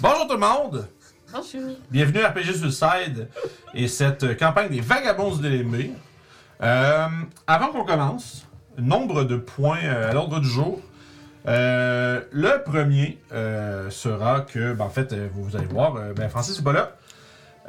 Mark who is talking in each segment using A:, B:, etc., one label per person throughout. A: Bonjour tout le monde!
B: Bonjour.
A: Bienvenue à RPG Suicide et cette euh, campagne des Vagabonds de l'Aimé. Euh, avant qu'on commence, nombre de points euh, à l'ordre du jour. Euh, le premier euh, sera que, ben, en fait, euh, vous, vous allez voir, euh, ben, Francis n'est pas là.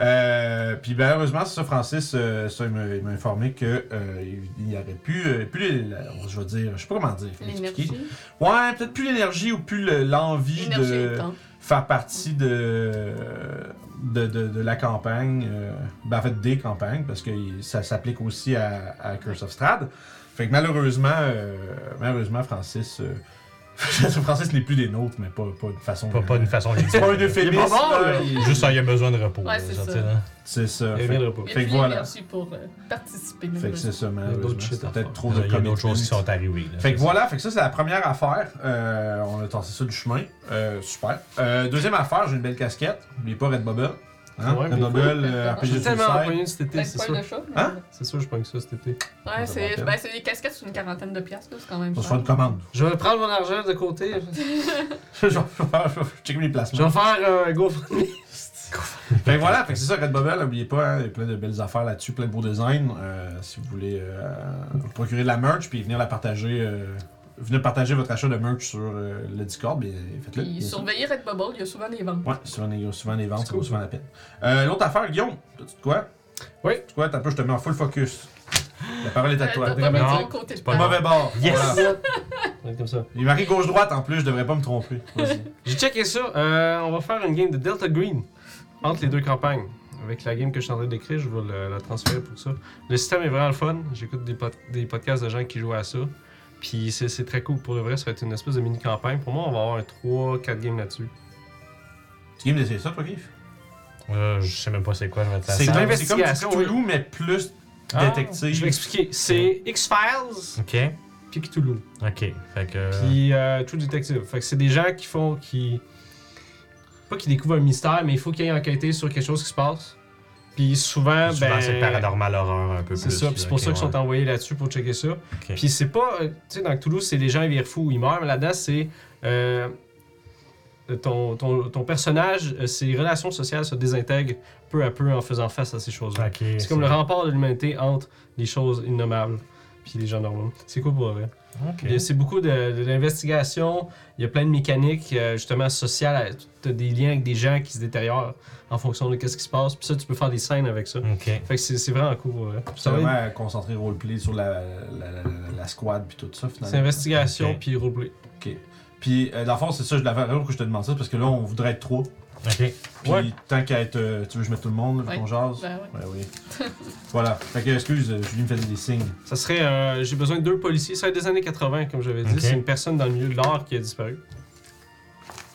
A: Euh, Puis ben, heureusement, c'est ça, Francis, euh, ça, il m'a il m'a informé que euh, il- il n'y avait plus, euh, plus les- la- je vais dire, je sais pas comment dire, faut l'expliquer.
B: L'énergie.
A: Ouais, peut-être plus l'énergie ou plus le- l'envie
B: L'énergie et Hein.
A: de
B: le temps.
A: faire partie de, de, de- de la campagne, euh, ben, en fait des campagnes, parce que il- ça s'applique aussi à, à Curse of Strad. Fait que malheureusement, euh, malheureusement Francis, euh, Francis n'est plus des nôtres, mais pas, pas de façon.
C: Pas, pas d'une façon
A: C'est pas un
C: générale.
A: euphémisme.
D: Il est pas bon,
A: là,
D: là.
A: il-
C: Juste quand il y a besoin de repos.
B: Ouais,
C: là,
B: c'est
C: sortir,
B: ça.
C: hein.
A: C'est ça.
D: Il
A: Fait,
D: reviendra pas.
B: Il y a
A: Fait que
B: plus
A: voilà.
B: d'énergie pour euh, participer.
A: fait que c'est ça,
B: malheureusement.
D: d'autres
A: malheureusement.
D: shit hein.
A: C'est
D: à
A: peut-être
D: faire.
A: trop de
C: Il y a d'autres choses qui
A: commitment.
C: sont arrivées. là,
A: Fait que
C: c'est
A: voilà, fait que ça c'est la première affaire. Euh, on a tassé ça du chemin. Euh, super. Euh, deuxième affaire, j'ai une belle casquette. N'oubliez pas Redbubble. Hein?
D: Ouais, mais
A: Redbubble,
B: cool.
A: euh, RPG
D: J'ai
A: Suicide.
D: tellement empoigné cet été,
B: Peut-être
D: c'est
B: pas
D: sûr.
B: le chat, mais-
A: Hein?
D: C'est sûr, je pogne ça cet été.
B: Ouais, c'est ben, c'est des casquettes, c'est une quarantaine de piastres, là, c'est quand même
A: Ça
B: cher.
A: sera une commande.
D: Je vais prendre mon argent de côté.
A: je vais faire- je vais checker mes
D: Je vais
A: placements.
D: faire un GoFundMe.
A: Fait que voilà, fait que c'est ça, Redbubble, n'oubliez pas, hein, il y a plein de belles affaires là-dessus, plein de beaux designs. Euh, si vous voulez euh, vous procurer de la merch puis venir la partager, euh, venir partager votre achat de merch sur euh, le Discord, bien faites-le.
B: Puis
A: bien sûr.
B: surveiller Redbubble, il y a souvent des ventes.
A: Ouais, souvent, il y a souvent les ventes,
D: C'est
A: ça
D: cool.
A: vaut souvent la peine. Euh, L'autre affaire, Guillaume, tu dis quoi?
D: Oui.
A: Tu quoi? T'as un peu, je te mets en full focus. La parole est à
B: Euh,
A: toi.
B: t'as pas mis
C: Non,
B: ton côté de
C: pas
A: Pas
B: table.
A: mauvais bord.
C: Yes!
A: Voilà.
D: On va être comme ça.
A: Il est marqué gauche-droite en plus, je devrais pas me tromper. Vas-y.
D: J'ai checké ça. Euh, on va faire une game de Delta Green entre les deux campagnes. Avec la game que je suis en train d'écrire, je vais le- la transférer pour ça. Le système est vraiment le fun. J'écoute des, pod- des podcasts de gens qui jouent à ça. Puis c'est c'est très cool. Pour le vrai, ça va être une espèce de mini-campagne. Pour moi, on va avoir un 3-4 games là-dessus.
A: Tu game d'essayer ça, toi, Keith?
C: ça. Euh, je sais même pas c'est quoi, je vais te la
A: C'est
D: de
C: sortir.
A: comme, c'est comme du
D: l'investigation,
A: Cthulhu, mais plus
D: Ah, je vais
A: détective.
D: expliquer. C'est X-Files
C: Ok,
D: puis Cthulhu.
C: ok. Fait que.
D: Puis euh, True Detective. Fait que c'est des gens qui font. qui. Pas qu'ils découvrent un mystère, mais il faut qu'ils aient enquêté sur quelque chose qui se passe. Puis souvent,
C: souvent,
D: ben.
C: c'est paranormal horreur un peu plus.
D: C'est ça, puis c'est pour ça qu'ils sont envoyés là-dessus pour checker ça.
C: en.
D: Puis c'est pas. euh, Tu sais, dans Toulouse, c'est les gens, ils virent fous, ils meurent, mais là-dedans, c'est. euh, ton, ton, ton personnage, euh, ses relations sociales se désintègrent peu à peu en faisant face à ces choses-là. C'est comme le rempart de l'humanité entre les choses innommables puis les gens normaux. C'est cool pour vrai.
C: Ok.
D: Il y a- C'est beaucoup de, de l'investigation, il y a plein de mécaniques, euh, justement, sociales. Tu as des liens avec des gens qui se détériorent en fonction de ce qui se passe. Puis ça, tu peux faire des scènes avec ça.
C: Ok.
D: Fait que c'est c'est vraiment cool. pour vrai.
A: C'est
D: Ça va être-
A: vraiment à concentrer roleplay sur la, la, la, la- la squad puis tout ça,
D: C'est
A: finalement.
D: investigation
C: Ok.
D: puis roleplay.
A: Puis, euh, dans le fond, c'est ça, je l'avais raison que je te demande ça, parce que là, on voudrait être trois.
C: Ok.
A: Puis,
D: Ouais.
A: tant qu'à être. euh, tu veux que je mette tout le monde, là, vu
B: Ouais.
A: qu'on jase?
B: Ben
A: Ouais,
B: ouais.
A: oui. voilà. Fait que, excuse, euh, Julie me faisait des signes.
D: Ça serait. euh, J'ai besoin de deux policiers. Ça va être des années 80, comme j'avais dit.
C: Ok.
D: C'est une personne dans le milieu de l'art qui a disparu.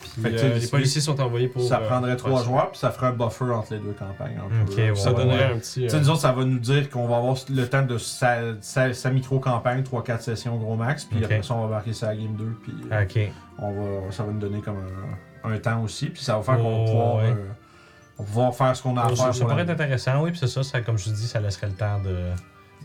D: Puis,
A: Fait que
D: euh,
A: tu sais,
D: les
A: si-
D: policiers sont envoyés pour.
A: ça
D: euh,
A: prendrait
D: faire
A: trois
D: ça.
A: joueurs, puis ça ferait un buffer entre les deux campagnes. un peu.
C: Ok, ouais,
D: Ça
A: Ça
D: donnerait
A: donnerait.
D: un petit.
A: Tu
D: euh,
A: sais, nous autres, ça va nous dire qu'on va avoir le temps de sa, sa- sa micro-campagne, 3-4 sessions gros max, puis
C: Ok.
A: après ça, on va marquer ça à game 2, puis euh,
C: Ok.
A: on va, ça va nous donner comme un, un temps aussi, puis ça va faire qu'on va
C: Oh,
A: pouvoir,
C: ouais.
A: euh, on va pouvoir faire ce qu'on a à
C: Ça-
A: faire. pour
C: Ça
A: la-
C: pourrait être intéressant, oui, puis c'est ça, ça, comme je dis, ça laisserait le temps de,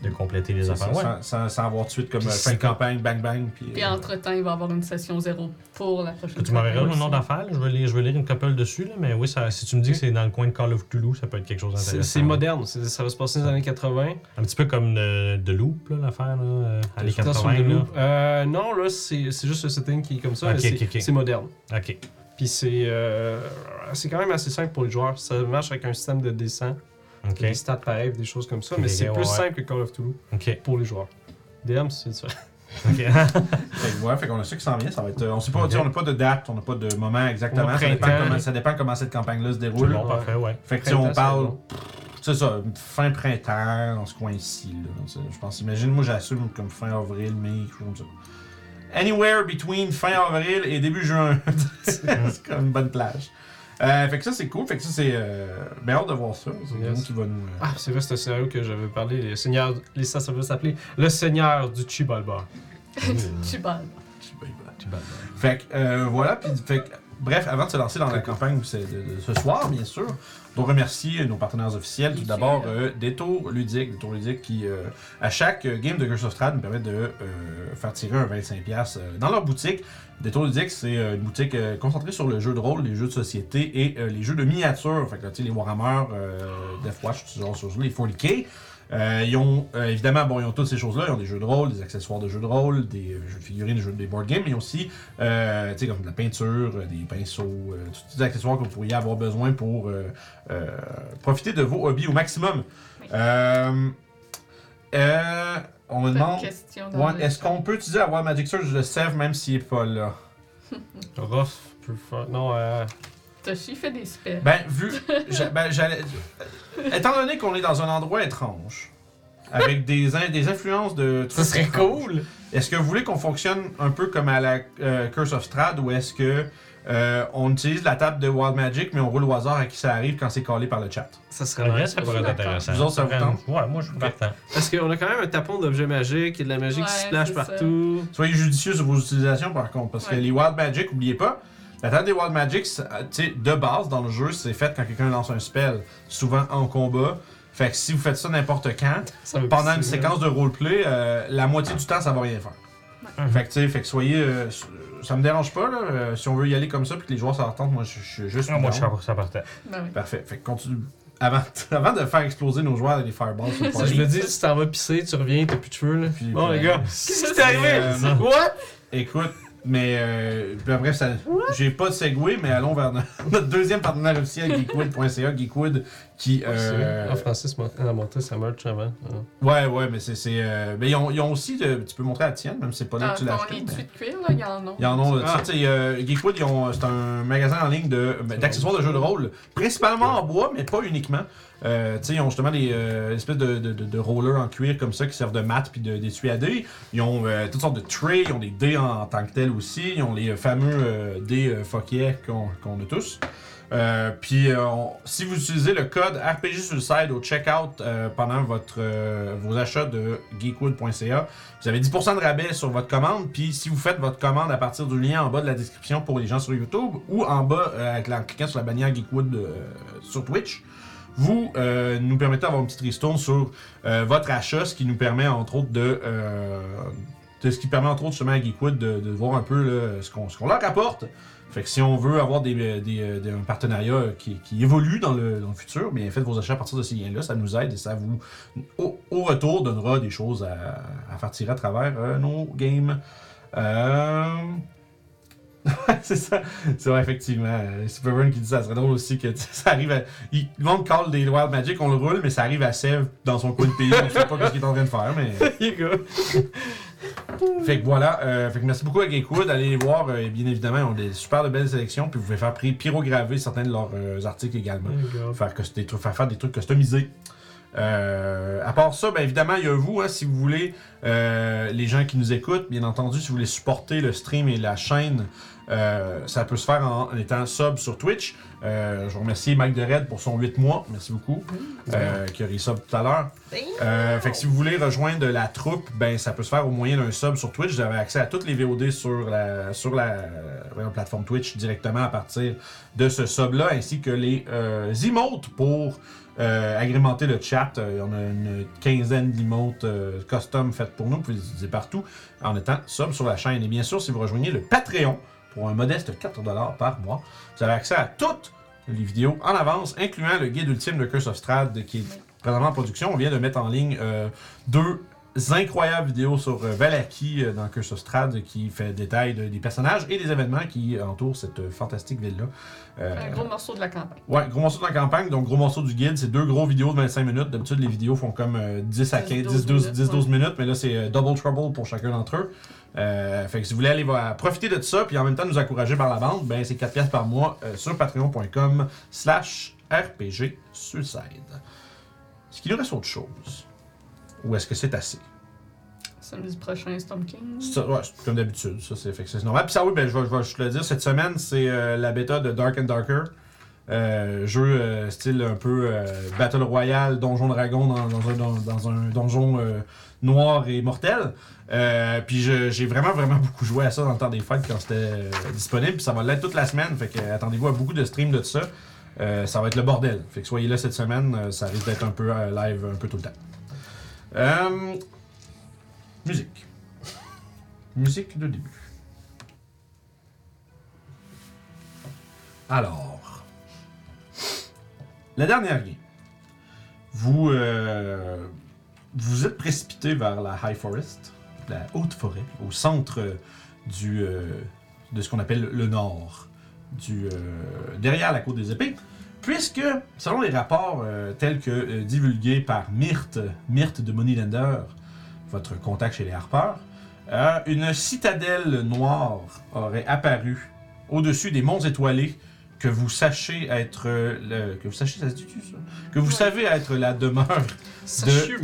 C: de compléter les
A: c'est ça,
C: affaires. Ouais.
A: sans, sans- sans avoir tout de suite comme
C: Puis
A: euh, fin de
C: c'est-
A: campagne, bang bang, puis.
B: Puis
A: euh,
B: entre-temps, il va y avoir une session zéro pour la prochaine
C: Tu m'enverras le
B: campagne
C: nom
B: aussi.
C: d'affaires, là, je vais lire, je vais lire une couple dessus, là, mais oui, ça, si tu me dis que c'est dans le coin de Call of Cthulhu, ça peut être quelque chose d'intéressant.
D: C'est c'est moderne. c'est- Ça va se passer dans les années 80.
C: Un petit peu comme euh, The Loop, là, l'affaire, là, euh, années
D: Tout ça
C: 80.
D: sur le
C: là.
D: loop. Euh, non, là, c'est c'est juste le setting qui est comme ça.
C: Ok,
D: là, c'est
C: ok, ok.
D: c'est moderne.
C: Ok.
D: Puis c'est euh, c'est quand même assez simple pour les joueurs. Ça marche avec un système de dessin,
C: Ok.
D: des stats pareils, des choses comme ça.
C: Ok,
D: mais c'est
C: ouais,
D: plus
C: ouais.
D: simple que Call of Toulouse
C: Ok.
D: pour les joueurs. DM, c'est ça.
C: Ok.
A: Fait que ouais, fait qu'on a ça qui s'en vient, ça va être. euh, on sait pas,
C: Ok.
A: tu sais, on n'a pas de date, on n'a pas de moment
D: On
A: exactement.
D: a
A: Ça dépend,
D: printemps.
A: comment, ça dépend comment cette campagne-là se
C: C'est
A: déroule.
C: bon, parfait, ouais.
A: Fait que tu sais, on
D: Printemps,
A: parle.
D: c'est
A: C'est
D: bon.
A: ça, fin printemps, dans ce coin-ci. là. C'est- Je pense, imagine, moi j'assume comme fin avril, mai, quelque chose comme ça. Anywhere between fin avril et début juin. c'est comme une bonne plage. Euh, fait que ça, c'est cool. Fait que ça, c'est. Euh, ben, hâte de voir ça. C'est
D: Yes.
A: nous qui va nous. euh,
D: Ah, c'est vrai, c'est un scénario que j'avais parlé. Les seigneurs, les, ça, ça veut s'appeler Le Seigneur du Chibalba.
B: Super.
A: Fait que euh, voilà, puis fait que Bref, avant de se lancer dans la campagne c'est de, de ce soir, bien sûr, on doit remercier nos partenaires officiels. Tout
B: Bien
A: d'abord,
B: sûr.
A: euh, Détour Ludique. Détour Ludique qui, euh, à chaque euh, game de Curse of Strahd, nous permet de euh, faire tirer un 25$ euh, dans leur boutique. Détour Ludique, c'est euh, une boutique euh, concentrée sur le jeu de rôle, les jeux de société et euh, les jeux de miniature. Fait que, tu sais, les Warhammer, euh, Deathwatch, tout ce genre de choses-là, les 40K. Euh, ils ont, euh, évidemment, bon, ils ont toutes ces choses-là. Ils ont des jeux de rôle, des accessoires de jeux de rôle, des euh, jeux de figurines, des jeux des board games, mais aussi, euh, tu sais, comme de la peinture, euh, des pinceaux, euh, tous les accessoires que vous pourriez avoir besoin pour euh, euh, profiter de vos hobbies au maximum.
B: Oui.
A: Euh, euh, on me
B: Pas de
A: demande,
B: question dans
A: ouais,
B: le-
A: est-ce qu'on peut utiliser la Wild Magic Surge de Sèvres même s'il n'est pas là?
D: Rof peut faire. Non, euh.
B: Toshi fait des spells.
A: Ben, vu. j'a- ben, j'allais. Étant donné qu'on est dans un endroit étrange, avec des, in- des influences de.
D: Ça serait
A: étranges,
D: cool!
A: Est-ce que vous voulez qu'on fonctionne un peu comme à la euh, Curse of Strad ou est-ce que euh, on utilise la table de Wild Magic mais on roule au hasard à qui ça arrive quand c'est collé par le chat?
D: Ça serait
C: En vrai,
D: nice.
C: ça pourrait être
B: D'accord.
C: intéressant.
A: Vous autres, ça vous tente?
C: Ouais, moi, je suis partant.
D: Parce qu'on a quand même un tapon d'objets magiques et de la magie
B: Ouais,
D: qui splash
B: c'est ça.
D: partout.
A: Soyez judicieux sur vos utilisations par contre, parce que
B: Ouais.
A: les Wild Magic, oubliez pas, la table des Wild Magic, ça, euh, tu sais, de base dans le jeu, c'est fait quand quelqu'un lance un spell, souvent en combat. Fait que si vous faites ça n'importe quand,
D: Ça veut-
A: pendant
D: c'est-
A: une séquence de roleplay, euh, la moitié du temps, ça va rien faire.
C: Ouais.
A: Fait que, tu sais, fait que soyez. euh, s- euh, ça me dérange pas, là. euh, si on veut y aller comme ça, puis que les joueurs s'en retentent, Ah, moi, je je suis juste.
C: Non, moi, je
A: down.
C: suis 100% partant.
B: Ben oui.
A: Parfait. Fait que continue. Avant, avant de faire exploser nos joueurs avec des fireballs sur le
D: Ça, je me
A: party.
D: dis, tu t'en vas pisser, tu reviens, t'as plus de cheveux là.
A: Puis-
D: bon, les gars, qu'est-ce qui t'est
A: Euh,
D: arrivé? What?
A: Écoute, mais. Euh, ben, bref, ça, j'ai pas de segway, mais allons vers no- notre deuxième partenaire officiel, geekwood.ca, Geekwood, qui. euh,
D: Ah, Francis m'a- a monté sa merch avant. Ah.
A: ouais, ouais, mais c'est. c'est, euh, mais ils ont, ils ont aussi. de- tu peux montrer la tienne, même si c'est pas là
B: Dans
A: que tu
B: ton
A: l'as acheté. mais-
B: étui de cuir, là, il y en a.
A: Ils en ont, tu sais,
D: Ah.
A: tu sais, euh, Geekwood, ils ont- c'est un magasin en ligne de- ben, d'accessoires de jeux de rôle, principalement en bois, mais pas uniquement. Euh, tu sais, ils ont justement des euh, espèces de, de, de- de rollers en cuir comme ça qui servent de mat puis de- d'essuie à dés. Ils ont euh, toutes sortes de trays, ils ont des dés en, en tant que tels aussi. Ils ont les euh, fameux euh, dés euh, fuck yeah qu'on qu'on a tous. Euh, puis euh, on- si vous utilisez le code RPG sur le side au checkout euh, pendant votre, euh, vos achats de geekwood.ca, vous avez 10% de rabais sur votre commande. Puis si vous faites votre commande à partir du lien en bas de la description pour les gens sur YouTube ou en bas euh, avec la- en cliquant sur la bannière Geekwood euh, sur Twitch, vous euh, nous permettez d'avoir une petite ristourne sur euh, votre achat, ce qui nous permet entre autres de, euh, de- ce qui permet entre autres justement à Geekwood de, de voir un peu là, ce qu'on ce qu'on leur apporte. Fait que si on veut avoir des, des, euh, des- un partenariat euh, qui, qui évolue dans le, dans le futur, bien faites vos achats à partir de ces liens-là, ça nous aide et ça vous, au, au retour, donnera des choses à, à faire tirer à travers euh, nos games. Euh, c'est ça, c'est vrai, effectivement. Euh, Superman qui dit ça serait drôle aussi que tu sais, ça arrive à. il- le monde call des Wild Magic, on le roule, mais ça arrive à Sèvres dans son coin de pays, on sait pas ce qu'il est en train de faire, mais.
D: Les gars.
A: Fait que voilà, euh, fait que merci beaucoup à Geekwood, allez les voir, euh, et bien évidemment, ils ont des super de belles sélections, puis vous pouvez faire pri- pyrograver certains de leurs euh, articles également. Faire, cus- des trucs, faire faire des trucs customisés. Euh, à part ça, ben évidemment, il y a vous, hein, si vous voulez, euh, les gens qui nous écoutent, bien entendu, si vous voulez supporter le stream et la chaîne, euh, ça peut se faire en, en étant sub sur Twitch. Euh, je vous remercie Mike de Red pour son 8 mois, merci beaucoup, euh, qui a resub tout à l'heure. Euh, fait que si vous voulez rejoindre la troupe, ben ça peut se faire au moyen d'un sub sur Twitch. Vous avez accès à toutes les VOD sur la, sur la euh, voyons, plateforme Twitch directement à partir de ce sub-là, ainsi que les euh, emotes pour euh, agrémenter le chat. Euh, on a une quinzaine d'emotes euh, custom faites pour nous, vous pouvez les utiliser partout en étant sub sur la chaîne. Et bien sûr, si vous rejoignez le Patreon pour un modeste 4$ par mois, vous avez accès à toutes les vidéos en avance, incluant le guide ultime de Curse of Strahd qui est présentement en production. On vient de mettre en ligne euh, deux incroyables vidéos sur euh, Valaki euh, dans Curse of Strahd qui fait détail de- des personnages et des événements qui entourent cette euh, fantastique ville-là. Euh,
B: Un gros morceau de la campagne.
A: Ouais, gros morceau de la campagne, donc gros morceau du guide, c'est deux gros vidéos de 25 minutes. D'habitude, les vidéos font comme euh, 10 à 15, 10, 12, 10, 12 minutes, mais là, c'est euh, double trouble pour chacun d'entre eux. Euh, fait que si vous voulez aller voir- profiter de ça, puis en même temps nous encourager par la bande, ben c'est 4 pièces par mois euh, sur patreon.com slash RPG Suicide. Est-ce qu'il nous reste autre chose? Ou est-ce que c'est assez?
B: Samedi prochain, Storm King.
A: Ça, ouais, c'est comme d'habitude, ça c'est fait que c'est normal. Puis ça oui, ben, je vais, je vais juste le dire, cette semaine c'est euh, la bêta de Dark and Darker. euh, jeu euh, style un peu euh, Battle Royale, Donjon Dragon dans, dans un, dans- dans un donjon euh, noir et mortel. Euh, puis je- j'ai vraiment, vraiment beaucoup joué à ça dans le temps des fêtes quand c'était euh, disponible. Puis ça va l'être toute la semaine. Fait que euh, attendez-vous à beaucoup de streams de tout ça. Euh, ça va être le bordel. Fait que soyez là cette semaine. euh, ça risque d'être un peu euh, live un peu tout le temps. Euh, musique. musique de début. Alors, la dernière game. Vous, euh, vous êtes précipité vers la High Forest, la haute forêt, au centre euh, du, euh, de ce qu'on appelle le nord, du, euh, derrière la côte des épées, puisque, selon les rapports euh, tels que euh, divulgués par Myrthe, Myrthe de Moneylander, votre contact chez les Harpeurs, euh, une citadelle noire aurait apparu au-dessus des monts étoilés que vous sachez être euh, le- que vous sachez ça se dit ça que vous
B: Ouais.
A: savez être la demeure
D: S'assume.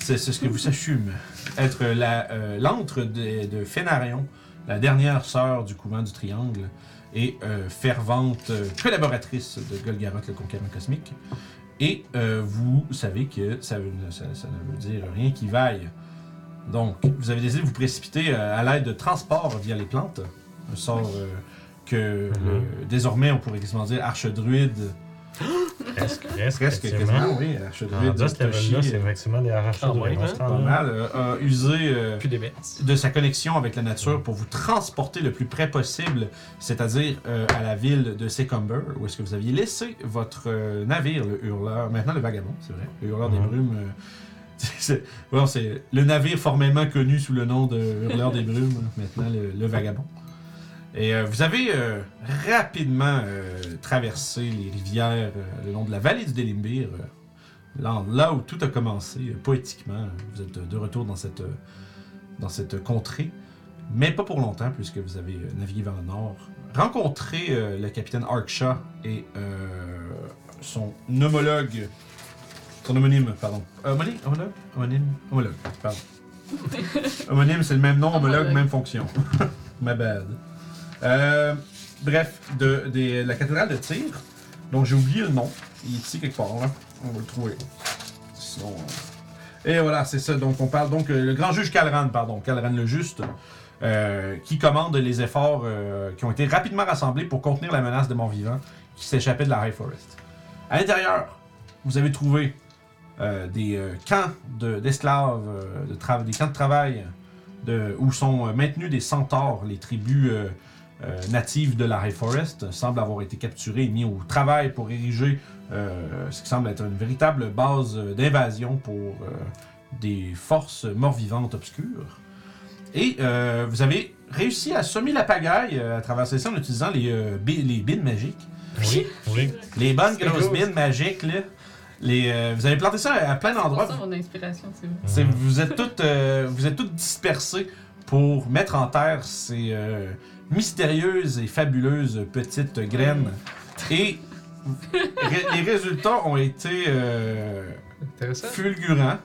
A: c'est c'est ce que vous s'assume être la, euh, l'antre de, de Fénarion, la dernière sœur du couvent du Triangle et euh, fervente euh, collaboratrice de Golgaroth le conquérant cosmique. Et euh, vous savez que ça, veut- ça- ça ne veut dire rien qui vaille. Donc, vous avez décidé de vous précipiter euh, à l'aide de transport via les plantes, un sort euh, que le- désormais on pourrait quasiment dire archedruide,
C: Presque, presque,
A: presque
C: effectivement.
A: quasiment, oui, archedruide.
C: Rendu à ce
A: Toshi,
C: level-là, c'est
A: euh,
C: effectivement des arrachés
D: Ah ouais,
C: de
D: hein?
C: monstres
A: pas
C: en l'air.
A: mal, euh, a usé euh,
D: Plus des bêtes.
A: de sa connexion avec la nature pour vous transporter le plus près possible, c'est-à-dire euh, à la ville de Secumber, où est-ce que vous aviez laissé votre euh, navire, le hurleur, maintenant le vagabond, c'est vrai, le hurleur des
C: Ouais.
A: brumes. euh, c'est bon, c'est le navire formellement connu sous le nom de hurleur des brumes, hein, maintenant le, le vagabond. Et euh, vous avez euh, rapidement euh, traversé les rivières euh, le long de la vallée du Délimbir, euh, là, là où tout a commencé, euh, poétiquement. Vous êtes euh, de retour dans cette, euh, dans cette contrée, mais pas pour longtemps, puisque vous avez euh, navigué vers le nord. Rencontré euh, le capitaine Arkshaw et euh, son homologue, son homonyme, pardon. Homonyme Homologue Homonyme Homologue, pardon. homonyme, c'est le même nom, homologue,
B: Homologue.
A: même fonction. My bad. Euh, bref, de, des- de la cathédrale de Tyr. Donc j'ai oublié le nom. Il est ici quelque part, là. On va le trouver. Sinon, euh, Et voilà, c'est ça. Donc on parle donc euh, le grand juge Calran, pardon, Calran le Juste, euh, qui commande les efforts euh, qui ont été rapidement rassemblés pour contenir la menace de Mort-Vivant qui s'échappait de la High Forest. À l'intérieur, vous avez trouvé euh, des euh, camps de- d'esclaves, euh, de tra- des camps de travail de- où sont euh, maintenus des centaures, les tribus euh, euh, natives de la High Forest, semblent avoir été capturés et mis au travail pour ériger euh, ce qui semble être une véritable base euh, d'invasion pour euh, des forces mort-vivantes obscures. Et euh, vous avez réussi à semer la pagaille euh, à traverser ça en utilisant les, euh, bi- les bines magiques.
C: Oui, oui.
A: Les bonnes
D: C'est
A: grosses
D: gros.
A: bines magiques, là. Les, euh, vous avez planté ça à, à plein
B: C'est
A: d'endroits.
B: pour ça mon inspiration, c'est vrai.
A: C'est- Vous êtes toutes, euh, vous êtes toutes dispersées pour mettre en terre ces euh, mystérieuses et fabuleuses petites graines. Et ré- les résultats ont été euh,
D: Intéressant.
A: fulgurants.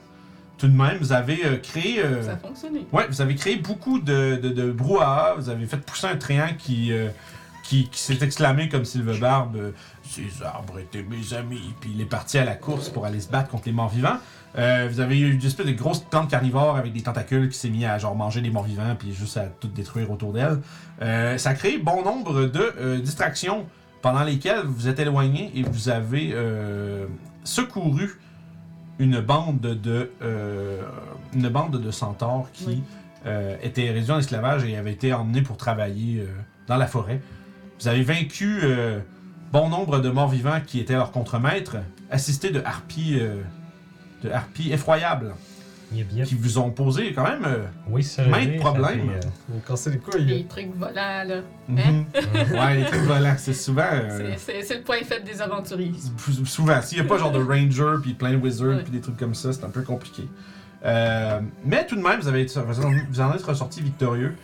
A: Tout de même, vous avez euh, créé. euh,
B: Ça a fonctionné.
A: Ouais, vous avez créé beaucoup de, de, de brouhaha, vous avez fait pousser un triangle qui, euh, qui, qui s'est exclamé comme Sylvebarbe euh, Ces arbres étaient mes amis », puis il est parti à la course pour aller se battre contre les morts-vivants. Euh, vous avez eu une espèce de grosse plante carnivore avec des tentacules qui s'est mis à genre manger des morts-vivants puis juste à tout détruire autour d'elle. Euh, ça a créé bon nombre de euh, distractions pendant lesquelles vous êtes éloigné et vous avez euh, secouru une bande de euh, une bande de centaures qui
B: Oui.
A: euh, étaient réduits en esclavage et avaient été emmenés pour travailler euh, dans la forêt. Vous avez vaincu euh, bon nombre de morts vivants qui étaient leurs contremaîtres, assistés de harpies euh, de harpies effroyables
C: Yep, yep.
A: qui vous ont posé quand même euh,
C: Oui, ça.
A: Main de
C: oui, ça
A: problème.
C: fait, euh,
D: Vous me cassez les couilles.
B: Les trucs volants, là.
A: Mhm. ouais, les trucs volants, c'est souvent. euh,
B: Hein? C'est- C'est c'est le point faible des aventuriers.
A: sou- souvent, s'il n'y a pas genre de ranger, puis plein de wizards,
B: Ouais.
A: puis des trucs comme ça, c'est un peu compliqué. Euh, mais tout de même, vous, avez, vous en êtes ressorti victorieux.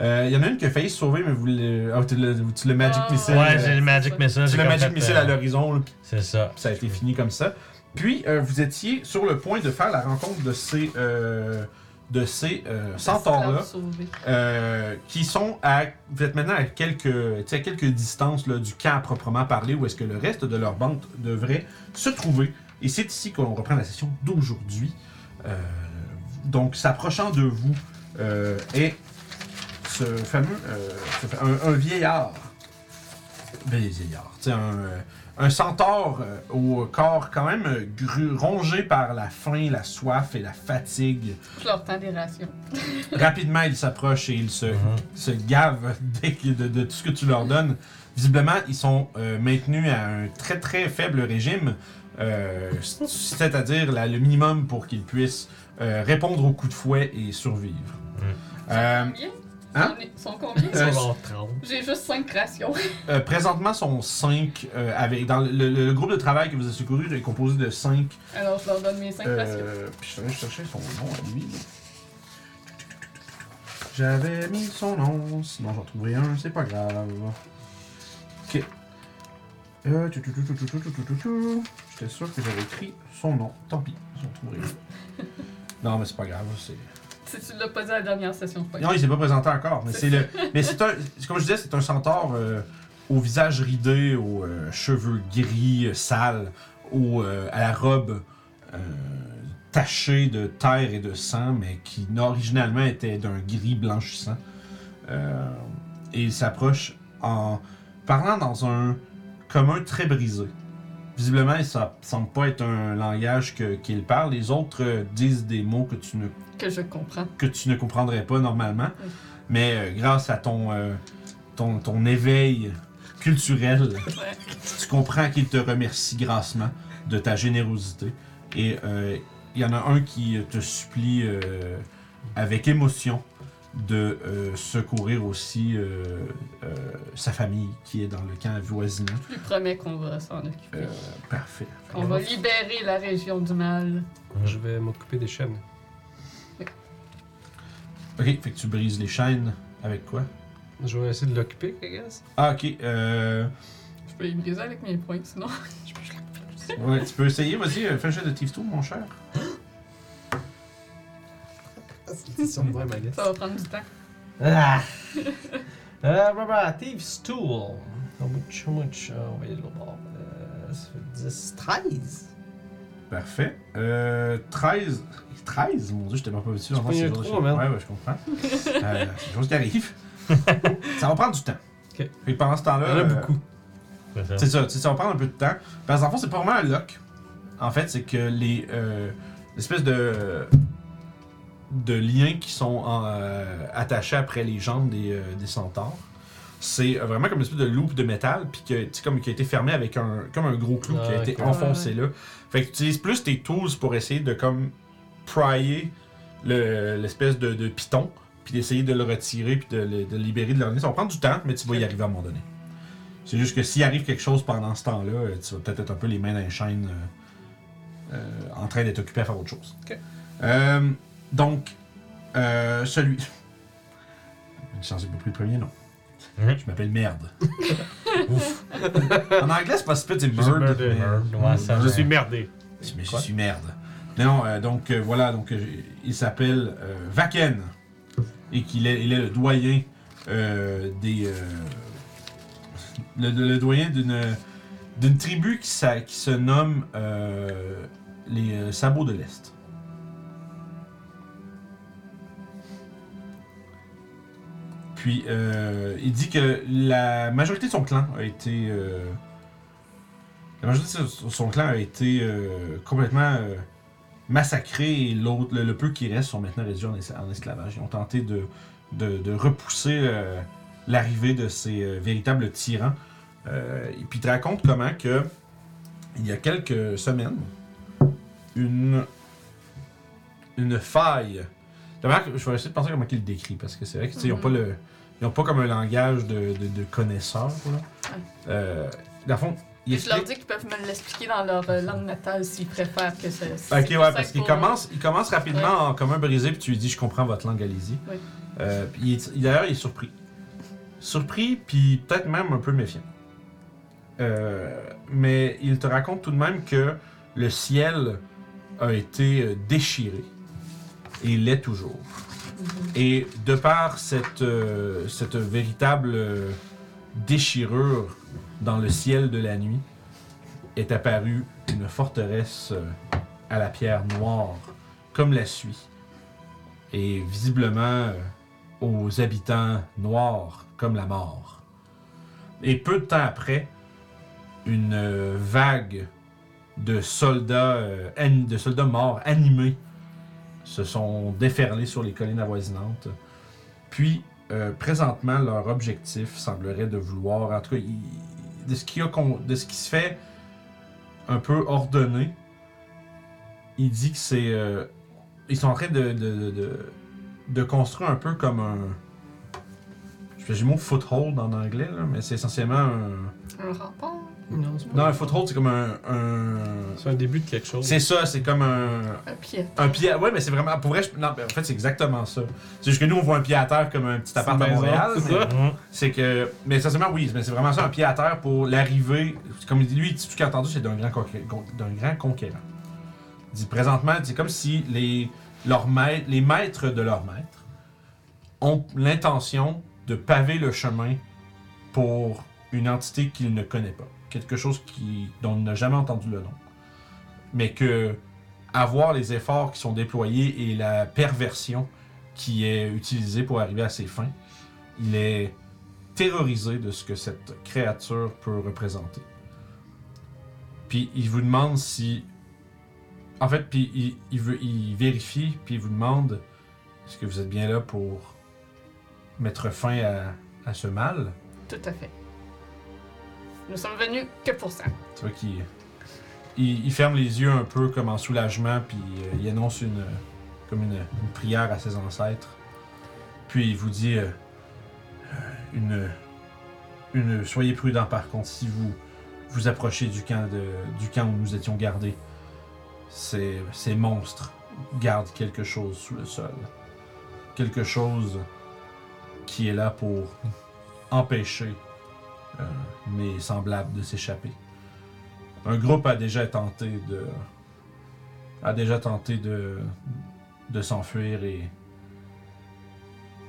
A: Euh, Il y en a une qui a failli se sauver, mais vous le, ah, tu, le, tu le Magic
B: Ah.
A: Missile.
C: Ouais,
A: euh,
C: j'ai le Magic Missile.
A: tu
C: j'ai
A: le
C: comme
A: Magic
C: fait,
A: Missile
C: euh,
A: à l'horizon, là, puis
C: C'est ça.
A: ça a été fini comme ça. Puis, euh, vous étiez sur le point de faire la rencontre de ces, euh, de ces euh, centaures-là
B: Sauver.
A: euh, qui sont à. Vous êtes maintenant à quelques, tu sais, à quelques distances là, du camp à proprement parler, où est-ce que le reste de leur bande devrait se trouver. Et c'est ici qu'on reprend la session d'aujourd'hui. Euh, donc, s'approchant de vous euh, est ce fameux. euh, ce fa- un, un vieillard. Ben, vieillard. tu sais, un. euh, un centaure euh, au corps quand même euh, gru- rongé par la faim, la soif et la fatigue
B: Je leur tends des rations.
A: Hein? Rapidement, ils s'approchent et ils se,
C: Mhm.
A: se gavent dès que- de, de tout ce que tu leur donnes. Visiblement, ils sont euh, maintenus à un très très faible régime, euh, c- c'est-à-dire la- le minimum pour qu'ils puissent euh, répondre aux coups de fouet et survivre.
C: Mhm.
A: Euh,
B: Combien?
A: hein?
B: Ils sont combien?
A: Euh,
D: Genre 30.
B: J'ai juste 5 rations.
A: euh, présentement, sont cinq. euh, avec, dans le, le- le groupe de travail que vous avez secouru est composé de cinq
B: Alors, je leur donne mes 5 rations.
A: Euh, puis je suis allé chercher son nom à lui. J'avais mis son nom, sinon j'en trouverai un, c'est pas grave. Ok. Euh, tu, tu, tu, tu, tu, tu, tu, tu, tu, tu. J'étais sûr que j'avais écrit son nom, tant pis, j'en trouverai un. Non, mais c'est pas grave, c'est.
B: Si tu l'as pas dit à la dernière session, c'est pas grave.
A: Non, il s'est pas présenté encore, mais c'est le. Mais c'est un. c'est Comme je disais, c'est un centaure euh, au visage ridé, aux euh, cheveux gris, euh, sales, au, euh, à la robe euh, tachée de terre et de sang, mais qui originalement était d'un gris blanchissant. Euh, et il s'approche en parlant dans un commun très brisé. Visiblement, ça semble pas être un langage que- qu'il parle. Les autres euh, disent des mots que tu ne
B: que je comprends.
A: que tu ne comprendrais pas normalement.
B: Oui.
A: Mais euh, grâce à ton, euh, ton, ton éveil culturel,
B: Ouais.
A: tu comprends qu'il te remercie grassement de ta générosité. Et euh, il y en a un qui te supplie euh, avec émotion de euh, secourir aussi euh, euh, sa famille qui est dans le camp voisinant.
B: Je lui promets qu'on va s'en occuper.
A: Euh, parfait.
B: On va libérer la région du mal.
D: Je vais m'occuper des chaînes.
A: Ok, fait que tu brises les chaînes avec quoi
D: Je vais essayer de l'occuper, I guess.
A: Ah, ok. Euh,
B: Je peux y briser avec mes poings, sinon.
A: ouais, tu peux essayer. Vas-y, euh, fais un jet de Thieves Tool, mon cher.
D: Ah, C'est sur moi, I guess.
B: Ça va prendre du temps.
D: Ah! Euh, Barbara, Thieves Tool. How much, how much? Euh, on va y aller de l'autre bord. Euh, ça fait 10, 13.
A: Parfait. Euh, 13. 13? Mon dieu, j'étais même pas habitué d'entendre
D: pas
A: ces
D: eu un
A: choses.
D: trou, man.
A: Ouais, ouais, je comprends. euh, c'est des choses qui arrivent. ça va prendre du temps.
D: Ok.
A: Et pendant ce temps-là.
D: Il y en a
A: euh,
D: beaucoup.
A: C'est ça, tu sais, ça va prendre un peu de temps. Parce qu'en fond, c'est pas vraiment un lock. En fait, c'est que les. euh, L'espèce de. de liens qui sont en, euh, attachés après les jambes des, euh, des centaures. C'est euh, vraiment comme une espèce de loupe de métal, puis que, tu sais, comme, qui a été fermé avec un, comme un gros clou qui a
D: Ah,
A: été
D: ok.
A: enfoncé là. Fait que tu utilises plus tes tools pour essayer de, comme, prier le- l'espèce de, de piton, puis d'essayer de le retirer, puis de, le- de le libérer de leur nez. Ça va prendre du temps, mais tu vas y arriver à un moment donné. C'est juste que s'il arrive quelque chose pendant ce temps-là, euh, tu vas peut-être être un peu les mains dans les chaînes euh, euh, en train d'être occupé à faire autre chose.
D: Ok.
A: Euh, donc, euh, celui. Une chance, j'ai pas pris le premier nom.
C: Mhm.
A: Je m'appelle Merde.
C: Ouf.
A: en anglais, c'est pas si pire, c'est
C: Juste
A: Bird.
C: murder,
A: mais-
C: murder, ouais, ça-
A: Murder.
C: Je suis merdé.
A: Mais je
C: Quoi?
A: suis merde. Non, euh, donc euh, voilà, donc euh, il s'appelle euh, Vaken et qu'il est, il est le doyen euh, des euh, le, le- le doyen d'une d'une tribu qui, s'a- qui se nomme euh, les euh, sabots de l'est. Puis euh, il dit que la majorité de son clan a été euh, la majorité de son- son clan a été euh, complètement euh, massacré et l'autre, le, le peu qui reste sont maintenant réduits en, es- en esclavage. Ils ont tenté de, de, de repousser euh, l'arrivée de ces euh, véritables tyrans. Euh, et puis il te raconte comment que il y a quelques semaines, une, une faille. D'abord, je vais essayer de penser comment il le décrit, parce que c'est vrai qu'ils n'ont
B: Mhm.
A: pas le. Ils ont pas comme un langage de, de, de connaisseurs. Là. Euh, dans le fond, il
B: Je leur
A: explique-
B: dis qu'ils peuvent me l'expliquer dans leur euh, langue natale s'ils préfèrent que ça. si
A: Ok,
B: c'est
A: ouais,
B: plus
A: parce
B: simple
A: qu'il
B: pour
A: commence, il commence rapidement
B: Ouais.
A: en commun brisé, puis tu lui dis Je comprends votre langue, allez-y.
B: Ouais.
A: Euh, puis il est- D'ailleurs, il est surpris. Surpris, puis peut-être même un peu méfiant. Euh, mais il te raconte tout de même que le ciel a été euh, déchiré et l'est toujours. Et de par cette, euh, cette véritable euh, déchirure dans le ciel de la nuit, est apparue une forteresse euh, à la pierre noire, comme la suie, et visiblement euh, aux habitants noirs, comme la mort. Et peu de temps après, une euh, vague de soldats, euh, ani- de soldats morts animés se sont déferlés sur les collines avoisinantes. Puis, euh, présentement, leur objectif semblerait de vouloir, en tout cas, il- de, ce qui a con- de ce qui se fait un peu ordonné, il dit que c'est. euh, ils sont en train de, de- de- de- de construire un peu comme un. Je fais le mot foothold en anglais, là, mais c'est essentiellement un.
B: Un rempart.
D: Non, c'est
A: Non, un foothold, c'est comme un- un...
D: C'est un début de quelque chose.
A: C'est ça, c'est comme un,
B: Un pied.
A: un pied. à- Ouais, mais c'est vraiment. Pour vrai, je- non, mais en fait, c'est exactement ça. C'est juste que nous, on voit un pied à terre comme un petit appart à
D: maison,
A: Montréal.
D: c'est
A: mais
D: ça.
C: Hum.
A: C'est que. Mais essentiellement, oui, mais c'est vraiment ça, un pied à terre pour l'arrivée. Comme il dit, lui, tout ce qu'il a entendu, c'est d'un grand, conqué- con- d'un grand conquérant. Il dit présentement, c'est comme si les, leurs maîtres, les maîtres de leurs maîtres ont l'intention de paver le chemin pour une entité qu'il ne connaît pas. Quelque chose qui, dont il n'a jamais entendu le nom. Mais que, avoir les efforts qui sont déployés et la perversion qui est utilisée pour arriver à ses fins, il est terrorisé de ce que cette créature peut représenter. Puis il vous demande si. En fait, puis il, il veut, il vérifie, puis il vous demande est-ce que vous êtes bien là pour mettre fin à, à ce mal
B: Tout à fait. Nous sommes venus que pour ça.
A: Tu vois qu'il il, il ferme les yeux un peu comme en soulagement, puis euh, il annonce une, euh, comme une, une prière à ses ancêtres. Puis il vous dit euh, euh, une, une soyez prudent par contre si vous vous approchez du camp de, du camp où nous étions gardés. Ces, ces monstres gardent quelque chose sous le sol, quelque chose qui est là pour empêcher euh, mes semblables de s'échapper. Un groupe a déjà tenté de. a déjà tenté de. de s'enfuir et.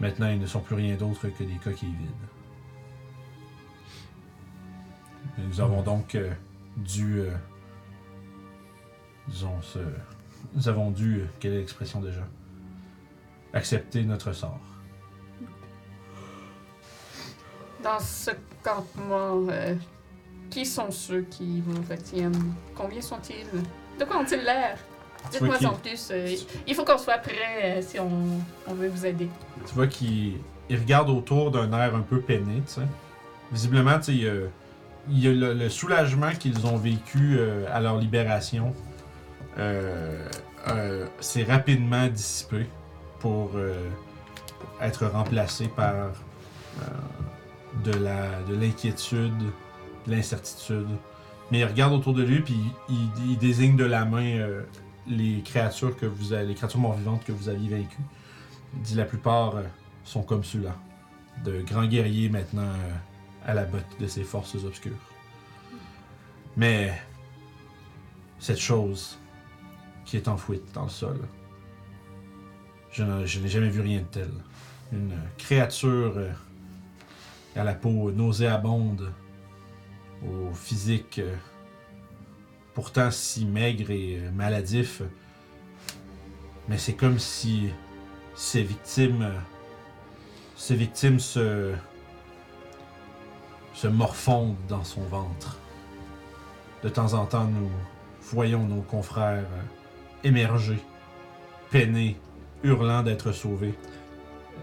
A: Maintenant, ils ne sont plus rien d'autre que des coquilles vides. Et nous avons donc euh, dû. euh, disons, se- nous avons dû. euh, quelle est l'expression déjà Accepter notre sort.
B: Dans ce campement, euh, qui sont ceux qui vous retiennent Combien sont-ils De quoi ont-ils l'air Dites-moi
A: qui-
B: en plus. euh, il faut qu'on soit prêt euh, si on, on veut vous aider.
A: Tu vois qu'il il regarde autour d'un air un peu peiné, tu sais. Visiblement, tu sais, il y a- il y a le, le soulagement qu'ils ont vécu euh, à leur libération euh, euh, s'est rapidement dissipé pour euh, être remplacé par euh, de la- de l'inquiétude, de l'incertitude. Mais il regarde autour de lui, puis il, il- il désigne de la main euh, les créatures que vous avez, les créatures mort-vivantes que vous aviez vaincues dit la plupart euh, sont comme ceux-là. De grands guerriers maintenant euh, à la botte de ces forces obscures. Mais cette chose qui est enfouie dans le sol, je n'en- je n'ai jamais vu rien de tel. Une créature euh, à la peau nauséabonde, au physique euh, pourtant si maigre et euh, maladif, mais c'est comme si ces victimes. euh, Ces victimes se. se morfondent dans son ventre. De temps en temps, nous voyons nos confrères euh, émerger, peinés, hurlant d'être sauvés.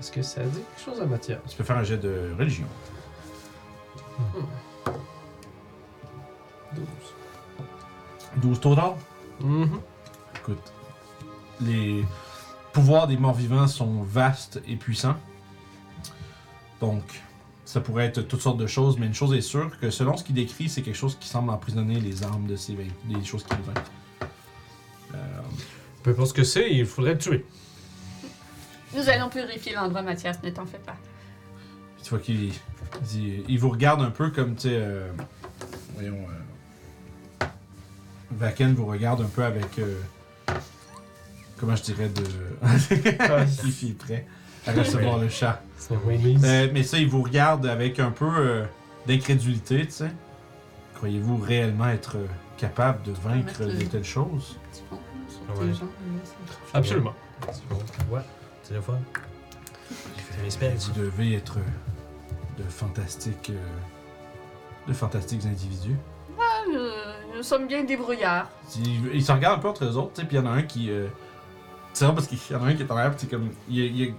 D: Est-ce que ça dit quelque chose à Mathias?
A: Tu peux faire un jet de religion.
D: 12.
A: 12 taux d'or?
D: Mhm.
A: Écoute, les pouvoirs des morts-vivants sont vastes et puissants. Donc, ça pourrait être toutes sortes de choses, mais une chose est sûre, que selon ce qu'il décrit, c'est quelque chose qui semble emprisonner les âmes de ces vain- des choses qui nous
C: Peu importe ce que c'est, il faudrait le tuer.
B: Nous allons purifier l'endroit, Mathias, ne t'en fais pas.
A: Puis tu vois qu'il dit- il vous regarde un peu comme, tu sais, euh, voyons, euh, Vaken vous regarde un peu avec, euh, comment je dirais, de. Il fit prêt à recevoir le chat.
D: C'est Wayne's.
A: Euh, mais ça, il vous regarde avec un peu euh, d'incrédulité, tu sais. Croyez-vous réellement être euh, capable de vaincre
B: Mettre le-
A: de telles choses?
B: Tu prends sur
C: Ah
B: tes
C: ouais.
B: jambes, là, euh, c'est-
D: Absolument.
C: Ouais. Téléphone. J'ai fait mes spells.
A: Vous devez être de fantastiques. euh, de fantastiques individus.
B: Ah, nous, nous sommes bien débrouillards.
A: Ils, ils se regardent un peu entre eux autres, tu sais, puis il y en a un qui. Euh, c'est vrai parce qu'il y en a un qui est en arrière, puis c'est comme. Il, il-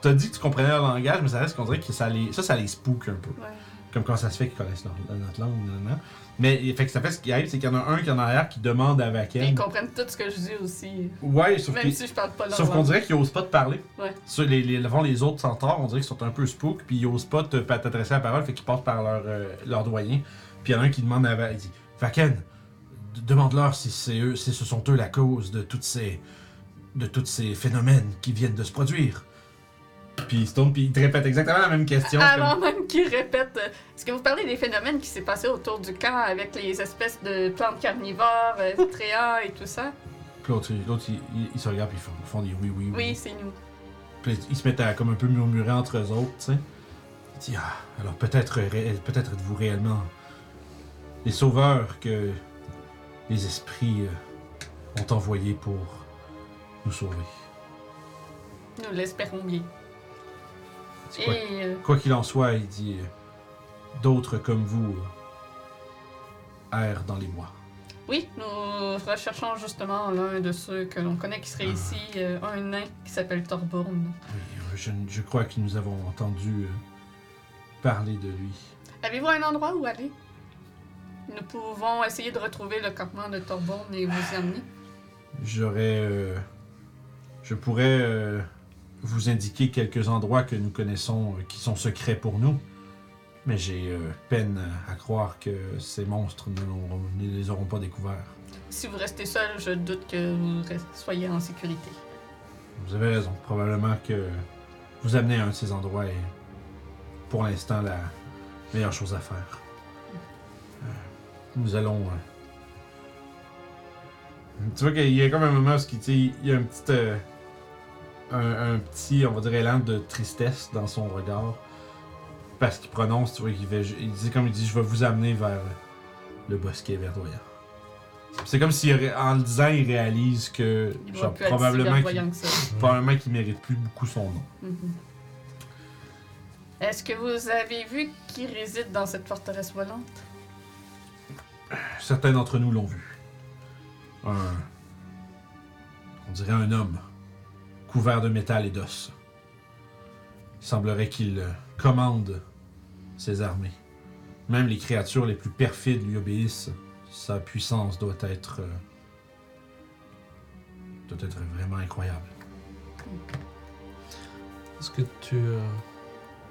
A: T'as dit que tu comprenais leur langage, mais ça reste qu'on dirait que ça les, ça, ça les spook un peu.
B: Ouais.
A: Comme quand ça se fait qu'ils connaissent leur- notre langue, nan, nan. Mais il- fait que ça fait ce qui arrive, c'est qu'il y en a un qui est en arrière qui demande à
B: Puis Ils
A: Vaken.
B: comprennent tout ce que je dis aussi.
A: Ouais, sauf
B: Même
A: qu'il-
B: si je parle pas leur
A: Sauf qu'on
B: langue.
A: dirait qu'ils osent pas te parler.
B: Ouais.
A: Sur les, les, devant les autres centaures, on dirait qu'ils sont un peu spook, puis ils osent pas te- pa- t'adresser la parole, fait qu'ils passent par leur, euh, leur doyen. Puis il y en a un qui demande à Va- il dit Vaken, d- demande-leur si, c'est eux, si ce sont eux la cause de toutes ces, de tous ces phénomènes qui viennent de se produire. Puis ils se tournent, puis ils te répètent exactement la même question. c'est
B: Avant même qu'ils répètent, euh, est-ce que vous parlez des phénomènes qui s'est passé autour du camp avec les espèces de plantes carnivores, euh, créants et tout ça?
A: comme- Puis l'autre, il- l'autre, il, il- il se regarde, puis ils font, ils font des oui, oui,
B: Oui, c'est nous.
A: Puis ils se mettent à comme un peu murmurer entre eux autres, tu sais. Il dit Ah, alors peut-être ré- peut-être êtes-vous réellement les sauveurs que les esprits euh, ont envoyés pour nous sauver.
B: Nous l'espérons bien.
A: C'est quoi-
B: Et euh,
A: Quoi qu'il en soit, il dit euh, D'autres comme vous euh, errent dans les mois.
B: oui, nous recherchons justement l'un de ceux que l'on connaît qui serait
A: Ah.
B: ici, euh, un nain qui s'appelle Thorborn.
A: Oui, euh, je, je crois que nous avons entendu euh, parler de lui.
B: Avez-vous un endroit où aller? Nous pouvons essayer de retrouver le campement de Thorborn et vous y emmener.
A: J'aurais. euh, je pourrais euh, vous indiquer quelques endroits que nous connaissons euh, qui sont secrets pour nous. Mais j'ai euh, peine à croire que ces monstres ne, l'auront- ne les auront pas découverts.
B: Si vous restez seul, je doute que vous rest- soyez en sécurité.
A: Vous avez raison. Probablement que vous amenez à un de ces endroits est pour l'instant la meilleure chose à faire. Euh, nous allons. euh, Tu vois qu'il y a comme un moment où ce qui, tu sais, il y a un petit. euh, un, un petit, on va dire, élan de tristesse dans son regard. Parce qu'il prononce, tu vois, qu'il fait- il dit comme il dit Je vais vous amener vers le bosquet verdoyant. C'est comme si, en le disant, il réalise que,
B: Il
A: genre,
B: doit plus être si
A: probablement qu'il
B: verdoyant que ça.
A: Probablement qu'il mérite plus beaucoup son nom.
B: Mhm. Est-ce que vous avez vu qui réside dans cette forteresse volante?
A: Certains d'entre nous l'ont vu. Un. On dirait un homme, couvert de métal et d'os. Il semblerait qu'il euh, commande ses armées. Même les créatures les plus perfides lui obéissent. Sa puissance doit être. euh, doit être vraiment incroyable.
D: Est-ce que tu. euh,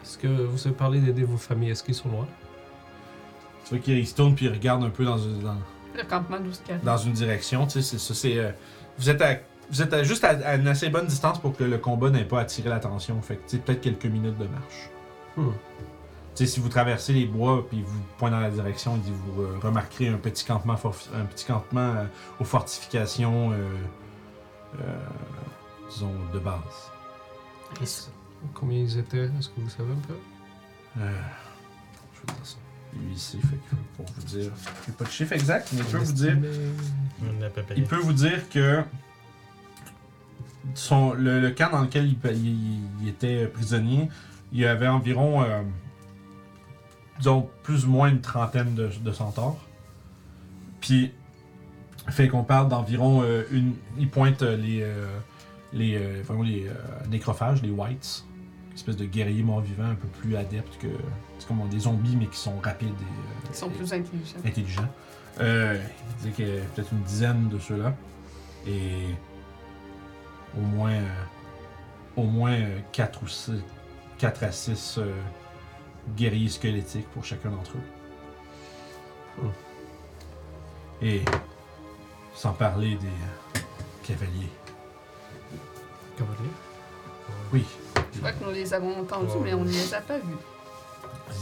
D: Est-ce que vous avez parlé d'aider vos familles Est-ce qu'ils sont loin
A: Tu vois qu'il se tourne puis il regarde un peu dans, dans,
B: Le campement d'Ouskar.
A: dans une direction. Tu sais, c'est ça, c'est. euh, vous êtes à. Vous êtes à- juste à, à une assez bonne distance pour que le combat n'ait pas attiré l'attention. Fait que, tu sais, peut-être quelques minutes de marche.
D: Hmm.
A: Tu sais, si vous traversez les bois puis vous pointez dans la direction, il dit, vous euh, remarquerez un petit campement, forf- un petit campement euh, aux fortifications, euh, euh, disons, de base.
D: Combien ils étaient Est-ce que vous savez un peu
A: Euh, je vais dire ça. Lui, ici, fait que pour vous dire. J'ai pas de chiffre exact, mais je peux vous dire.
C: On a pas payé.
A: Il peut vous dire que son, le, le camp dans lequel il, il- il était prisonnier, il y avait environ, euh, disons, plus ou moins une trentaine de, de centaures. Puis, fait qu'on parle d'environ euh, une. Il pointe euh, les. euh, les, euh, vraiment les euh, nécrophages, les whites. Espèce de guerriers morts-vivants un peu plus adeptes que. C'est comme des zombies, mais qui sont rapides et. euh,
B: Ils sont
A: et-
B: plus intelligents.
A: intelligent. Euh, il dit qu'il y a peut-être une dizaine de ceux-là. Et au moins, euh, au moins euh, quatre ou six- quatre à 6 guerriers squelettiques pour chacun d'entre eux. Et sans parler des euh, cavaliers.
D: Cavalier
A: Oui,
B: Je crois que nous les avons entendus, mais on ne les a pas vus.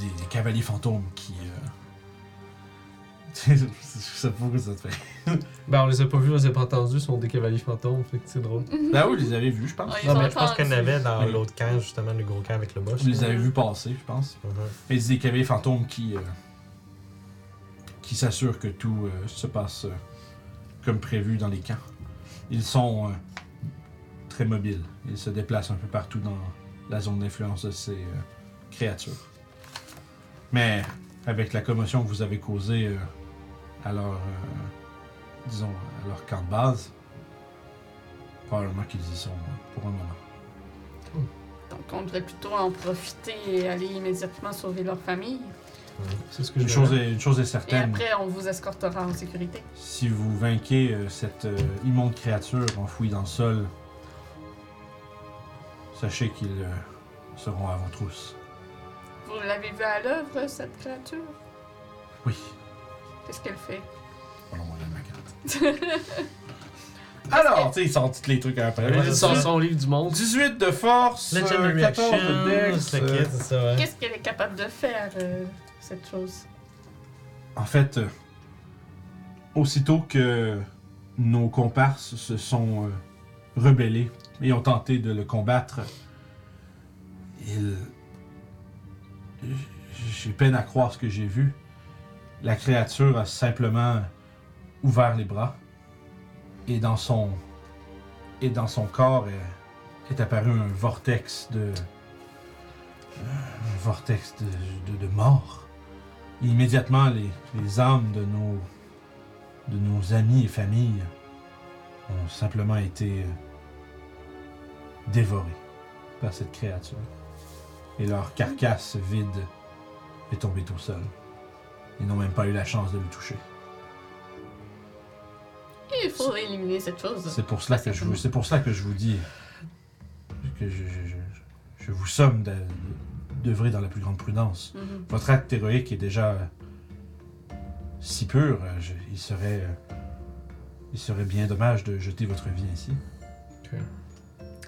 A: des, des cavaliers fantômes qui, euh, je sais pas pourquoi ça te fait.
D: Ben, on les a pas vus, on les a pas entendus, ils sont des cavaliers fantômes, fait que c'est drôle.
A: Là où vous les avez vus, Ben je pense.
B: Ah, ils
C: Non,
B: ont
C: mais je pense qu'il y en
B: entendu.
C: avait dans
A: Oui.
C: l'autre camp, justement, le gros camp avec le boss.
A: Vous les avez vus passer, je pense.
C: Mhm.
A: Mais c'est des cavaliers fantômes qui, euh, qui s'assurent que tout euh, se passe euh, comme prévu dans les camps. Ils sont euh, très mobiles. Ils se déplacent un peu partout dans la zone d'influence de ces euh, créatures. Mais avec la commotion que vous avez causée euh, à leur, euh, disons, à leur camp de base, probablement qu'ils y sont euh, pour un moment.
B: Donc, on devrait plutôt en profiter et aller immédiatement sauver leur famille.
D: C'est ce que
A: Une
D: je
A: chose est, une chose est
B: Et
A: certaine.
B: après, on vous escortera en sécurité.
A: Si vous vainquez euh, cette euh, immonde créature enfouie dans le sol, sachez qu'ils euh, seront à vos trousses.
B: Vous l'avez vu à l'œuvre, cette créature?
A: Oui.
B: Qu'est-ce qu'elle fait?
A: Alors, on regarde ma carte. Alors, tu sais, ils sortent tous les trucs après.
C: Ouais,
D: Ils
C: c'est
D: sont
C: ça.
A: 18,
D: son livre du monde.
A: 18 de force, euh,
C: Legendary
A: 14
C: action,
A: de dex.
C: c'est le
A: euh,
C: kit, c'est ça, ouais.
B: Qu'est-ce qu'elle est capable de faire, euh, cette chose?
A: En fait, euh, aussitôt que nos comparses se sont euh, rebellés et ont tenté de le combattre, ils... J'ai peine à croire ce que j'ai vu. La créature a simplement ouvert les bras et dans son et dans son corps euh, est apparu un vortex de un vortex de- de- de mort. Et Immédiatement, les, les âmes de nos, de nos amis et familles ont simplement été euh, dévorées par cette créature. Et leur carcasse vide est tombée au sol. Ils n'ont même pas eu la chance de le toucher.
B: Il faut éliminer cette chose.
A: C'est pour cela que je vous, c'est pour cela que je vous dis que je, je- je- je vous somme de- d'œuvrer dans la plus grande prudence.
B: Mhm.
A: Votre acte héroïque est déjà euh, si pur, euh, je- il serait euh, il serait bien dommage de jeter votre vie ainsi.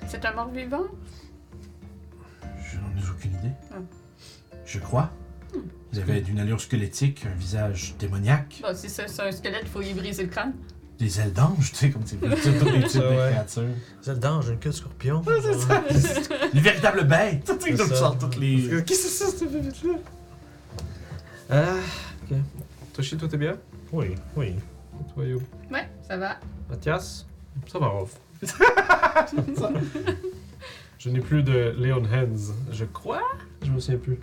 B: C'est un mort vivant?
A: Je n'en ai aucune idée.
B: Ah.
A: Je crois. Il avait d'une allure squelettique, un visage démoniaque,
B: Bah, si c'est c'est un squelette, il faut y briser le crâne.
A: des ailes d'ange, tu sais, comme c'est toutes les types de
C: Ah ouais.
A: créatures.
C: Zelda, j'ai une queue de scorpion.
A: Une véritable bête! Tu sais,
C: C'est
A: comme
C: ça.
A: sortent toutes les.
D: Qu'est-ce que Euh, c'est ça, cette bébête-là? Ah, ok. Toshi, toi, t'es bien?
C: Oui, oui.
D: Toi, Yo.
B: Ouais, ça va.
D: Mathias? Ça va, Rolf. je n'ai plus de Leon Hands, je crois. Je me souviens plus.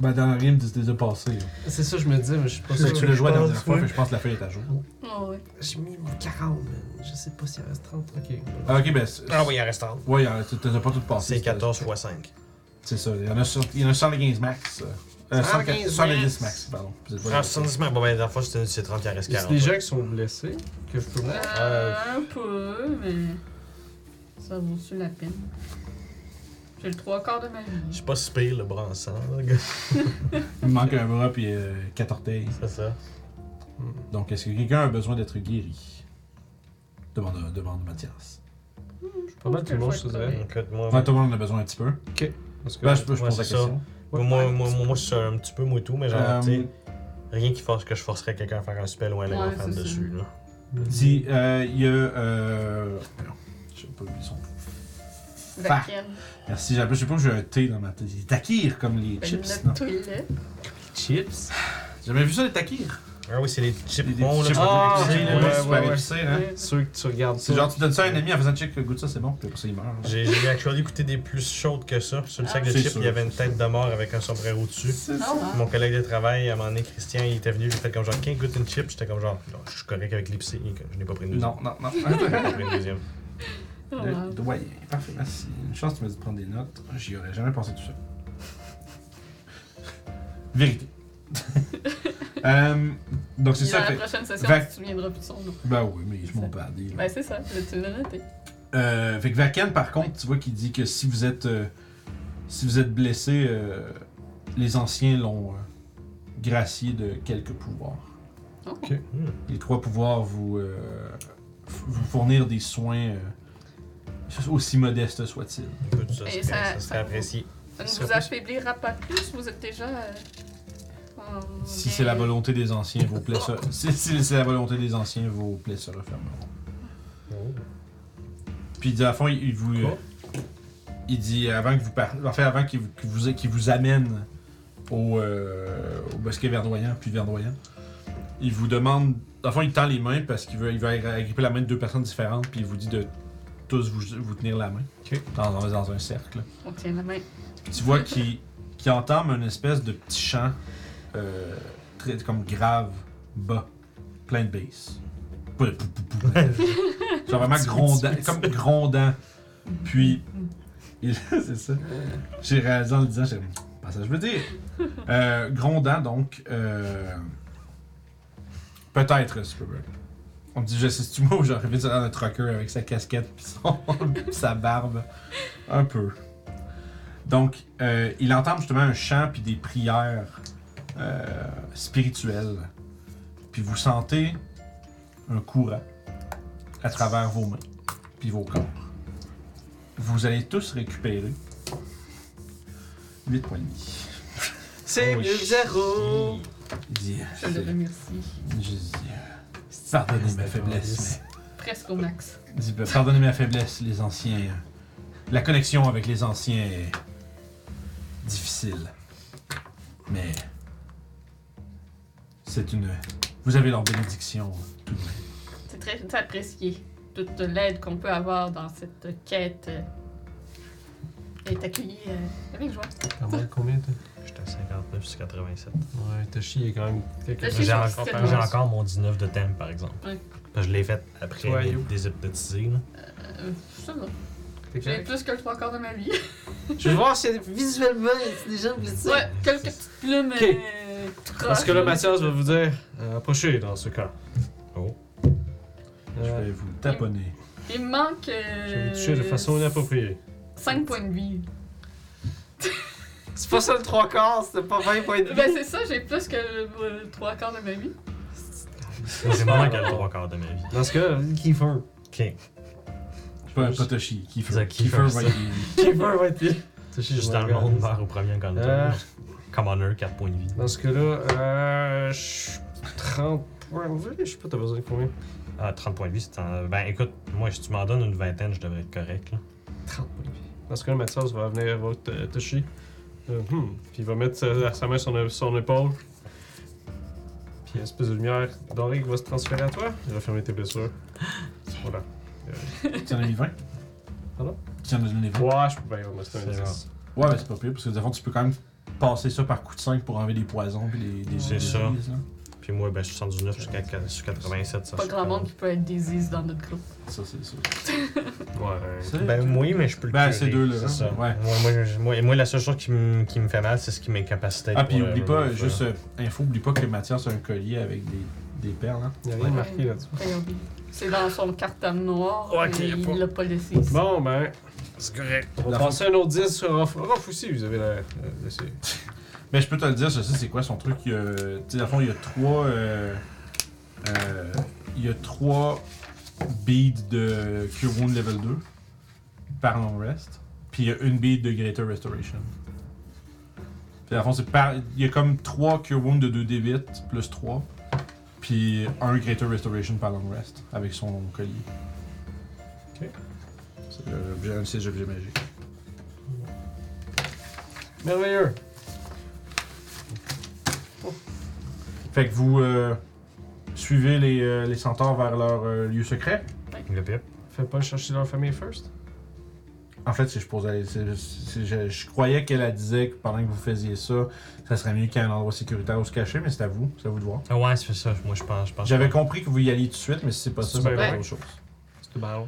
A: Ben, dans la rime, tu t'es déjà passé.
D: C'est ça, je me disais, mais je suis pas
A: Tu le
D: sûr.
A: jouais la
C: pense,
A: dernière fois,
C: ouais.
A: mais je pense que la feuille est à jour.
B: Oh, ouais.
D: J'ai mis mon 40, mais je sais pas s'il reste 30. Ok.
A: Ah, ok, ben. c'est-
C: Ah oui, il en reste un.
A: Ouais, y'en a- tu t'as pas tout passé.
C: C'est 14 x 5.
A: C'est ça, il y en a, sur- il y en a 115 max. euh, Euh, 115
D: 115
A: 110
D: max,
A: max, pardon. Vous êtes pas-
C: Ah, 70 mètres. Bon, ben, la dernière fois, c'était- c'est 30, il en reste
D: Il y a
C: 40.
D: des gens qui sont blessés, que je peux voir.
B: Euh, un peu, mais ça vaut tu la peine. J'ai le trois quarts de ma vie.
C: C'est pas si pire, le bras en sang, là, gars.
A: Il me manque un bras puis euh, quatre orteils.
C: C'est ça.
D: Hmm.
A: Donc, est-ce que quelqu'un a besoin d'être guéri Demande, euh, demande Mathias.
D: Pas mal tout le monde, je te dirais.
C: Écoute, moi,
A: Enfin, tout le monde en a besoin un petit peu.
D: Parce que
A: Là, Ben, je, peux- je
C: Ouais,
A: pose la
C: c'est ça.
A: question.
C: moi, moi, moi, moi, je suis un petit peu moutou, mais genre,
A: Euh,
C: tu sais, rien qui fasse que je forcerais quelqu'un à faire un spell ou un
B: Ouais,
C: ouais, fan
B: c'est ça.
C: dessus, là.
D: Ben,
A: Si, euh, il y a. Euh... pardon, j'ai pas oublié son nom.
B: Vakian.
A: Merci, j'ai- je sais pas, j'ai un T dans ma tête. Des takirs comme les chips. Non.
B: Ben, toilette.
D: Chips.
A: J'ai jamais vu ça, les takirs.
C: Ah oui, c'est les chips
A: Les
C: bons, là.
A: chips
D: Ah,
A: avec les
D: ok,
A: clés, là,
D: ouais,
A: super
D: ouais, ouais.
A: épicés, là.
B: Ouais.
D: Ceux que tu regardes
A: hein. C'est
D: ça.
A: genre, tu donnes ça à un ami en faisant check, goûte ça, c'est bon, puis après ça, il meurt. là.
C: J'ai j'ai actuellement goûté des plus chaudes que ça. Sur le sac de
A: C'est
C: chips,
A: sûr.
C: il y avait une tête de mort avec un sombrero dessus.
B: Ah, ouais.
C: Mon collègue de travail, à un moment donné, Christian, il était venu, il était comme genre, qu'un goûte une chip, j'étais comme genre, non, je suis correct avec l'épicé, je n'ai pas pris une deuxième.
A: Non, non, non.
C: Je n'ai pas pris une deuxième.
B: Oh, wow.
A: Le doyen. Parfait, merci. Une chance que tu m'as dit de prendre des notes. J'y aurais jamais pensé tout seul. Vérité. Euh, donc c'est
B: Dans
A: ça
B: la
A: fait.
B: prochaine session,
A: Vac-
B: tu te souviendras plus de son nom.
A: Ben oui, mais je m'en perds. là.
B: Ben, c'est ça, là, tu l'as noté.
A: Euh, fait que Vakan, par contre, tu vois qu'il dit que si vous êtes euh, si vous êtes blessé, euh, les anciens l'ont euh, gracié de quelques pouvoirs.
B: Oh.
D: Ok.
C: Hmm.
A: Il croit pouvoir vous, euh, f- vous fournir des soins euh, aussi modestes soient-ils.
C: Écoute, ça,
B: Et
C: serait-
B: ça-
C: ça,
B: ça
C: serait
B: vaut.
C: apprécié.
B: Ça ne
D: Ça
B: vous
D: fait-
B: affaiblira pas plus, vous êtes déjà euh, en
A: Si c'est la volonté des anciens, vos plaies se... si, si c'est la volonté des anciens, vos plaies se refermeront.
D: Oh.
A: Puis à la fond, il, il vous...
C: Quoi?
A: il dit avant que vous par- enfin, avant qu'il vous, qu'il vous, qu'il vous amène au, euh, au bosquet verdoyant, puis verdoyant, il vous demande. Enfin, il tend les mains parce qu'il veut, il veut agripper la main de deux personnes différentes, puis il vous dit de tous vous, vous tenir la main
C: Ok.
A: dans, dans- dans un cercle.
B: On tient la main.
A: Tu vois qu'il qu'il entame une espèce de petit chant euh, très, comme grave, bas, plein de bass. Pou- pou- pou- pou- Genre vraiment grondant, comme grondant. Puis, il- c'est ça. J'ai réalisé en le disant, j'ai dit, pas ça que je veux dire. Euh, grondant, donc, euh, peut-être Spielberg. On me dit, je sais si tu moi, j'aurais vu ça dans le trucker avec sa casquette puis son- puis sa barbe. Un peu. Donc, euh, il entend justement un chant puis des prières euh, spirituelles. Puis vous sentez un courant à travers vos mains puis vos corps. Vous allez tous récupérer 8 points de vie.
D: C'est
A: Oh,
D: mieux que zéro!
A: Dis-
B: Je le remercie.
A: je dis- Pardonnez ma faiblesse.
B: Presque au max.
A: mais- dis- Pardonnez ma faiblesse, les anciens. La connexion avec les anciens est difficile. Mais c'est une. Vous avez leur bénédiction tout de même.
B: C'est très très apprécié. Toute l'aide qu'on peut avoir dans cette quête euh, est accueillie euh, avec joie.
D: combien, toi?
C: J'étais à 59 sur 87.
D: Ouais, Toshi est quand même quelqu'un.
B: Toshi,
C: J'ai
B: j'ai
C: encore,
B: fait
C: j'ai
B: moi.
C: encore mon 19 de thème, par exemple.
B: Ouais.
C: Parce que je l'ai fait après
D: Toi,
C: les,
D: You.
C: des hypnotisés. là.
B: Euh, ça va.
D: T'es
B: J'ai
D: correct?
B: plus que le trois quarts de ma vie.
D: Je veux voir si visuellement, il y a des gens blessés.
B: Ouais, quelques petites plumes.
D: Ok.
B: euh,
D: Parce
B: croches.
D: que là, Mathias va vous dire, euh, approchez dans ce cas.
C: Oh.
A: Je
D: Euh,
A: vais vous taponner.
B: Il me manque.
D: je vais vous toucher de façon inappropriée.
B: 5 points de vie.
D: C'est pas ça le trois quarts, c'est pas 20 points
B: Ben c'est ça, j'ai plus que le, le trois quarts de ma vie.
C: C'est moins que le trois quarts de ma vie.
D: Dans ce cas, Kiefer.
C: Ok.
A: Pas, pas Toshi, Kiefer.
C: C'est Kiefer,
A: Kiefer
C: ça.
A: va y-
D: Kiefer va être Toshi,
C: Juste dans le monde, vers au premier encounter.
D: Euh.
C: Commoner, 4 points de vie.
D: Dans ce cas-là, euh, je suis 30 points de vie, je sais pas, t'as besoin de combien?
C: Ah, 30 points de vie, c'est en... Ben écoute, moi, si tu m'en donnes une vingtaine, je devrais être correct. Là.
D: 30 points de vie. Dans ce cas-là, Mathias va venir voir T- Toshi. Euh, hmm. Puis il va mettre sa, sa main sur son- son épaule. Puis une espèce de lumière dorée qui va se transférer à toi. Il va fermer tes blessures. Voilà.
A: Tu en as mis 20
D: Pardon?
A: Tu en as donné 20
D: Ouais, je peux bien remettre un indice.
A: Ouais, mais c'est pas pire, parce que de fond, tu peux quand même passer ça par coup de 5 pour enlever des poisons puis des. des
C: C'est
A: des-
C: ça.
A: des- là.
C: Puis moi, ben, je suis 119 sur 4- sur 87. Ça
B: Pas
C: se
B: grand
C: fait.
B: monde qui peut être disease dans notre groupe.
A: Ça, c'est ça.
D: Ouais.
A: C'est-
C: Ben oui, mais je peux le
A: Ben,
C: curer,
A: ces deux-là,
C: c'est
A: hein,
C: ça.
A: ouais.
C: Moi, moi, je- moi- et moi, la seule chose qui me, qui me fait mal, c'est ce qui m'incapacite.
A: Ah, puis
C: pour le-
A: oublie pas,
C: le-
A: juste euh, info, oublie pas que Mathias a un collier avec des, des perles. Hein.
D: Il n'y a rien de marqué là-dessus.
B: C'est dans son carton noir.
C: Ouais, ok,
B: mais
C: pas-
B: il l'a pas laissé ici.
D: Bon, ben,
C: C'est correct.
D: on
A: La
D: va passer un autre 10 sur Rof. Rof aussi, vous avez euh, la. la- la-
A: Mais je peux te le dire, je sais c'est quoi son truc. il y a- Tu sais, à fond, il y a trois. euh, euh, il y a trois beads de Cure Wound level 2 par long rest. Puis il y a une bead de Greater Restoration. Puis à fond, c'est par. Il y a comme trois Cure Wound de 2d8 plus 3. Puis un Greater Restoration par long rest avec son collier.
D: Ok.
A: C'est euh, l'objet- un de ses objets magiques.
D: Merveilleux.
A: Fait que vous euh, suivez les, euh, les centaures vers leur euh, lieu secret.
C: Le pip.
D: Fais pas chercher leur famille first.
A: En fait, si je posais, c'est- c'est- je, je croyais qu'elle elle disait que pendant que vous faisiez ça, ça serait mieux qu'il y ait un endroit sécuritaire où se cacher, mais c'est à vous, c'est à vous de voir.
C: Ah ouais, c'est ça. Moi, je pense. Je pense
A: J'avais compris que vous y alliez tout de suite, mais si c'est pas ça,
D: C'est
A: ça peut
D: bien
A: être
B: vrai.
A: autre chose.
D: C'est une barre.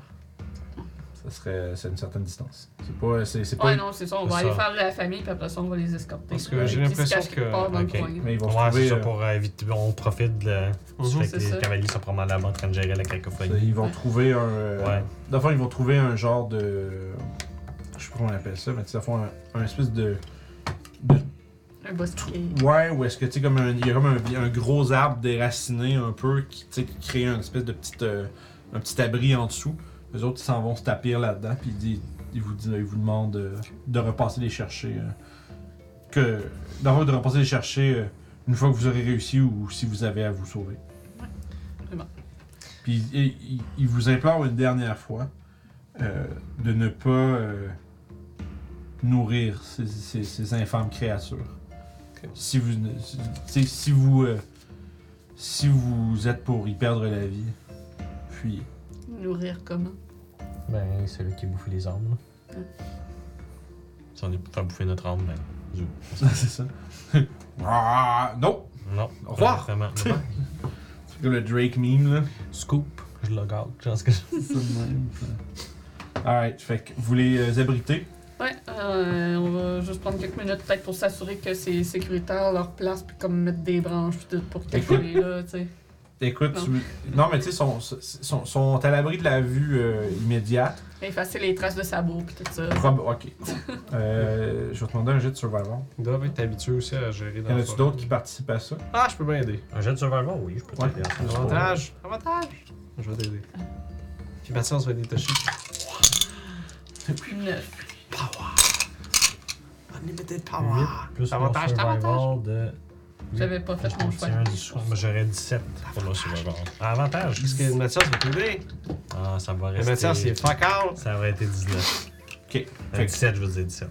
A: Ça serait, c'est une certaine distance. C'est pas, c'est, c'est pas.
B: Ouais, non, c'est ça. On va
C: C'est
B: aller
C: ça.
B: faire la famille, puis après ça, on va les escorter.
D: Parce que
B: Puis
D: j'ai
B: ils se
D: l'impression
B: cachent quelque
D: que-
B: part dans le
C: ok.
B: coin.
A: Mais ils vont
C: Ouais,
A: se
C: c'est
A: trouver.
C: ça
A: euh,
C: pour euh, éviter. On profite de la.
D: Mhm.
C: fait que
B: C'est
C: les
B: ça.
C: cavaliers sont probablement là-bas en train de gérer
A: ça,
C: la cacophonie.
A: ils vont
B: Ouais.
A: trouver un. euh,
C: Ouais.
A: dans le fond, ils vont trouver un genre de. Je sais pas comment on appelle ça, mais tu sais, dans le fond, un, un espèce de.
B: Un bosquet.
A: Ouais, ou est-ce que tu sais, comme un- il y a comme un, un gros arbre déraciné un peu qui, tu sais, qui crée une espèce de petite, euh, un petit abri en dessous. Les autres, ils s'en vont se tapir là-dedans, puis ils, disent- ils vous, disent- ils vous demandent euh, de repasser les chercher. euh, que, d'en haut, de repasser les chercher euh, Une fois que vous aurez réussi ou si vous avez à vous sauver.
B: Ouais. C'est bon.
A: Puis et- il, il vous implore une dernière fois euh, de ne pas euh, nourrir ces, ces- ces infâmes créatures.
D: Ok.
A: Si vous, ne- si- tu sais, si vous, euh, si vous êtes pour y perdre la vie, fuyez.
B: Nourrir comment?
C: Ben, celui qui bouffe les âmes. là. Si on est pour faire bouffer notre âme, ben. zou.
A: C'est ça. Ah, non.
C: Non.
A: Au revoir.
C: pas Vraiment. Bye-bye.
A: C'est comme le Drake meme là.
C: Scoop. Je le garde. Je pense que je-
A: C'est le même, ça. Alright, fait que vous les euh, abritez.
B: Ouais, euh, on va juste prendre quelques minutes peut-être pour s'assurer que c'est sécuritaire leur place, puis comme mettre des branches puis tout pour
A: Écoute.
B: qu'elle est là, tu sais.
A: Écoute,
B: Non.
A: tu- non mais tu sais, sont, sont, sont à l'abri de la vue euh, immédiate.
B: Effacer les traces de sabots puis tout ça.
A: Prob- ok. Euh, je vais te demander un jet de survival.
D: Ils doivent être habitués aussi à gérer dans
A: Y en
D: la
A: a-tu
D: forêt.
A: d'autres qui participent à ça?
D: Ah, je peux bien aider.
C: Un jeu de survival, oui, je peux
A: Ouais.
C: t'aider à ça.
D: Avantage! Avantage! Je vais t'aider. Puis Mathias va détacher.
B: Neuf.
D: Unlimited
A: Ah,
C: Huit plus mon
D: Avantage,
C: survival de.
B: J'avais pas fait mon choix.
C: 21 du soir. Moi, J'aurais 17 pour mon survival. Avantage!
D: Parce que Mathias va t'aider.
C: Ah, ça va
D: Mais
C: rester.
D: Mathias, il est fuck out!
C: Ça aurait été 19.
A: Ok.
C: Euh,
A: Fait que
C: 17, je veux dire 17.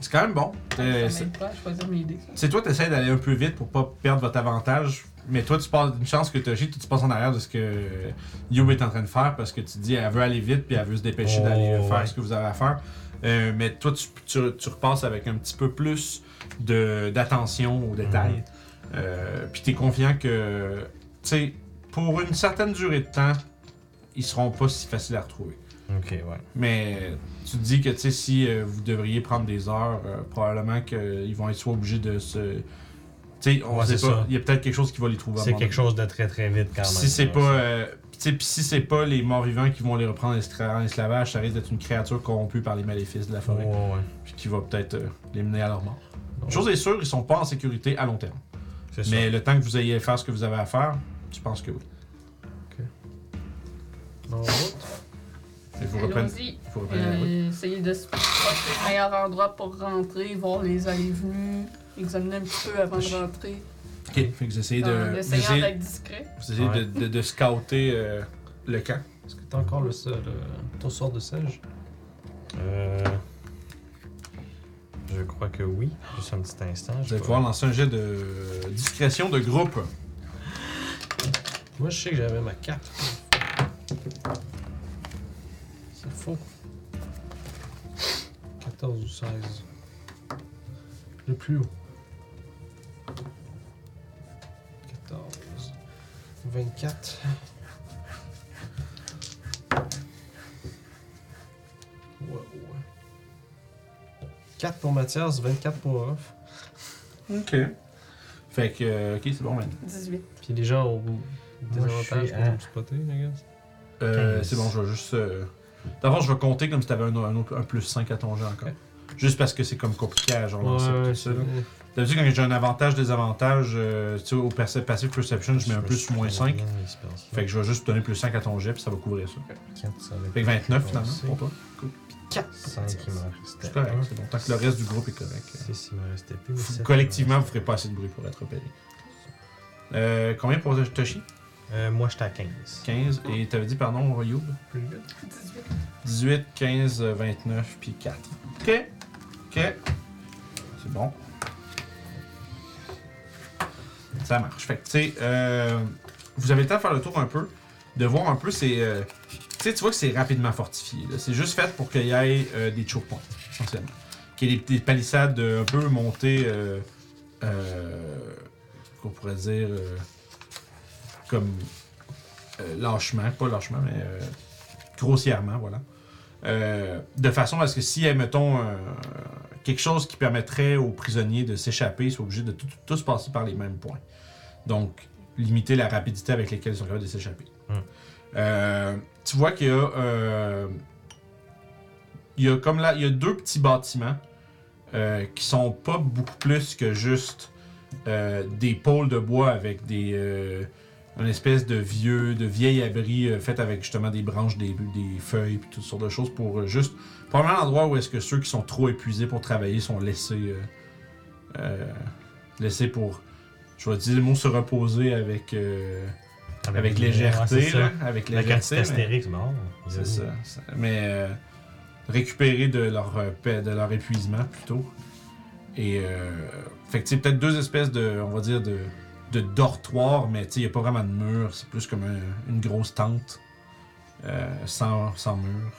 A: c'est quand même bon. Euh,
B: Ça
A: c'est-
B: m'aide pas à choisir mes idées.
A: c'est toi, t'essaies d'aller un peu vite pour pas perdre votre avantage. Mais toi, tu passes une chance que Toshi, tu passes en arrière de ce que euh, Yu est en train de faire parce que tu te dis, elle veut aller vite puis elle veut se dépêcher
C: Oh,
A: d'aller euh, faire
C: ouais.
A: ce que vous avez à faire. Euh, mais toi, tu, tu- tu repasses avec un petit peu plus de- d'attention aux
C: Mhm.
A: détails. Euh, puis t'es confiant que, tu sais, pour une certaine durée de temps, ils seront pas si faciles à retrouver.
C: Ok, ouais.
A: Mais tu te dis que tu sais, si euh, vous devriez prendre des heures, euh, probablement qu'ils vont être soit obligés de se. Tu sais, on
C: Ouais,
A: sait
C: c'est
A: pas.
C: ça.
A: Il y a peut-être quelque chose qui va les trouver à un
C: C'est
A: moment
C: quelque
A: donné.
C: chose de très très vite quand même.
A: Si c'est
C: là,
A: pas. euh, tu sais, pis si c'est pas les morts vivants qui vont les reprendre en escra- en esclavage, ça risque d'être une créature corrompue par les maléfices de la
C: ça. Ouais,
A: forêt.
C: ouais.
A: Puis qui va peut-être euh, les mener à leur mort.
C: Ouais.
A: Chose est sûre, ils sont pas en sécurité à long terme.
C: C'est ça.
A: Mais le temps que vous ayez à faire ce que vous avez à faire, je pense que oui.
D: Mon route.
A: Et vous reprenez.
B: Allons-y.
A: Vous reprenez la route.
B: Euh, essayer de se projeter le meilleur endroit pour rentrer, voir les allées venues, examiner un petit peu avant de rentrer.
A: Ok, fait que vous essayez de.
B: en
A: vous
B: essayant
A: essayez-
B: d'être discret.
A: vous essayez de,
C: Ouais.
A: de- de scouter euh, le camp.
D: Est-ce que t'as encore le seul, ton sort de singe?
C: Euh, Je crois que oui. Juste un petit instant.
A: Vous
C: je
A: allez
C: vais-
A: pouvoir lancer un jet de discrétion de groupe.
D: Moi, je sais que j'avais ma carte. C'est faux. 14 ou 16. Le plus haut. 14. 24. 4 pour Mathias, 24 pour Off.
A: Ok. Fait que, euh, ok, c'est bon, man.
B: 18.
D: Puis les gens ont des
C: Moi, je
D: avantages
C: suis
D: pour
C: à-
D: me spotter, les gars.
A: Euh,
C: Quinze.
A: c'est bon, je vais juste. euh, D'abord, je vais compter comme si t'avais un, un autre- un plus 5 à ton jet encore.
D: Ok.
A: Juste parce que c'est comme compliqué à genre lancer
D: Ouais,
A: tout ça. là. D'habitude, quand j'ai un avantage, désavantage, euh, tu sais, au perce- passive perception, je mets un plus ou moins 5. Fait que je vais juste donner plus 5 à ton jet, puis ça va couvrir ça. Fait que 29 finalement, pour toi.
C: 5 il me restait.
A: C'est correct, c'est bon. Tant que le reste du groupe est correct. euh.
C: 6 il me restait plus.
A: Vous-
C: sept,
A: collectivement,
C: il me
A: vous ferez pas assez de bruit pour être repéré. Euh, combien pour Toshi
C: restait- Euh, moi, j'étais à 15.
A: 15. Et t'avais dit, pardon, Youb
B: 18.
A: 18, 15, euh, 29, puis 4. Ok. Ok. C'est bon. Ça marche. Fait que, tu sais, euh, vous avez le temps de faire le tour un peu, de voir un peu c'est. euh, tu sais, tu vois que c'est rapidement fortifié. là. C'est juste fait pour qu'il y ait euh, des choke points, essentiellement. Qu'il y ait des, des palissades euh, un peu montées. Euh, euh, qu'on pourrait dire. euh, comme. euh, lâchement, pas lâchement, mais. euh, grossièrement, voilà. Euh, de façon à ce que si, eh, mettons, euh, quelque chose qui permettrait aux prisonniers de s'échapper, ils sont obligés de tout- tous passer par les mêmes points. Donc, limiter la rapidité avec laquelle ils sont capables de s'échapper.
C: Hmm.
A: Euh, tu vois qu'il y a, euh, il y a comme là, il y a deux petits bâtiments euh, qui sont pas beaucoup plus que juste euh, des pôles de bois avec des euh, une espèce de vieux, de vieil abri euh, fait avec justement des branches, des, des feuilles, puis toutes sortes de choses pour euh, juste. Probablement l'endroit où est-ce que ceux qui sont trop épuisés pour travailler sont laissés. euh, euh, laissés pour Je vais utiliser le mot se reposer avec, euh, avec
C: ouais,
A: légèreté.
C: c'est ça.
A: là, avec
C: La quantité
A: légèreté. mais-
C: astérix, bon.
A: C'est ça. ça- Mais euh, récupérer de leur, euh, pa- de leur épuisement plutôt. Et euh, fait que, tu sais, peut-être deux espèces de, on va dire, de, de dortoirs, mais il n'y a pas vraiment de mur. C'est plus comme un- une grosse tente euh, sans, sans mur.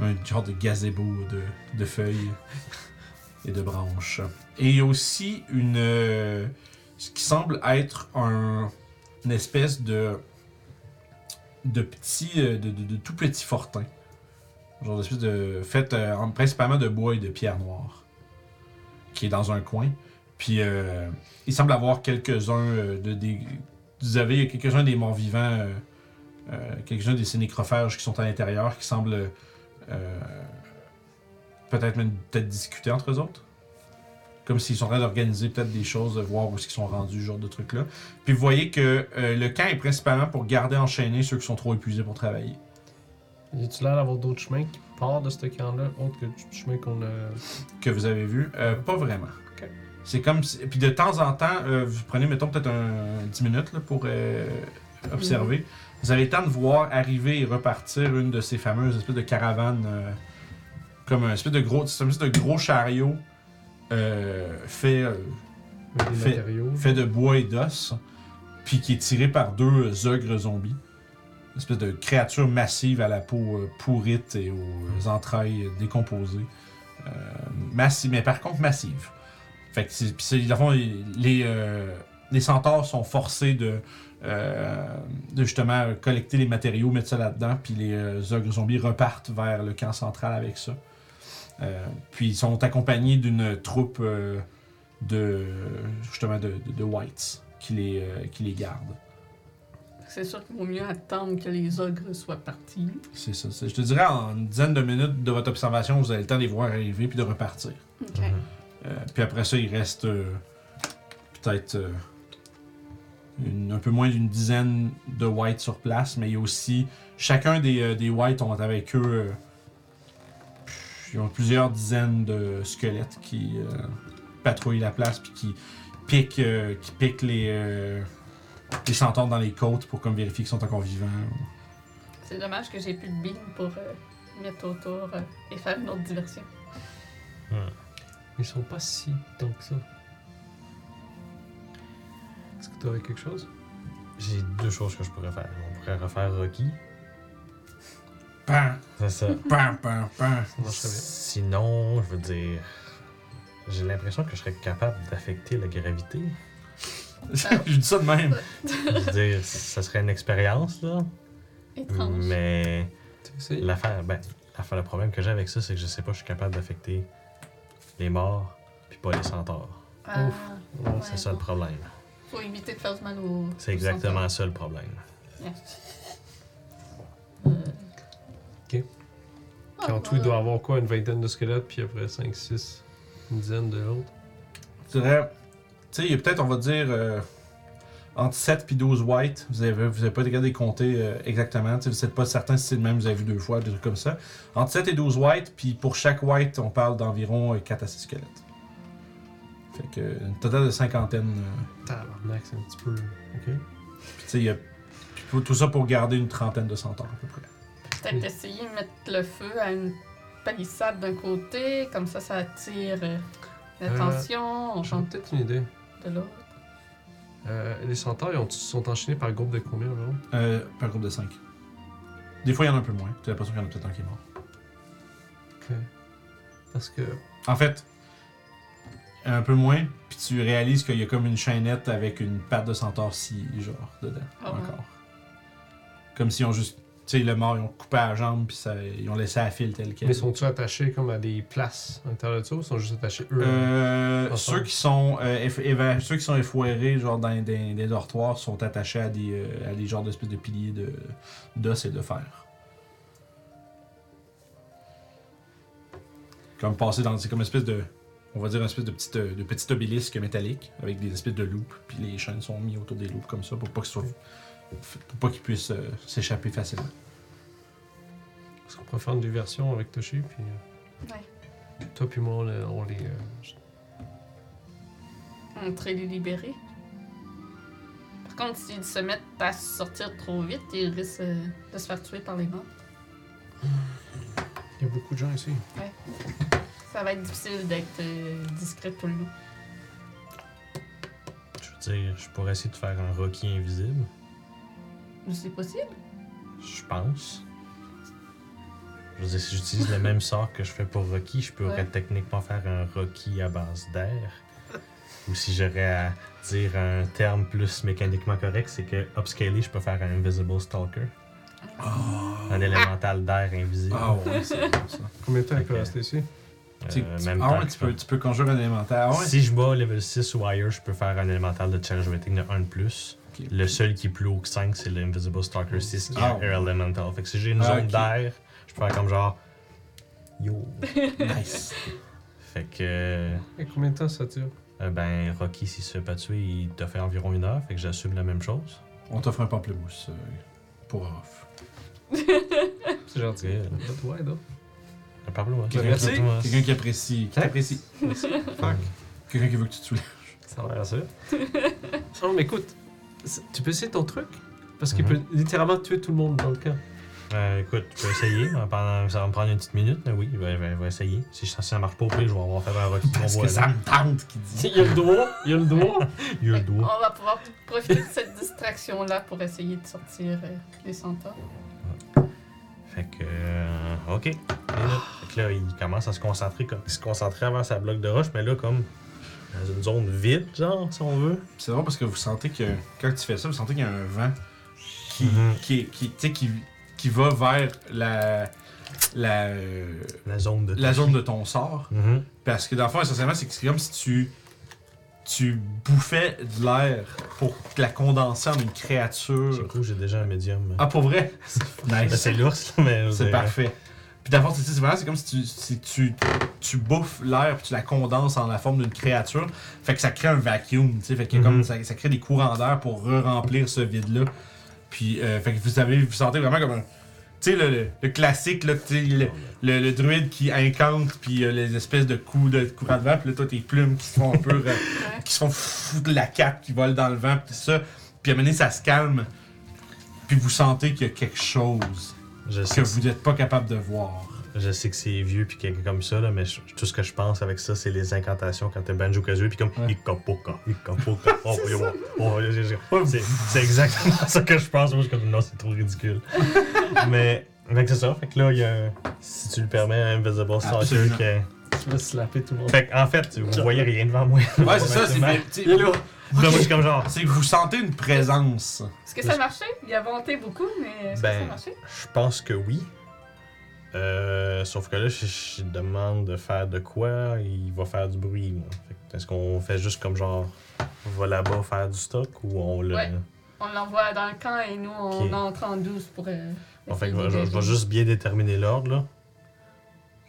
A: Un genre de gazebo de, de feuilles et de branches. Et il y a aussi une, euh, ce qui semble être un, une espèce de de petits, euh, de, de- de tout petits fortins. Genre d'espèce de. fait euh, en- principalement de bois et de pierre noire. Qui est dans un coin. Puis euh, il semble avoir quelques-uns euh, de des. Vous avez il y a quelques-uns des morts vivants, euh, euh, quelques-uns de ces nécrophages qui sont à l'intérieur, qui semblent euh, peut-être même peut-être discuter entre eux autres. Comme s'ils sont en train d'organiser peut-être des choses, de voir où ils sont rendus, ce genre de trucs-là. Puis vous voyez que euh, le camp est principalement pour garder enchaînés ceux qui sont trop épuisés pour travailler.
D: Y a-tu l'air d'avoir d'autres chemins qui partent de ce camp-là, autre que le chemin qu'on a.
A: Que vous avez vu, euh, pas vraiment.
D: Ok.
A: C'est comme si... Puis de temps en temps, euh, vous prenez, mettons, peut-être un 10 minutes là, pour euh, observer. Vous avez le temps de voir arriver et repartir une de ces fameuses espèces de caravanes, euh, comme un espèce de gros, c'est un espèce de gros chariot euh, fait... euh,
D: Des
A: Fait-
D: matériaux.
A: fait de bois et d'os, puis qui est tiré par deux euh, ogres zombies. Une espèce de créature massive à la peau euh, pourrite et aux entrailles euh, décomposées. Euh, massive, mais par contre massive. Fait que c'est, puis c'est- dans le fond, les, les, euh, les centaures sont forcés de, euh, de justement euh, collecter les matériaux, mettre ça là-dedans, puis les euh, ogres zombies repartent vers le camp central avec ça. Euh, puis ils sont accompagnés d'une troupe euh, de justement de, de, de Whites qui les, euh, qui les gardent.
B: C'est sûr qu'il vaut mieux attendre que les ogres soient partis.
A: C'est ça. c'est- Je te dirais, en une dizaine de minutes de votre observation, vous avez le temps de les voir arriver puis de repartir.
B: Ok.
C: Mhm.
A: Euh, puis après ça, il reste euh, peut-être euh, une- un peu moins d'une dizaine de Whites sur place, mais il y a aussi chacun des, euh, des Whites ont avec eux. euh, pff, ils ont plusieurs dizaines de squelettes qui euh, patrouillent la place puis qui piquent, euh, qui piquent les, euh, les centaures dans les côtes pour comme vérifier qu'ils sont encore vivants.
B: C'est dommage que j'ai plus de billes pour euh, mettre autour euh, et faire une autre diversion.
C: Mhm.
D: Ils sont pas si tant que ça. Est-ce que t'aurais quelque chose
C: J'ai deux choses que je pourrais faire. On pourrait refaire Rocky.
A: Pan,
C: C'est ça.
A: pan, pan, pan.
D: Ça marcherait bien.
C: Sinon, je veux dire. J'ai l'impression que je serais capable d'affecter la gravité.
A: Je dis ça de même.
C: Je veux dire, ça serait une expérience, là.
B: Étrange.
C: Mais
D: Tu sais,
C: l'affaire, ben, l'affaire, le problème que j'ai avec ça, c'est que je sais pas, je suis capable d'affecter les morts, puis pas les centaures.
B: Ah,
D: Ouf.
B: ouais,
C: C'est ça le problème.
B: Faut éviter de faire du mal aux.
C: C'est
B: aux
C: exactement ça le problème.
B: centaures. Euh.
D: Ok.
B: Ah,
D: Quand tout, il
B: voilà.
D: doit avoir quoi Une vingtaine de squelettes, puis après 5-6, une dizaine de l'autre.
A: Je dirais, tu sais, il y a peut-être, on va dire, euh, entre 7 et 12 white. Vous n'avez vous avez pas été capable de les compter euh, exactement. Tu sais, vous n'êtes pas certain si c'est le même, vous avez vu deux fois, des trucs comme ça. Entre 7 et 12 white, puis pour chaque white, on parle d'environ euh, 4 à 6 squelettes. Fait que, euh, une totale de cinquantaine. euh,
D: Tabarnak, c'est un petit peu. Ok.
A: puis tu sais, il y a- puis pour- tout ça pour garder une trentaine de centaures à peu près.
B: Peut-être essayer de mettre le feu à une palissade d'un côté, comme ça, ça attire euh, l'attention, on
D: J'en ai
B: chante
D: peut-être une idée.
B: de l'autre.
D: Euh, les centaures, ils ont- sont enchaînés par groupe de combien environ
A: Euh, par groupe de 5. Des fois, il y en a un peu moins. Tu as l'impression qu'il y en a peut-être un qui est mort.
D: Ok. Parce que.
A: En fait, un peu moins, puis tu réalises qu'il y a comme une chaînette avec une patte de centaure scie, genre, dedans,
B: Ah ouais.
A: encore. Comme s'ils ont juste, tu sais, le mort, ils ont coupé la jambe, puis ça- ils ont laissé la file telle qu'elle.
D: Mais sont-ils attachés comme à des places à l'intérieur de ça ou sont juste attachés eux
A: Euh,
D: Ensemble.
A: ceux qui sont euh, eff- éva- ceux qui sont effoirés genre dans des, des dortoirs sont attachés à des euh, à des genres d'espèces de piliers de d'os et de fer. Comme passer dans c'est comme une espèce de on va dire une espèce de petite euh, de petite obélisque métallique avec des espèces de loupes puis les chaînes sont mises autour des loupes comme ça pour pas qu'ils soient pour pas qu'ils puissent euh, s'échapper facilement.
D: Parce qu'on pourrait faire une diversion avec Toshi, puis euh,
B: Ouais.
D: toi puis moi, on, le- on les. euh,
B: Entrer les libérer. contre, s'ils se mettent à sortir trop vite, ils risquent euh, de se faire tuer par les morts.
D: Il y a beaucoup de gens ici.
B: Ça va être difficile d'être euh, discret tout le long.
C: Je veux dire, je pourrais essayer de faire un Rocky invisible.
B: Mais C'est possible.
C: Je pense. Je veux dire, si j'utilise le même sort que je fais pour Rocky, je pourrais
B: Ouais.
C: techniquement faire un Rocky à base d'air. Ou si j'aurais à dire un terme plus mécaniquement correct, c'est que upscaler, je peux faire un Invisible Stalker. Un élémental d'air invisible.
A: Ah ouais, c'est bon ça.
D: Combien de temps il peut
C: Ok.
D: rester ici
C: Euh,
A: Tu- tu-
C: même
A: ah
C: temps
A: ouais,
C: que
A: tu
C: je
A: peux, tu peux conjurer un élémentaire. Ah ouais.
C: Si je bats level 6 ou higher, je peux faire un élémental de challenge rating de 1 de plus.
A: Ok.
C: Le seul qui est plus haut que 5, c'est l'Invisible Stalker 6 qui est
A: Ah.
C: Air Elemental. Fait que si j'ai une
A: Ah,
C: zone
A: ok.
C: d'air, je peux faire comme genre. Yo!
A: Nice.
C: fait que.
D: Et combien de temps ça tire
C: euh, ben, Rocky, s'il se fait pas tuer, il te fait environ une heure. Fait que j'assume la même chose.
A: On t'offre un pamplemousse euh, pour off.
D: C'est gentil.
C: Good.
D: Ouais, donc.
C: Un Pablo, hein?
A: Quelqu'un
D: Merci.
A: qui-
C: Thomas.
A: Quelqu'un qui apprécie. Qui
C: Hein?
A: t'apprécie.
C: Fuck.
A: Quelqu'un qui veut que tu te soulèves.
C: Ça va ça.
D: Non, mais écoute, c'est- tu peux essayer ton truc Parce qu'il
C: Mhm.
D: peut littéralement tuer tout le monde dans le camp.
C: Euh, écoute, je peux essayer. hein, pendant- ça va me prendre une petite minute, mais oui, je vais, je vais- je vais essayer. Si je sens que ça marche pas, au pire, je vais avoir fait un Rocky.
A: Parce
C: qu'on
A: que
C: voit
A: ça
C: là.
A: me tente qui dit.
D: Il y a le doigt, il y a le doigt.
C: Il y a le
B: Fait qu'on
C: doigt.
B: va pouvoir profiter de cette distraction-là pour essayer de sortir euh, des centaures.
C: Fait que. euh, ok. Et là, fait que là, il commence à se concentrer. Comme, il se concentrait avant sa bloc de roche, mais là, comme. Dans une zone vide, genre, si on veut.
A: C'est drôle parce que vous sentez que quand tu fais ça, vous sentez qu'il y a un vent qui,
C: Mhm.
A: qui, qui, tu sais, qui, qui va vers la, la, euh,
C: La zone de.
A: la zone de ton sort.
C: Mhm.
A: Parce que dans le fond, essentiellement, c'est que c'est comme si tu, tu bouffais de l'air pour la condenser en une
C: C'est
A: créature.
C: cool, j'ai déjà un médium.
A: Ah, pour vrai?
C: Ben,
A: nice.
C: c'est l'ours, là, mais.
A: C'est
C: euh,
A: parfait. ben, Puis d'abord, c'est vraiment, c'est comme si tu, si tu, tu bouffes l'air puis tu la condenses en la forme d'une créature. Fait que ça crée un vacuum, tu sais. Fait que
C: Mhm.
A: comme ça, ça crée des courants d'air pour re-remplir ce vide-là. Puis, euh, fait que vous avez, vous sentez vraiment comme un. Tu sais, le, le- le classique, là, tu sais, le, le, le druide qui incante, puis euh, les espèces de coups de courants de vent, puis là, toi, tes plumes qui se font un peu. euh,
B: Ouais.
A: qui se font foutre de la cape, qui vole dans le vent, puis tout ça. Puis à un moment donné, ça se calme. Puis vous sentez qu'il y a quelque chose
C: Je
A: que
C: sais,
A: vous n'êtes pas capable de voir.
C: je sais que c'est vieux puis quelqu'un comme ça, là, mais je- tout ce que je pense avec ça, c'est les incantations quand t'es banjo kazooie puis comme
A: Ouais.
C: Ikapoka, Ikapoka, oh, yo, oh, yo, yo, yo. C'est c'est exactement ça que je pense. Moi, je suis comme non, c'est trop ridicule. mais fait que c'est ça. Fait que là, il y a, un- si tu le permets, un Invisible Stalker
A: Absolument.
C: que.
D: Tu vas slapper tout le monde.
C: Fait que, en fait, vous voyez rien devant moi.
A: Ouais, c'est ça, c'est
C: Là,
A: tu sais,
D: Il est là.
C: moi, je suis comme genre,
A: c'est que vous sentez une présence.
B: Est-ce que ça marchait? Il a vanté beaucoup, mais est-ce que ça
C: Ben,
B: marchait?
C: Je pense que oui. Euh, sauf que là, je, je demande de faire de quoi, il va faire du bruit. là. Fait que Est-ce qu'on fait juste comme genre, on va là-bas faire du stock ou on le.
B: Ouais. On l'envoie dans le camp et nous, on
C: Ok.
B: entre en douce pour. euh,
C: Bon, fait que
B: essayer
C: je,
B: de-
C: je vais juste bien déterminer l'ordre là.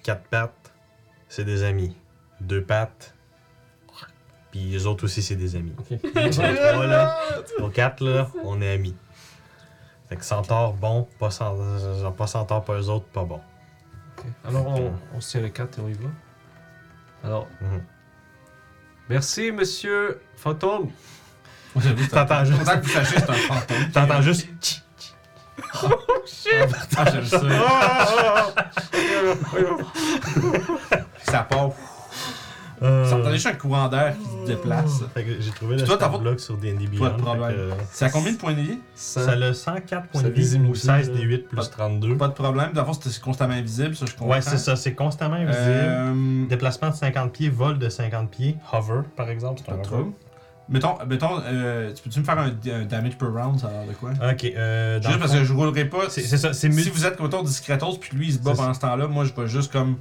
C: Quatre pattes, c'est des amis. Deux pattes, puis les autres aussi, c'est des amis. Voilà. Aux quatre, là, on est amis. Fait que centaure, bon, pas, cent- genre, pas centaure, pas eux autres, pas bon.
D: Ok. Alors, on, on se tient le 4 et on y va. Alors,
C: Mhm.
D: merci, monsieur Fantôme.
C: T'entends juste.
A: Pendant que vous sachiez, c'est un fantôme.
C: T'entends juste. Tch, tch.
A: Ah, j'aime ça. Ça part.
C: Euh,
A: Ça entend juste un courant d'air qui se déplace.
C: Fait que j'ai trouvé le
A: Puis toi,
C: stat
A: t'as pas-
C: block sur D&D Beyond.
A: Pas de
C: fait que,
A: problème.
C: euh,
A: C'est à combien de points de vie?
C: Ça le 104 points de
D: Ça
C: vie
D: désimule
C: ou 16
D: ça, là.
C: des 8 plus 32.
A: Pas de problème. D'abord, c'était constamment invisible, ça, je comprends.
C: Ouais, c'est ça, c'est constamment invisible.
A: Euh,
C: Déplacement de 50 pieds, vol de 50 pieds, hover par exemple, c'est
A: Pas
C: un
A: de
C: hover.
A: trouble. Mettons, mettons euh, tu peux-tu me faire un, un damage per round, ça a l'air de quoi?
C: Ok, euh, dans
A: Juste
C: le
A: parce
C: fond,
A: que je roulerai pas.
C: c'est c'est ça, c'est
A: si
C: multi.
A: vous êtes contre discretos, puis lui il se bat
C: C'est ça.
A: pendant ce temps-là, moi je vais juste comme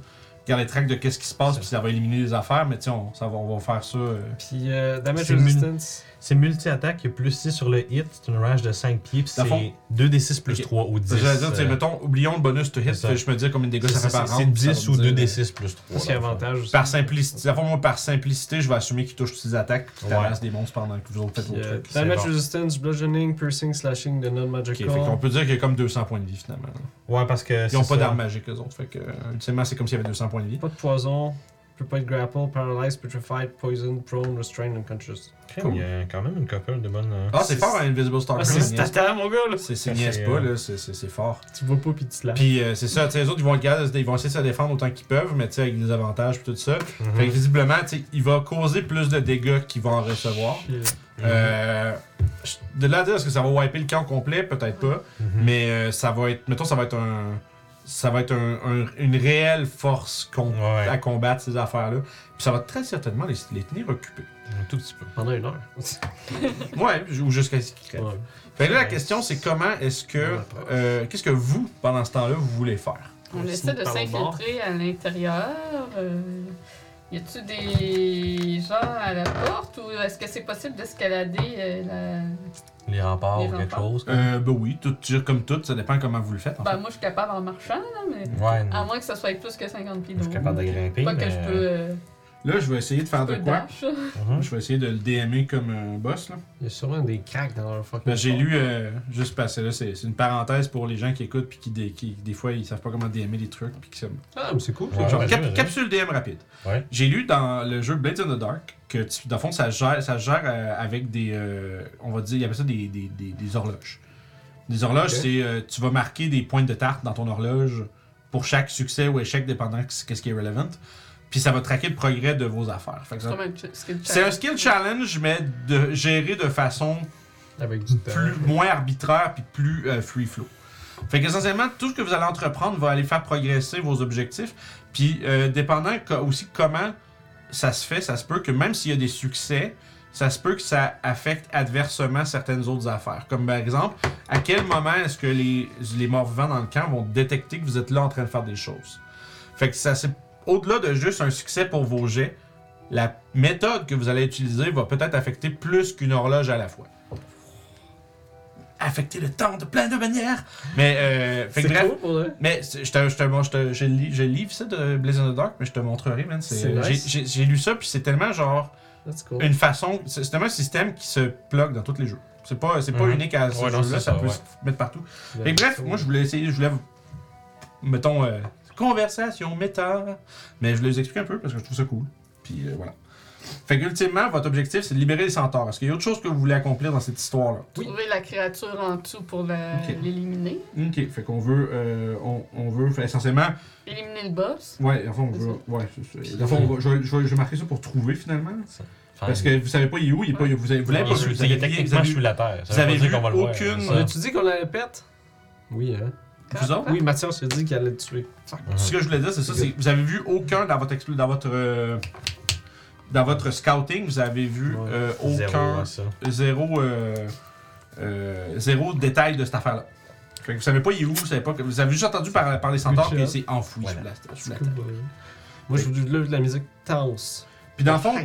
A: garder track de qu'est-ce qui se passe,
C: C'est
A: puis ça va éliminer les affaires, mais tiens, on, ça va, on va faire ça. euh.
D: Puis, euh, damage
C: C'est une-
D: resistance.
C: C'est multi-attaque, il y a plus 6 sur le hit, c'est une range de 5 pieds, puis
A: Dans le
C: c'est
A: fond-
C: 2d6 plus
A: Ok.
C: 3 ou 10.
A: J'allais dire, tu sais,
C: euh,
A: mettons, oublions le bonus to hit,
C: c'est ça.
A: fait je me dis combien de dégâts
C: c'est-
A: ça fait
C: c'est
A: par
C: c'est
A: round, puis ça
C: 10
A: va
C: ou
A: me dire,
C: 2d6 plus 3.
D: Parce qu'il y a avantage aussi.
A: euh, Par simplicité, à fond, moi, par simplicité, je vais assumer qu'il touche ses attaques, puis
C: Ouais.
A: t'avances des monstres pendant que vous autres faites
D: Puis,
A: vos
D: euh,
A: trucs.
C: c'est
D: damage
C: bon.
D: resistance, bludgeoning, piercing, slashing, de
A: Ok,
D: non-magical.
A: fait qu'on peut dire qu'il y a comme 200 points de vie finalement. là.
C: Ouais, parce que.
A: Ils ont
C: c'est
A: pas
C: ça.
A: d'armes magiques eux autres, fait que euh, ultimement c'est comme s'il y avait 200 points de vie.
D: Pas de poison. peux pas être grapple, paralyzed, petrified, poisoned, prone, restrained, unconscious.
C: Il y a quand même une couple de bonnes. euh,
A: Ah, c'est fort, hein, Invisible Stalker.
D: Ah, c'est
A: c'est niaise-
D: Statan, mon gars, là!
A: c'est- c'est niaise
C: C'est,
A: pas,
C: euh,
A: là. c'est- C'est c'est fort.
D: Tu vois pas pis tu te lâches.
A: Puis euh, c'est ça, tu sais, les autres, ils vont, être capables de se dé- ils vont essayer de se défendre autant qu'ils peuvent, mais tu sais, avec des avantages et tout ça.
C: Mhm.
A: Fait que visiblement, tu sais, il va causer plus de dégâts qu'il va en recevoir.
D: Puis, euh,
C: Mhm.
A: Euh, je- de là à dire, est-ce que ça va wiper le camp complet? Peut-être pas.
C: Mhm.
A: Mais euh, ça va être, mettons, ça va être un, ça va être un- un- une réelle force con-
C: Ouais.
A: à combattre ces affaires-là. Puis ça va très certainement les, les tenir occupés.
C: Un tout petit peu.
D: Pendant une heure.
A: Ouais, ju- ou jusqu'à ce qu'ils crèvent.
D: Ouais.
A: Fait que là, la question, c'est comment est-ce que, euh, qu'est-ce que vous, pendant ce temps-là, vous voulez faire?
B: On
D: On
B: essaie
D: finit
B: de
D: par le bord.
B: s'infiltrer à l'intérieur. euh, y a-tu des gens à la porte ou est-ce que c'est possible d'escalader euh, la.
C: Les remparts
B: Les
C: ou quelque
B: remparts.
C: chose.
A: Euh, bah oui, tout tire comme tout, ça dépend comment vous le faites. En
B: Ben, moi, je suis capable en marchant, là, mais.
C: Ouais,
B: À
C: non.
B: moins que ça soit plus que 50 pieds
C: Je
B: de
C: suis
B: haut.
C: capable de grimper.
B: Ah, Pas que
C: mais-
B: je peux. euh,
A: fait. Là, je vais essayer de faire de
B: peu
A: quoi?
B: dash.
C: Mhm.
A: Je vais essayer de le DMer comme un boss, là.
D: Il y a sûrement des cracks dans leur fucking.
A: Ben, j'ai lu, euh, juste parce que là, c'est c'est une parenthèse pour les gens qui écoutent puis qui, des, qui, des fois, ils savent pas comment DMer les trucs. Puis qui s'aiment.
D: Ah, mais c'est cool.
C: Ouais.
D: ça.
A: Genre,
C: vas-y,
A: cap-
C: vas-y.
A: capsule DM rapide.
C: Ouais.
A: J'ai lu dans le jeu Blades in the Dark que, tu- dans le fond, ça gère, ça gère euh, avec des. euh, on va dire, il appelle ça des, des, des, des horloges. Des horloges,
D: Ok.
A: c'est. euh, tu vas marquer des points de tarte dans ton horloge pour chaque succès ou échec, dépendant de ce qu'est-ce qui est relevant. Puis ça va traquer le progrès de vos affaires. Fait que
B: C'est
A: ça-
B: comme un ch- skill
A: c'est un
B: challenge.
A: skill challenge, mais de, géré de façon
D: Avec du temps.
A: plus, moins arbitraire puis plus euh, free flow. Fait qu'essentiellement, tout ce que vous allez entreprendre va aller faire progresser vos objectifs. Puis, euh, dépendant co- aussi comment ça se fait, ça se peut que même s'il y a des succès, ça se peut que ça affecte adversement certaines autres affaires. Comme par exemple, à quel moment est-ce que les, les morts vivants dans le camp vont détecter que vous êtes là en train de faire des choses? Fait que ça, c'est au-delà de juste un succès pour vos jets, la méthode que vous allez utiliser va peut-être affecter plus qu'une horloge à la fois. Affecter le temps de plein de manières. Mais, euh, fait que
D: C'est
A: bref,
D: cool pour eux.
A: mais c'est- je te, je te, mon- je te- je lis, je lis ça de Blaze in the Dark, mais je te montrerai, man. C'est-
D: C'est nice.
A: j'ai- J'ai j'ai lu ça, puis c'est tellement genre
D: That's cool.
A: une façon. C'est c'est tellement un système qui se plug dans tous les jeux. C'est pas, c'est pas
C: Mhm.
A: unique à ce
C: Ouais,
A: jeu-là,
C: non, c'est
A: ça,
C: ça,
A: peut
C: ouais.
A: se mettre partout. Et bref, moi je voulais essayer, je voulais. Mettons, euh, conversation, méta. Mais je voulais vous expliquer un peu parce que je trouve ça cool. Puis euh, voilà. Fait que, ultimement, votre objectif, c'est de libérer les centaures. Est-ce qu'il y a autre chose que vous voulez accomplir dans cette histoire-là?
B: Trouver la créature en dessous pour la-
A: Ok.
B: l'éliminer.
A: Ok, fait qu'on veut, euh, on, on veut fait, essentiellement
B: Éliminer le boss.
A: Ouais, en fond, on
B: C'est
A: va- ouais, c'est ça. Dans le fond, on va- je, vais- je vais- je vais marquer ça pour trouver finalement.
C: Ah
A: Parce que vous savez pas, il est où, il est pas, vous avez, vous
C: Il
A: l'avez pas
C: est
A: vu,
C: sous-
A: vous
C: il
A: avez,
C: est
A: vous avez
C: techniquement
A: vu-
C: sous la terre.
A: vous
C: Ça veut
A: avez
C: pas dire
A: vu
C: qu'on va le voir,
A: aucune-
C: hein,
D: On
C: ça.
D: a-tu dit qu'on allait pète Oui, hein.
A: vous autres?
D: Oui, Mathias a dit qu'il allait le tuer.
A: Ce que je voulais dire, c'est ça, c'est que vous avez vu aucun dans votre explo- dans votre euh, dans votre scouting, vous avez vu
D: Ouais.
A: euh,
C: Zéro,
A: aucun
C: ouais, ça.
A: zéro euh, euh, zéro détail de cette affaire-là. Fait que vous savez pas il est où, vous savez pas que vous avez juste entendu par, par les centaures
D: Good
A: que
D: job.
A: c'est enfoui
C: Voilà.
A: sous la, sous la
D: C'est
A: terre.
D: cool pour eux. Moi, je voulais de la musique tense.
A: Puis dans le fond,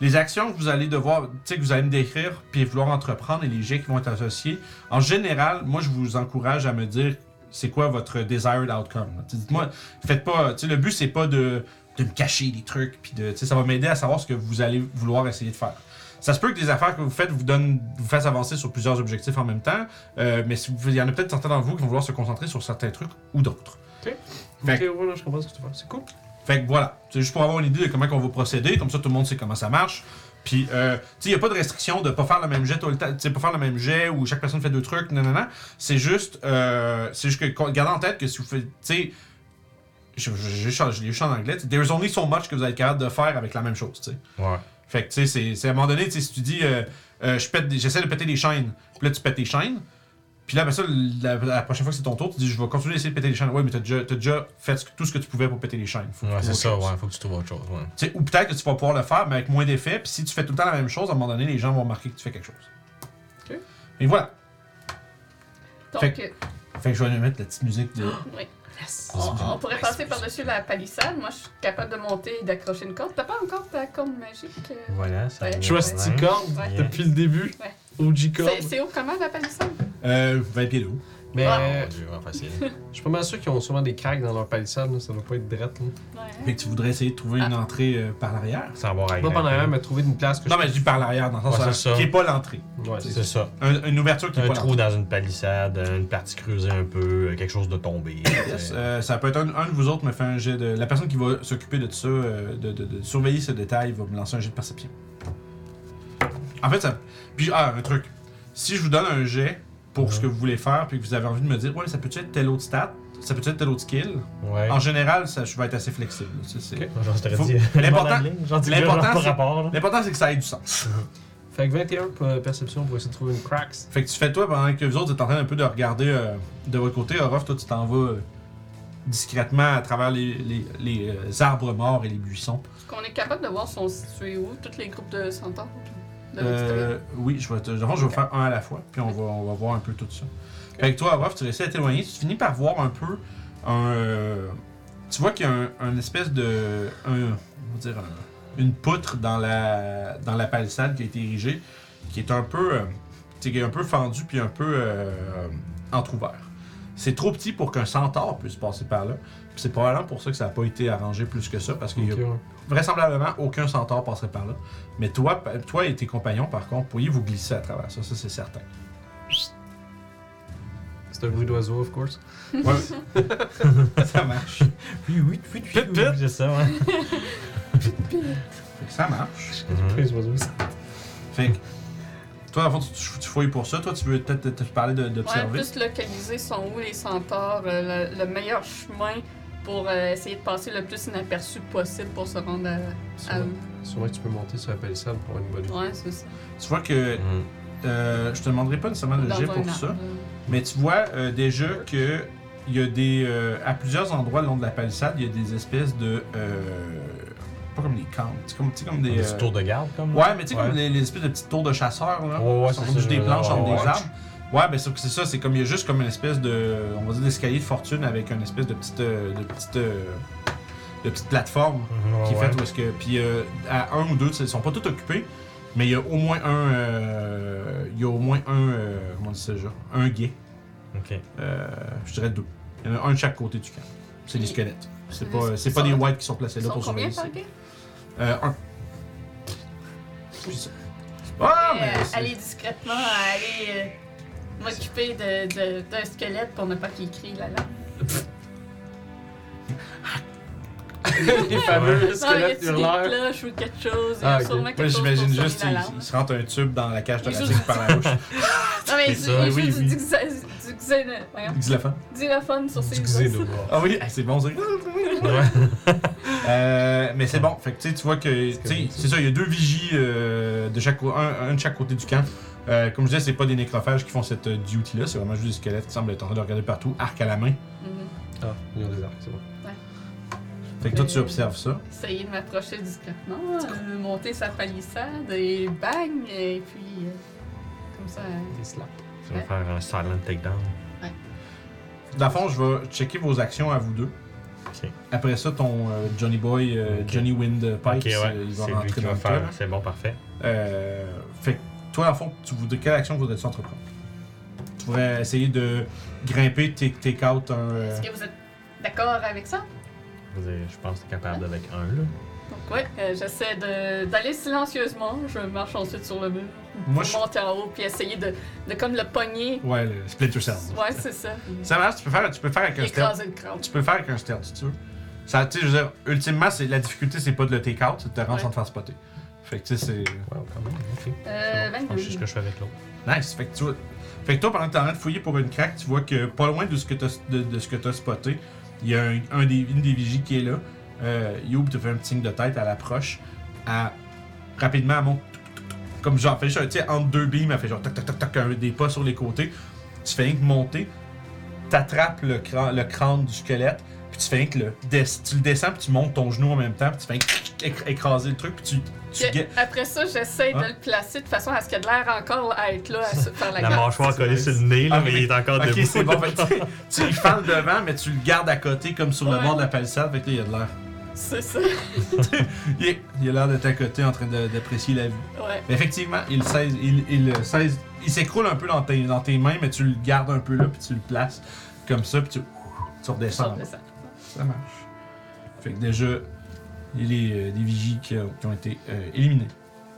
A: Les actions que vous allez devoir, tu sais, que vous allez me décrire, puis vouloir entreprendre et les jets qui vont être associés, en général, moi, je vous encourage à me dire c'est quoi votre desired outcome. là. Tu sais, Dites-moi, faites pas, tu sais, le but, c'est pas de, de me cacher des trucs, puis de, tu sais, ça va m'aider à savoir ce que vous allez vouloir essayer de faire. Ça se peut que des affaires que vous faites vous donnent, vous fassent avancer sur plusieurs objectifs en même temps, euh, mais si vous- il y en a peut-être certains d'entre vous qui vont vouloir se concentrer sur certains trucs ou d'autres. Fait
D: Ok, voilà, je comprends ce que tu fais. C'est cool.
A: Fait que voilà, c'est juste pour avoir une idée de comment on va procéder, comme ça tout le monde sait comment ça marche. Puis, euh, tu sais, il n'y a pas de restriction de pas faire le même jet tout le temps, tu sais, pas faire le même jet ou chaque personne fait deux trucs, non, non, non. C'est juste, euh, c'est juste que, qu'on- gardez en tête que si vous faites, tu sais, je, je, je, je, je l'ai eu en anglais, tu sais, there's only so much que vous êtes capable de faire avec la même chose, tu sais.
C: Ouais.
A: Fait que, tu sais, c'est- c'est à un moment donné, tu sais, si tu dis, euh, euh, je pète des- j'essaie de péter des chaînes, puis là, tu pètes tes chaînes, puis là, après ça, la, la prochaine fois que c'est ton tour, tu dis, je vais continuer d'essayer de péter les chaînes. Ouais, mais t'as déjà, t'as déjà fait ce que- tout ce que tu pouvais pour péter les chaînes. Faut que tu trouves
C: Ouais, c'est
A: autre
C: ça,
A: chose.
C: ouais. Faut que tu trouves autre chose, ouais.
A: Tu sais, ou peut-être que tu vas pouvoir le faire, mais avec moins d'effet, puis si tu fais tout le temps la même chose, à un moment donné, les gens vont marquer que tu fais quelque chose.
D: Ok.
A: Et voilà.
B: Donc,
A: Fait Fait que je vais aller mettre la petite musique de.
B: euh, oui. On, on pourrait passer par-dessus la palissade. Moi, je suis capable de monter et d'accrocher une corde. T'as pas encore ta corde magique? euh?
C: Voilà, ça.
B: Ouais.
D: Trusty
C: Ouais.
D: Cord,
B: Ouais.
D: depuis le début.
B: Ouais.
D: OG
B: C'est-
D: Cord.
B: C'est haut comment la palissade?
A: Euh, 20 pieds de haut.
D: Mais
B: Ah,
D: euh,
C: Mon Dieu, ah, facile.
D: je suis pas mal sûr qu'ils ont sûrement des craques dans leur palissade, là. ça doit pas être drette. Là.
A: Fait que tu voudrais essayer de trouver une entrée euh, par l'arrière?
C: Sans avoir à
D: Pas
C: grimper.
D: par derrière, mais trouver une place que
A: Non,
D: je...
A: mais je dis par l'arrière, dans le
C: Ouais,
A: sens euh,
C: c'est ça.
A: qui n'est pas l'entrée.
D: Ouais, c'est
C: C'est
D: ça.
C: ça.
A: Un- une ouverture qui n'est
C: Un
A: pas
C: trou
A: l'entrée.
C: dans une palissade, une partie creusée un peu, euh, quelque chose de tombé.
A: Yes,
C: euh,
A: euh, ça peut être un, un de vous autres me fait un jet de. La personne qui va s'occuper de ça, euh, de, de- de surveiller ce détail, va me lancer un jet de perception. En fait, ça. Puis, ah, un truc. Si je vous donne un jet pour ce que vous voulez faire, puis que vous avez envie de me dire, ouais, ça peut être tel autre stat, ça peut être tel autre skill.
C: Ouais.
A: En général, ça, je vais être assez flexible. là, tu sais, c'est-
C: Genre, je t'aurais
A: Faut-
C: dit, euh,
A: l'important-
C: demande en ligne, genre, dis que
A: l'important,
C: genre, pas
A: c'est-
C: rapport, là.
A: L'important, c'est que ça ait du sens.
D: Fait que 21 pour euh, perception pour essayer de trouver une cracks.
A: Fait que tu fais toi pendant que vous autres vous êtes en train un peu de regarder euh, de votre côté, Orof, toi tu t'en vas euh, discrètement à travers les, les- les, euh, arbres morts et les buissons.
B: Est-ce qu'on est capable de voir sont situés où tous les groupes de centaures de l'extérieur?
A: Euh, oui, je vais, te, je vais
B: Ok.
A: faire un à la fois, puis on va, on va voir un peu tout ça. Fait que toi, Orof, tu réussis à t'éloigner, tu finis par voir un peu un. euh, tu vois qu'il y a un, un espèce de. Un, on va dire un- une poutre dans la, dans la palissade qui a été érigée, qui est un peu. euh, tu sais, qui est un peu fendue, puis un peu euh, entrouvert. C'est trop petit pour qu'un centaure puisse passer par là. Puis c'est probablement pour ça que ça n'a pas été arrangé plus que ça, parce qu'il y a
D: Ok, ouais.
A: vraisemblablement aucun centaure passerait par là. Mais toi, pa- toi et tes compagnons, par contre, pourriez vous glisser à travers ça, ça c'est certain.
D: C'est un bruit d'oiseau, of course.
A: Ouais. ça marche.
C: Oui, oui, oui, oui,
D: Pit, pit.
C: C'est ça, ouais.
A: Fait que ça marche.
C: Mhm.
D: Les oiseaux, ça.
A: Fait que toi, avant, tu, tu- tu fouilles pour ça. Toi, tu veux peut-être te, te parler de-
B: Ouais,
A: d'observer.
B: plus localiser sont où les centaures, euh, le, le meilleur chemin pour euh, essayer de passer le plus inaperçu possible pour se rendre à, à
D: Sûrement- Sûrement que tu peux monter sur la palissade pour avoir une bonne
B: eux. Hum. Ouais, c'est ça.
A: tu vois que
C: Mhm.
A: euh, je te demanderai pas nécessairement le
B: Dans
A: jet
B: un
A: pour
B: arbre.
A: ça, mais tu vois euh, déjà que il y a des euh, à plusieurs endroits le long de la palissade, il y a des espèces de euh, pas comme des camps, c'est comme, c'est comme des,
C: Des petits
A: euh,
C: tours de garde, comme
A: Ouais, mais tu sais,
C: Ouais.
A: comme les, les espèces de petites tours de chasseurs, là.
C: Ouais, ouais,
A: qui sont
C: c'est
A: comme
C: ça,
A: juste des
C: je-
A: planches entre
C: ouais,
A: des
C: ouais.
A: arbres. Ouais, ben sauf que c'est ça, c'est comme il y a juste comme une espèce de. On va dire d'escalier de fortune avec une espèce de petite. euh, de petite. euh, de petite plateforme
C: Mhm, ouais,
A: qui est
C: ouais.
A: faite où est-ce que. Puis euh, à un ou deux, tu sais, ils sont pas tous occupés, mais il y a au moins un. euh, Il y a au moins un. euh, comment on dit ça, genre Un guet.
C: Ok.
A: Euh, je dirais deux. Il y en a un de chaque côté du camp. C'est des
B: Puis-
A: squelettes. C'est
B: Ils
A: pas, c'est pas
B: sont-
A: des whites qui sont placés
B: Ils
A: là
B: sont
A: pour
B: combien
A: surveiller.
B: par
A: c'est-
B: guet?
A: Euh, un. Ah,
B: Euh,
A: mais. c'est-
B: aller discrètement, aller euh, m'occuper de- de- d'un squelette pour ne pas qu'il crie là là.
D: Les fameux
B: Non, y a-tu
D: squelettes
B: des
D: hurleurs.
B: cloches ou quelque chose? Y
D: Ah,
B: a
D: ok.
B: sûrement
D: Moi,
A: Moi,
B: quelque chose
A: j'imagine
B: pour
A: juste,
B: sonner
A: il,
B: l'alarme.
A: il se rentre un tube dans la cage
B: Il joue
A: thoracique
B: du-
A: par la bouche.
B: Non, mais
C: C'est
B: il
C: ça,
B: il
C: oui,
B: joue
C: oui.
B: du xylo- du xylo- voyons,
A: Xylophone.
B: xylophone sur ses
D: Du
B: os.
D: xéno.
A: Ah oui, ah, c'est bon, ça.
C: Ouais.
A: Euh,
C: Ah.
A: mais c'est bon. Fait que tu sais, tu vois que. tu sais,
D: correct,
A: C'est ça, il y a deux vigies euh, de chaque, co- un, un de chaque côté du camp. Euh, comme je disais, c'est pas des nécrophages qui font cette euh, duty-là, c'est vraiment juste des squelettes qui semblent être en train de regarder partout, arc à la main.
B: Mhm.
D: Ah, ils ont des arcs, c'est bon.
A: Fait que toi, tu observes ça.
B: Essayer de m'approcher discrètement, euh, monter sa palissade et bang, et puis euh, comme ça. euh,
D: Des slaps.
C: Tu vas faire un silent takedown.
A: Dans le fond, je vais checker vos actions à vous deux.
C: Ok.
A: Après ça, ton euh, Johnny Boy, euh,
C: Ok.
A: Johnny Wind euh, Pipes,
C: Ok, ouais.
A: euh, il va
C: C'est
A: rentrer
C: lui qui
A: dans
C: va
A: le camp, là.
C: faire. C'est bon, parfait.
A: Euh, fait que toi, en fond, tu voudrais, quelle action voudrais-tu entreprendre? Tu voudrais essayer de grimper, take, take out un... euh,
B: Est-ce que vous êtes d'accord avec ça?
C: Je veux dire, Je pense que t'es capable avec un, là.
B: Donc, ouais, euh, j'essaie de- d'aller silencieusement. Je marche ensuite sur le mur.
A: Moi,
B: pour
A: je-
B: monter en haut, puis essayer de, de comme le pogner.
A: Ouais, le Splinter Cell.
B: Ouais, c'est ça.
A: Ça marche, tu peux faire, tu peux faire avec un stealth.
B: Écraser le crâne.
A: Tu peux faire avec un stealth, si tu veux. Ça, tu sais, je veux dire, ultimement, c'est, la difficulté, c'est pas de le take out, c'est de te rendre
B: Ouais.
A: sans te faire spotter. Fait que, tu sais, c'est...
C: Wow, quand même. Ok.
B: Euh,
C: C'est bon. Ah, Je sais ce
B: 22.
C: que je fais avec l'autre.
A: Nice. Fait que, tu vois- fait que toi, pendant que t'es en train de fouiller pour une craque, tu vois que pas loin de ce que t'as de, de ce que t'as spoté, il y a un, un des, une des vigies qui est là. Euh, Youb te fait un petit signe de tête à l'approche. Elle- rapidement, elle monte. touc, touc, touc, Comme genre, fait juste un tir entre deux beams, elle fait genre toc toc toc toc, un- des pas sur les côtés. Tu fais rien que monter, t'attrapes le crâne, le crâne du squelette, puis tu fais rien que le, des- tu le descends, puis tu montes ton genou en même temps, puis tu fais rien que éc- écraser le truc, puis tu, tu
B: Puis,
A: guet-
B: Après ça, j'essaie
A: Hein?
B: de le placer de façon à ce qu'il y ait de l'air encore à être là, à se faire la
C: Ah. La
B: gueule.
C: mâchoire collée sur le nez, là,
A: Ah,
C: mais
A: oui.
C: il est encore
A: Ok,
C: debout.
A: c'est bon. Fait que tu, tu y fends le devant, mais tu le gardes à côté, comme sur le
B: Ouais.
A: bord de la palissade. Fait que là, il y a de l'air.
B: C'est ça.
A: Il est- il a l'air de t'accoter en train de- d'apprécier la vie.
B: Ouais.
A: Effectivement, il saisit- il, il saisit- il s'écroule un peu dans tes, dans tes mains, mais tu le gardes un peu là, puis tu le places comme ça, puis tu, tu
B: Ça.
C: Ah.
A: redescends. Ça marche. Fait que déjà, il y a les, euh, des vigies qui, ont- qui ont été euh, éliminés.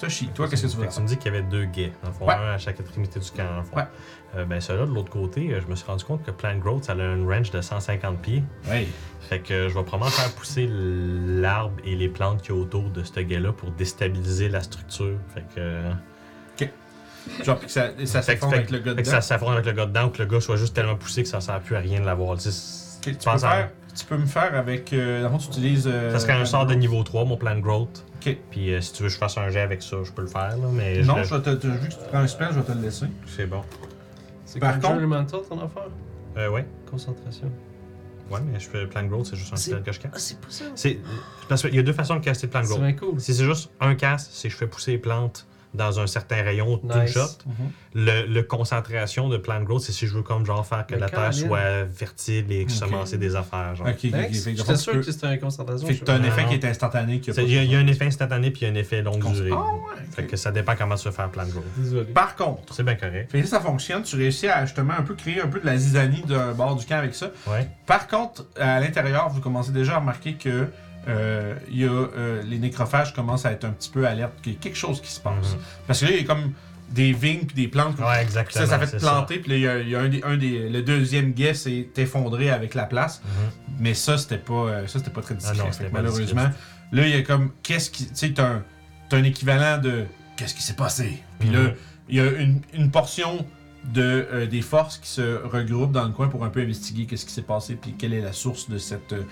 A: Toshi, toi, qu'est-ce que tu veux
C: Fait Tu
A: faire?
C: me dis qu'il y avait deux guets, dans le fond,
A: Ouais.
C: un à chaque extrémité du camp, dans le fond.
A: Ouais.
C: Euh, ben, ceux-là, de l'autre côté, euh, je me suis rendu compte que Plant Growth, ça a une range de 150 pieds.
A: Ouais.
C: Fait que euh, je vais probablement faire pousser l'arbre et les plantes qu'il y a autour de ce guet-là pour déstabiliser la structure. Fait que, euh,
A: Genre, puis que ça, et ça
C: Fait que-
A: s'effondre avec le gars
C: fait que
A: dedans.
C: ça s'affronte avec le gars dedans ou que le gars soit juste tellement poussé que ça sert plus à rien de l'avoir. Tu sais,
A: Ok, tu, peux
C: penses à-
A: faire- tu peux me faire avec. Euh, dans le fond, tu utilises. euh,
C: Ça serait un sort de niveau 3, mon Plant Growth.
A: Ok.
C: Puis euh, si tu veux que je fasse un jet avec ça, je peux le faire. Là, mais
A: Non,
C: le-
A: je vais te, te- vu que tu prends un spell, je vais te le laisser.
C: c'est bon.
D: C'est
A: Par
D: Par
A: contre-
D: contre, mental, ton affaire.
C: Euh, ouais.
D: Concentration.
C: Ouais, mais je fais Plant Growth, c'est juste un
D: C'est-
C: spell que je casse.
D: Ah, c'est pas ça.
C: C'est parce qu'il y a deux façons de caster le plan
D: C'est
C: gros.
D: bien cool.
C: Si c'est juste un cast, c'est je fais pousser les plantes dans un certain rayon tout
D: Nice. Mm-hmm.
C: shot. Le, le concentration de plan growth, c'est si je veux comme genre faire que
D: Mais
C: la terre
D: Caroline.
C: soit fertile et
A: Ok.
C: semencer des affaires. Genre.
A: Ok, ok, ok.
D: Thanks.
A: Fait que dans le fond,
D: J'étais
A: tu
D: sûr
A: peux-
D: que c'était une concentration.
A: Fait que t'as un
C: Non,
A: effet
C: non.
A: qui est instantané. qui a
C: C'est-
A: pas
C: Il y, a-
A: de-
C: il y a un effet instantané puis il y a un effet longue
A: Cons-
C: durée.
A: Ah ouais, ok.
C: Fait que ça dépend comment tu veux faire plan growth.
D: Désolé.
A: Par contre,
C: C'est bien correct.
A: fait que ça fonctionne, tu réussis à justement un peu créer un peu de la zizanie d'un bord du camp avec ça.
C: Ouais.
A: Par contre, à l'intérieur, vous commencez déjà à remarquer que euh, il y a, euh, les nécrophages commencent à être un petit peu alertes, qu'il y a quelque chose qui se passe.
C: Mhm.
A: Parce que là, il y a comme des vignes puis des plantes.
C: Ouais,
A: Puis
C: exactement.
A: ça, ça fait
C: c'est
A: planter, puis là, il y a, il y a un des, un des- le deuxième guet s'est effondré avec la place.
C: Mhm.
A: Mais ça, c'était pas, euh, ça, c'était pas très discret.
C: Ah non,
A: Fait
C: c'était
A: que
C: pas
A: malheureusement, là, il y a comme, qu'est-ce qui, tu sais, t'as un, t'as un équivalent de, qu'est-ce qui s'est passé? Puis là,
C: Mhm.
A: il y a une, une portion de, euh, des forces qui se regroupent dans le coin pour un peu investiguer qu'est-ce qui s'est passé, puis quelle est la source de cette euh,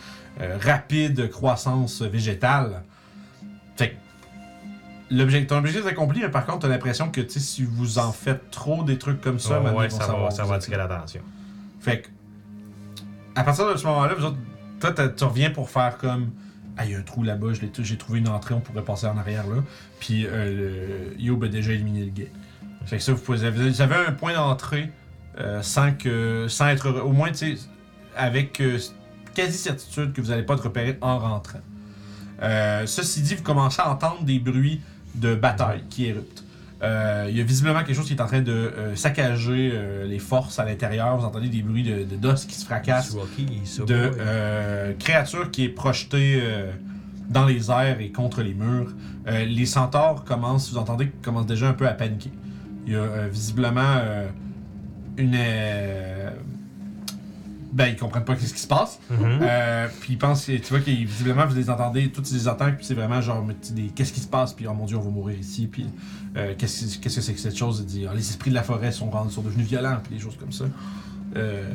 A: euh, rapide croissance végétale. Fait que, l'objectif, ton objectif est accompli, mais par contre, t'as l'impression que, tu sais, si vous en faites trop des trucs comme ça,
C: Ouais,
A: maintenant,
C: ouais,
A: ils vont
C: ça, va,
A: savoir
C: ça
A: vous
C: va
A: êtes
C: attirer l'attention.
A: fait que, à partir de ce moment-là, vous autres, toi, t'as- tu reviens pour faire comme. Ah, il y a un trou là-bas, je l'ai- j'ai trouvé une entrée, on pourrait passer en arrière là. Puis euh, le- Yob a déjà éliminé le guet. Fait que ça, vous, pouvez, vous avez un point d'entrée euh, sans que sans être. Au moins, tu sais, avec euh, quasi certitude que vous n'allez pas être repéré en rentrant. Euh, ceci dit, vous commencez à entendre des bruits de bataille qui éruptent. Euh, Il y a visiblement quelque chose qui est en train de euh, saccager euh, les forces à l'intérieur. Vous entendez des bruits de, de dos qui se fracassent, de euh, créatures qui est projetée euh, dans les airs et contre les murs. Euh, les centaures commencent, vous entendez, qu'ils commencent déjà un peu à paniquer. Il y a euh, visiblement euh, une. euh, Ben, ils comprennent pas ce qui se passe.
C: Mhm.
A: Euh, puis ils pensent, tu vois, que visiblement, vous les entendez, tous les entends, puis c'est vraiment genre, mais tu dis, qu'est-ce qui se passe, puis oh mon dieu, on va mourir ici, puis euh, qu'est-ce qu'est-ce que c'est que cette chose, il dit, Ah, les esprits de la forêt sont, rendus- sont devenus violents, puis des choses comme ça. Euh,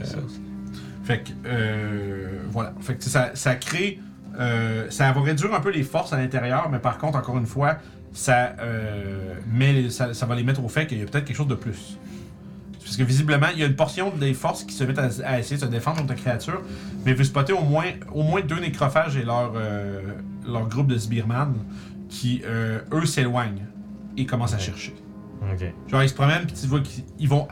A: fait que, euh, voilà. Fait que tu sais, ça, ça crée, euh, ça va réduire un peu les forces à l'intérieur, mais par contre, encore une fois, ça, euh, met les- ça, ça va les mettre au fait qu'il y a peut-être quelque chose de plus. Parce que visiblement, il y a une portion des forces qui se mettent à, à essayer de se défendre contre la créature, mais vous spottez au moins, au moins deux nécrophages et leur, euh, leur groupe de sbirman qui, euh, eux, s'éloignent et commencent à
C: Ouais.
A: chercher.
C: Ok.
A: Genre, ils se promènent, puis tu vois qu'ils ils vont.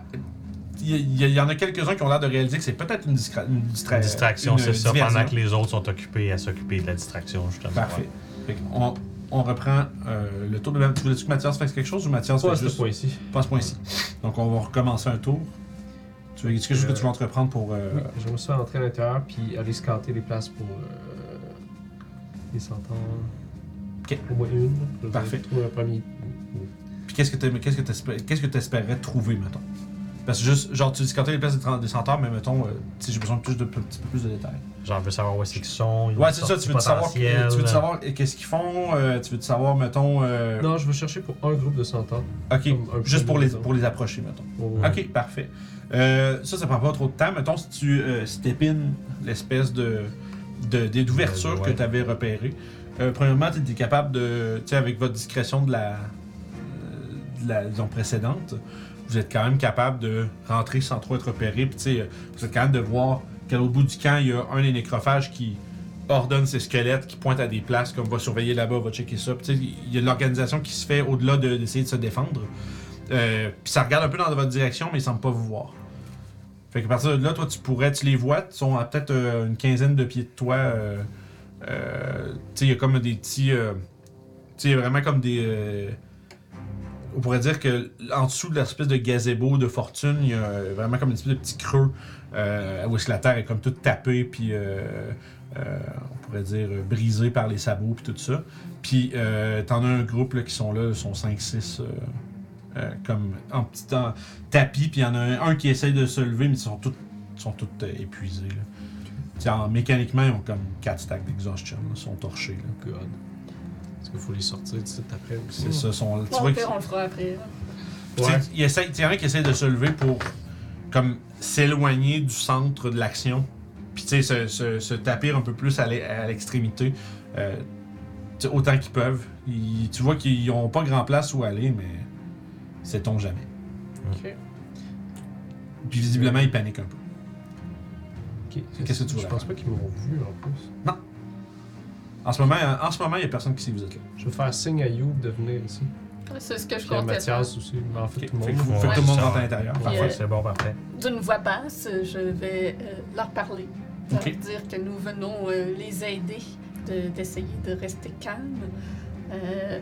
A: Il y, il y en a quelques-uns qui ont l'air de réaliser que c'est peut-être une, distra- une distra-
C: La distraction,
A: une
C: c'est ça,
A: diversion.
C: pendant que les autres sont occupés à s'occuper de la distraction, justement.
A: Parfait. Fait qu'on- on, reprend euh, le tour de Tu voulais que Mathias fasse quelque chose ou Mathias
D: Pas à
A: fait
D: ce
A: juste.
D: point ici.
A: Pas ce point-ci. Donc, on va recommencer un tour. Tu veux quelque chose que tu veux
D: Euh,
A: entreprendre pour. euh,
D: Oui, je me suis entrer à l'intérieur puis aller scanter les places pour euh, les centaures.
A: Ok.
D: Au moins une. Je vais
A: Parfait.
D: Trouver un premier.
A: Puis qu'est-ce que t'aimes- qu'est-ce que t'espé- qu'est-ce que t'espérais trouver, mettons Parce que juste, genre, tu dis quand t'as les places des tran- des centaures, mais mettons, euh, tu sais, j'ai besoin de plus de, un petit peu plus de détails.
C: Genre, veux savoir où est-ce qu'ils sont. ils ont
A: Ouais, c'est
C: une
A: ça,
C: sortie
A: tu veux te savoir, tu
C: potentielle.
A: veux te savoir euh, qu'est-ce qu'ils font, euh, tu veux te savoir, mettons. euh,
D: Non, je vais chercher pour un groupe de Oh centaures.
A: Ok,
D: Comme un
A: juste
D: premier,
A: pour les,
D: mettons.
A: pour les approcher, mettons.
D: Pour-
A: Ok, parfait. Euh, ça, ça prend pas trop de temps. Mettons, si tu euh, step in l'espèce de, de, de- d'ouverture
C: Ouais, ouais.
A: que tu avais repérée, euh, premièrement, tu étais capable de, tu sais, avec votre discrétion de la, euh, de la disons, précédente, vous êtes quand même capable de rentrer sans trop être repéré. Puis, tu sais, euh, vous êtes capable de voir qu'à l'autre bout du camp, il y a un des nécrophages qui ordonne ses squelettes, qui pointe à des places, comme va surveiller là-bas, va checker ça. Puis, tu sais, il y a de l'organisation qui se fait au-delà de- d'essayer de se défendre. Euh, puis ça regarde un peu dans votre direction, mais ils semblent pas vous voir. Fait qu'à partir de là, toi, tu pourrais, tu les vois, ils sont à peut-être euh, une quinzaine de pieds de toi, euh, euh, tu sais, il y a comme des petits. euh, tu sais, il y a vraiment comme des. euh, on pourrait dire que en dessous de l'espèce de gazebo de fortune, il y a vraiment comme une espèce de petit creux euh, où est-ce que la terre est comme toute tapée, puis euh, euh, on pourrait dire euh, brisée par les sabots, puis tout ça. Puis euh, t'en as un groupe là, qui sont là, sont 5-6, euh, euh, comme en petit temps, tapis, puis il y en a un, un qui essaye de se lever, mais ils sont tous sont tous euh, épuisés. là. T'sais, en- mécaniquement, ils ont comme 4 stacks d'exhaustion, là, ils sont torchés. là.
D: God. Hmm. Est-ce qu'il faut les sortir tout de suite après aussi?
A: C'est ça, sont, tu
B: Bon,
A: vois
B: au
A: qu'ils-
B: pire, on le fera après. là.
A: Puis, tu sais, il essaie- il y en a qui essaie de se lever pour comme s'éloigner du centre de l'action. Puis tu sais, se, se, se tapir un peu plus à l'e- à l'extrémité. euh, tu sais, autant qu'ils peuvent. Ils- tu vois qu'ils n'ont pas grand place où aller, mais sait-on jamais.
D: Ok.
A: Puis visiblement, ils paniquent un peu.
D: Ok.
A: Qu'est-ce que tu
D: Je
A: voulais
D: pense
A: faire?
D: pas qu'ils m'ont vu en plus.
A: En ce moment, en ce moment, il n'y a personne qui sait que vous êtes là.
D: Je vais faire signe à Youb de venir ici.
B: C'est ce que je
D: Puis à
B: comptais faire.
D: Mathias aussi, mais en fait
A: Ok.
D: tout le
A: Fait que
D: monde.
A: vous
C: Ouais.
A: faites tout le monde rentre à
C: Ouais,
A: l'intérieur.
B: Puis,
A: Parfait.
B: euh,
C: c'est bon, parfait.
B: D'une voix basse, je vais euh, leur parler. Leur
A: Ok.
B: dire que nous venons euh, les aider, de- d'essayer de, rester calmes. Euh,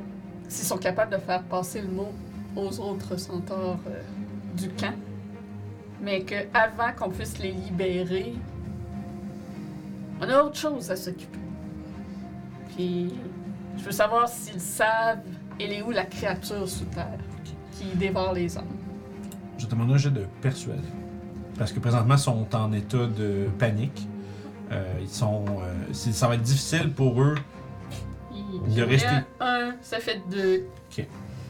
B: S'ils sont capables de faire passer le mot aux autres centaures euh, du camp, mais que avant qu'on puisse les libérer, on a autre chose à s'occuper. Puis, je veux savoir s'ils savent, elle est où la créature sous terre qui dévore les hommes.
A: Je te demande un jet de persuader. Parce que présentement, ils sont en état de panique. Euh, ils sont, euh, c'est- ça va être difficile pour eux.
B: Il
A: Il a resté.
B: Un, ça fait deux.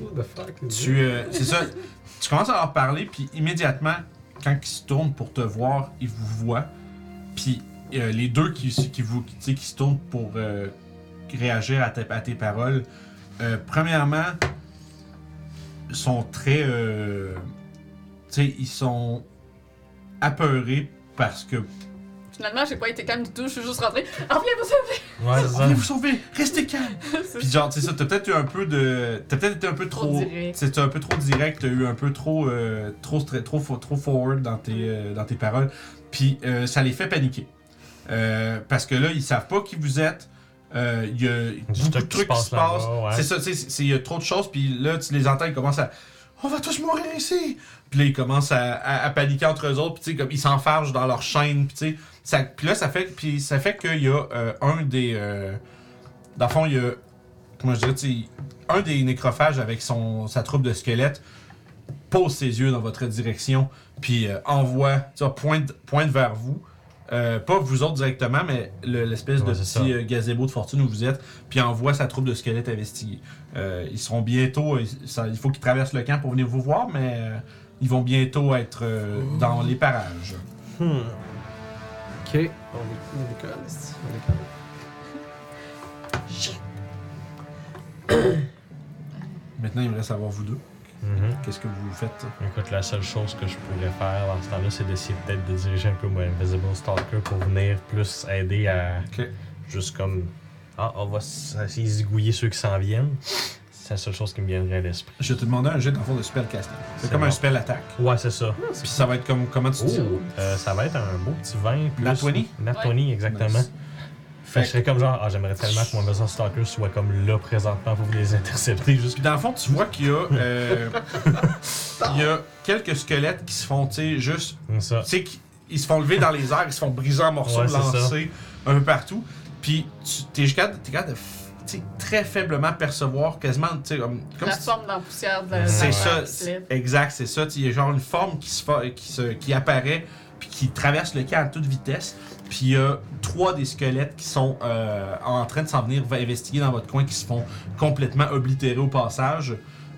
D: What the fuck?
A: Tu, euh, c'est ça. Tu commences à leur parler, puis immédiatement, quand ils se tournent pour te voir, ils vous voient. Puis euh, les deux qui, qui, vous, qui, tu sais, qui se tournent pour euh, réagir à, tes- à tes paroles, euh, premièrement, sont très. euh, tu sais, ils sont apeurés parce que
B: Finalement, j'ai pas été calme du tout, je suis juste rentrée. Ah, viens, vous
C: Ouais, c'est ça.
A: Venez Ah, vous sauver, restez calme.
B: savez!
A: Puis genre, tu sais ça, t'as peut-être eu un peu de, t'as peut-être été un peu
B: Trop
A: trop,
B: direct.
A: c'était un peu trop direct, t'as eu un peu trop, euh, trop, stra- trop, fo- trop forward dans tes, euh, dans tes paroles. Puis euh, ça les fait paniquer, Euh, parce que là ils savent pas qui vous êtes. Euh, Il y a beaucoup
C: stock
A: de
C: qui
A: trucs
C: se
A: qui
C: passe
A: se passent.
C: là-bas, ouais.
A: C'est ça, tu sais, c'est- c'est- il y a trop de choses. Puis là, tu les entends, ils commencent à, on va tous mourir ici. Puis là, ils commencent à, à- à paniquer entre eux autres. Puis tu sais, comme ils s'enfargent dans leur chaîne. Puis tu sais, ça- puis là, ça fait, puis ça fait qu'il y a euh, un des. euh, dans le fond, il y a. Comment je dirais, tu sais, un des nécrophages avec son, sa troupe de squelettes pose ses yeux dans votre direction, puis euh, envoie, tu vois, pointe, pointe vers vous. Euh, pas vous autres directement, mais le- l'espèce
C: Ouais,
A: de
C: c'est
A: petit
C: ça.
A: euh, gazebo de fortune où vous êtes, puis envoie sa troupe de squelettes investiguer. Euh, ils seront bientôt, euh, ça- il faut qu'ils traversent le camp pour venir vous voir, mais euh, ils vont bientôt être euh, dans les parages.
C: Hmm.
D: Ok. On est on est calme, c'est- on est calme.
A: Maintenant, il me reste à voir vous deux.
C: Mhm.
A: Qu'est-ce que vous faites?
C: Écoute, la seule chose que je pourrais faire dans ce temps-là, c'est d'essayer peut-être de diriger un peu mon Invisible Stalker pour venir plus aider à.
A: Ok.
C: Juste comme. Ah, on va s- essayer de zigouiller ceux qui s'en viennent. C'est la seule chose qui me viendrait à l'esprit.
A: Je vais te demander un jet dans le fond de spell casting. C'est
C: C'est
A: comme un
C: bon.
A: spell attack.
C: Ouais, c'est ça.
A: Puis ça va être comme comment tu dis.
C: Ouh, euh, ça va être un beau petit vin. Plus...
A: Nat 20?
C: Nat
B: Ouais.
C: 20, exactement.
A: Nice.
C: Fait que je serais comme genre, ah, j'aimerais tellement que mon Invisible Stalker soit comme là présentement pour vous les intercepter. Juste
A: Puis dans le fond, tu vois qu'il y a, euh, il y a quelques squelettes qui se font, tu sais, juste,
C: comme ça.
A: tu sais, qui- ils se font lever dans les airs, ils se font briser en morceaux,
C: Ouais, c'est ça.
A: lancer un peu partout. Puis tu t'es jusqu'à t'es capable de, f- tu sais, très faiblement percevoir, quasiment, tu sais, comme, comme
B: la
A: si-
B: forme dans la poussière de la
C: C'est
A: C'est
C: Ouais.
A: ça, c'est- exact, c'est ça. Il y a genre une forme qui, se fa- qui, se- qui apparaît, puis qui traverse le camp à toute vitesse. Puis il y a trois des squelettes qui sont euh, en train de s'en venir va- investiguer dans votre coin, qui se font complètement oblitérer au passage.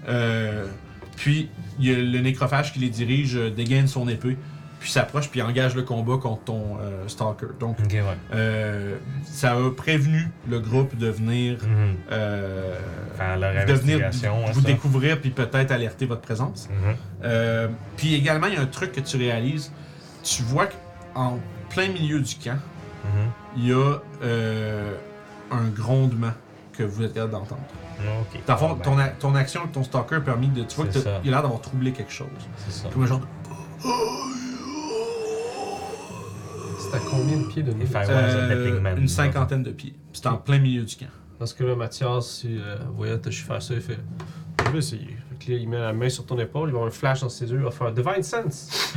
A: Euh, puis il y a le nécrophage qui les dirige, euh, dégaine son épée, puis s'approche, puis engage le combat contre ton euh, stalker. Donc
C: Ok, ouais.
A: euh, ça a prévenu le groupe de venir.
C: Mhm.
A: euh,
C: Faire leur
A: de venir
C: investigation, ouais,
A: vous
C: ça.
A: découvrir puis peut-être alerter votre présence.
C: Mhm.
A: Euh, puis également, il y a un truc que tu réalises. Tu vois qu'en plein milieu du camp,
C: Mhm.
A: il y a euh, un grondement que vous êtes capable d'entendre.
C: Ok.
A: Dans le fond,
C: Bon, ben,
A: ton, a- ton action avec ton stalker a permis de. Tu vois
C: C'est
A: qu'il a
C: ça.
A: l'air d'avoir troublé quelque chose.
C: C'est ça.
A: Comme un genre de.
D: C'est êtes à combien de pieds de nous?
C: Et faire-
A: Euh,
C: Ouais, c'est Bepping Man.
A: une cinquantaine de pieds. Puis C'est en plein milieu du camp.
D: Parce que là, Mathias, si euh, voyait que je faire ça, il fait Je vais essayer. Fait que là, il met la main sur ton épaule, il va avoir un flash dans ses yeux, il va faire Divine Sense.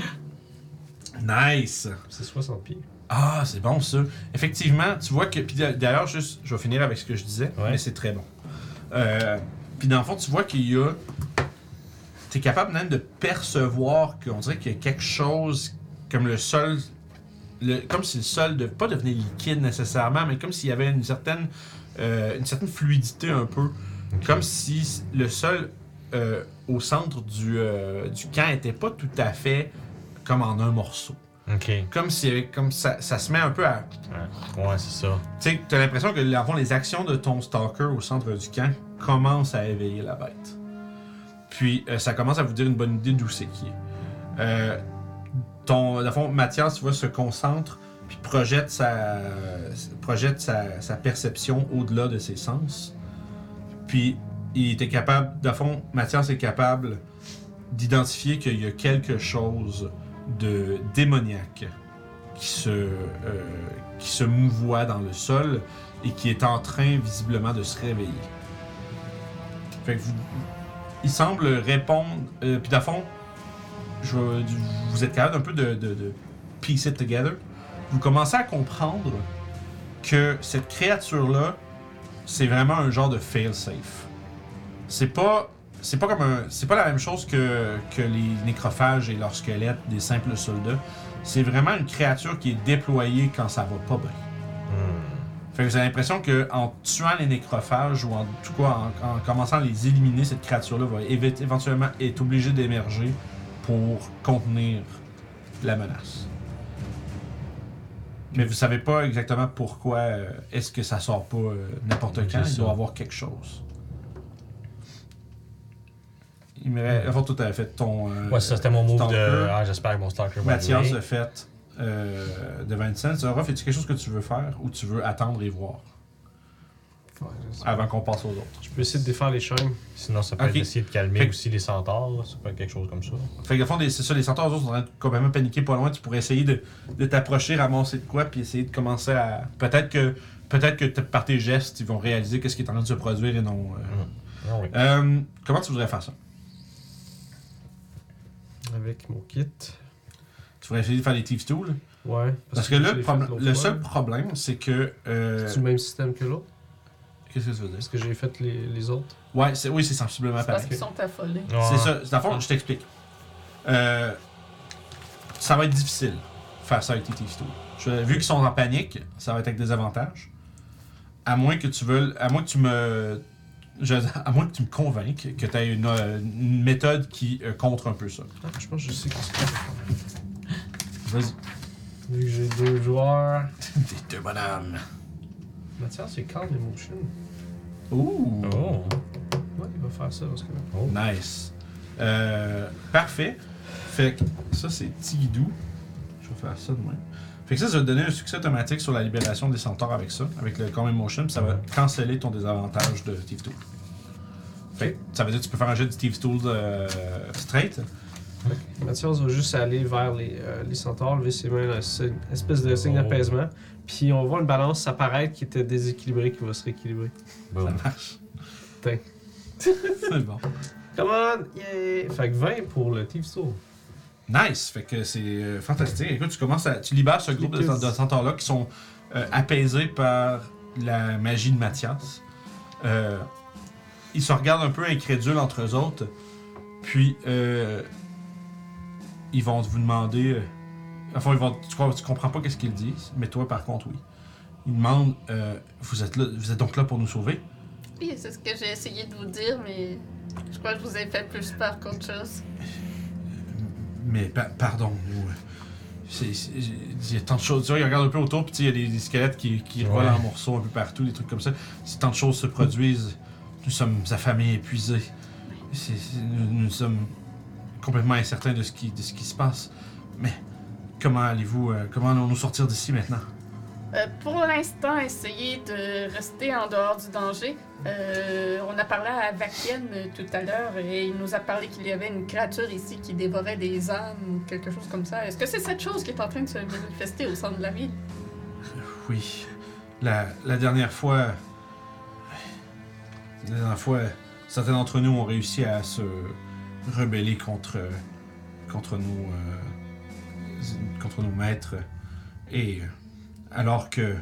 A: Nice!
D: C'est 60 pieds.
A: Ah, c'est bon ça. Effectivement, tu vois que. Puis d'ailleurs, juste, je vais finir avec ce que je disais,
C: Ouais.
A: mais c'est très bon. Euh, puis dans le fond, tu vois qu'il y a. T'es capable même de percevoir qu'on dirait qu'il y a quelque chose comme le sol. le- comme si le sol ne pas devenait liquide nécessairement, mais comme s'il y avait une certaine, euh, une certaine fluidité un peu. Comme si le sol euh, au centre du, euh, du camp n'était pas tout à fait comme en un morceau
C: Ok.
A: comme si comme ça, ça se met un peu à.
C: Ouais, c'est ça.
A: Tu sais, t'as l'impression que avant, les actions de ton stalker au centre du camp commencent à éveiller la bête. Puis euh, ça commence à vous dire une bonne idée d'où c'est qui est. Euh, ton, dans le fond, Mathias, tu vois, se concentre puis projette sa, projette sa, sa perception au-delà de ses sens. Puis il était capable, dans le fond, Mathias est capable d'identifier qu'il y a quelque chose de démoniaque qui se, euh, qui se mouvoie dans le sol et qui est en train visiblement de se réveiller. Fait que vous- il semble répondre. euh, Puis, dans le fond, je- vous êtes capable un peu de, de, de piece it together. Vous commencez à comprendre que cette créature-là, c'est vraiment un genre de fail-safe. C'est pas. C'est pas comme un. C'est pas la même chose que, que les nécrophages et leurs squelettes des simples soldats. C'est vraiment une créature qui est déployée quand ça va pas bien.
C: Hmm.
A: Fait que j'ai l'impression que en tuant les nécrophages ou en tout cas en, en commençant à les éliminer, cette créature-là va évi- éventuellement être obligée d'émerger pour contenir la menace. Mais vous savez pas exactement pourquoi euh, est-ce que ça sort pas euh, n'importe quand.
C: C'est
A: Il
C: ça.
A: doit y avoir quelque chose. Il me reste. Enfin, toi, t'avais fait ton. euh,
C: Ouais, ça, c'était mon move
A: stalker.
C: de. Ah, j'espère que mon stalker va
A: Mathias
C: bien.
A: a fait euh, de 25. Zoroff, est-ce quelque chose que tu veux faire ou tu veux attendre et voir avant qu'on passe aux autres?
D: Je peux essayer de défaire les chaînes.
C: Sinon, ça peut
A: Ok.
C: être essayer de calmer
A: Fait que-
C: aussi les centaures. là. Ça peut être quelque chose comme ça.
A: Fait que, au fond, des- c'est ça, les centaures eux autres sont en train de complètement paniquer pas loin. Tu pourrais essayer de, de t'approcher, ramasser de quoi, puis essayer de commencer à. Peut-être que, peut-être que t- par tes gestes, ils vont réaliser qu'est-ce qui est en train de se produire et non. euh.
C: Ah oui.
A: Euh, comment tu voudrais faire ça?
D: Avec mon kit.
A: Tu voudrais essayer de faire des thieves tools?
D: Ouais.
A: Parce, que, là,
D: je
A: le,
D: l'ai
A: problème-
D: fait l'autre
A: le
D: fois.
A: seul problème, c'est que. euh,
D: C'est-tu le même système que l'autre
A: Qu'est-ce que tu veux dire?
D: Parce que j'ai fait les, les autres.
A: Ouais, c'est, oui, c'est sensiblement
B: C'est parce
A: pareil.
B: qu'ils sont affolés.
A: C'est ça. Dans le fond, je t'explique. Euh, ça va être difficile faire ça avec tes Thieves Tools. Je- Vu qu'ils sont en panique, ça va être avec des avantages. À moins que tu veuilles. À moins que tu me. je- à moins que tu me convainques que tu aies une, euh, une méthode qui euh, contre un peu ça.
D: Ah, je pense que je sais qu'est-ce que c'est.
A: Vas-y.
D: Vu que j'ai deux joueurs.
A: T'es deux bonhommes.
D: Mathias, c'est Calm Emotion.
A: Ouh!
C: Oh.
D: Ouais, il va faire ça parce que.
A: Nice. Euh, parfait. Fait que ça, c'est Tigidou. Je vais faire ça de même. Fait que ça, ça va te donner un succès automatique sur la libération des centaures avec ça, avec le Calm Emotion, puis ça va canceller ton désavantage de Steve Tool. Fait que ça veut dire que tu peux faire un jet de Steve Tool euh, straight.
D: Mathias va juste aller vers les, euh, les centaures, lever ses mains, là, c'est une espèce de signe
C: Oh.
D: d'apaisement. Puis on voit une balance apparaître qui était déséquilibrée, qui va se rééquilibrer.
C: Boom.
A: C'est bon.
D: Come on! Yeah! Fait que 20 pour le Thieves Tool.
A: Nice, fait que c'est euh, fantastique. Écoute, tu commences à, tu libères ce groupe de,
D: Lucas.
A: de centaures-là qui sont euh, apaisés par la magie de Mathias. Euh, ils se regardent un peu incrédules entre eux autres, puis euh, ils vont vous demander. euh, enfin, ils vont, tu, crois- tu comprends pas qu'est-ce qu'ils disent, mais toi par contre, oui. Ils demandent euh, vous, êtes là, vous êtes donc là pour nous sauver
B: Oui, c'est ce que j'ai essayé de vous dire, mais je crois que je vous ai fait plus peur qu'autre chose.
A: Mais pa- pardon, nous. euh, c'est- c'est- Il y a tant de choses. Tu vois, il regarde un peu autour, puis tu sais, il y a des, des squelettes qui, qui
C: Ouais.
A: volent en morceaux un peu partout, des trucs comme ça. Si tant de choses se produisent, nous sommes affamés, épuisés. C'est- c'est- nous, nous sommes complètement incertains de ce qui, de ce qui se passe. Mais comment allez-vous. euh, comment allons-nous sortir d'ici maintenant
B: Euh, pour l'instant, essayez de rester en dehors du danger. Euh, on a parlé à Vakien euh, tout à l'heure et il nous a parlé qu'il y avait une créature ici qui dévorait des âmes ou quelque chose comme ça. Est-ce que c'est cette chose qui est en train de se manifester au centre de la ville?
A: Oui. La, la dernière fois. La dernière fois, certains d'entre nous ont réussi à se rebeller contre, contre, nos, euh, contre nos maîtres. Et euh, alors que.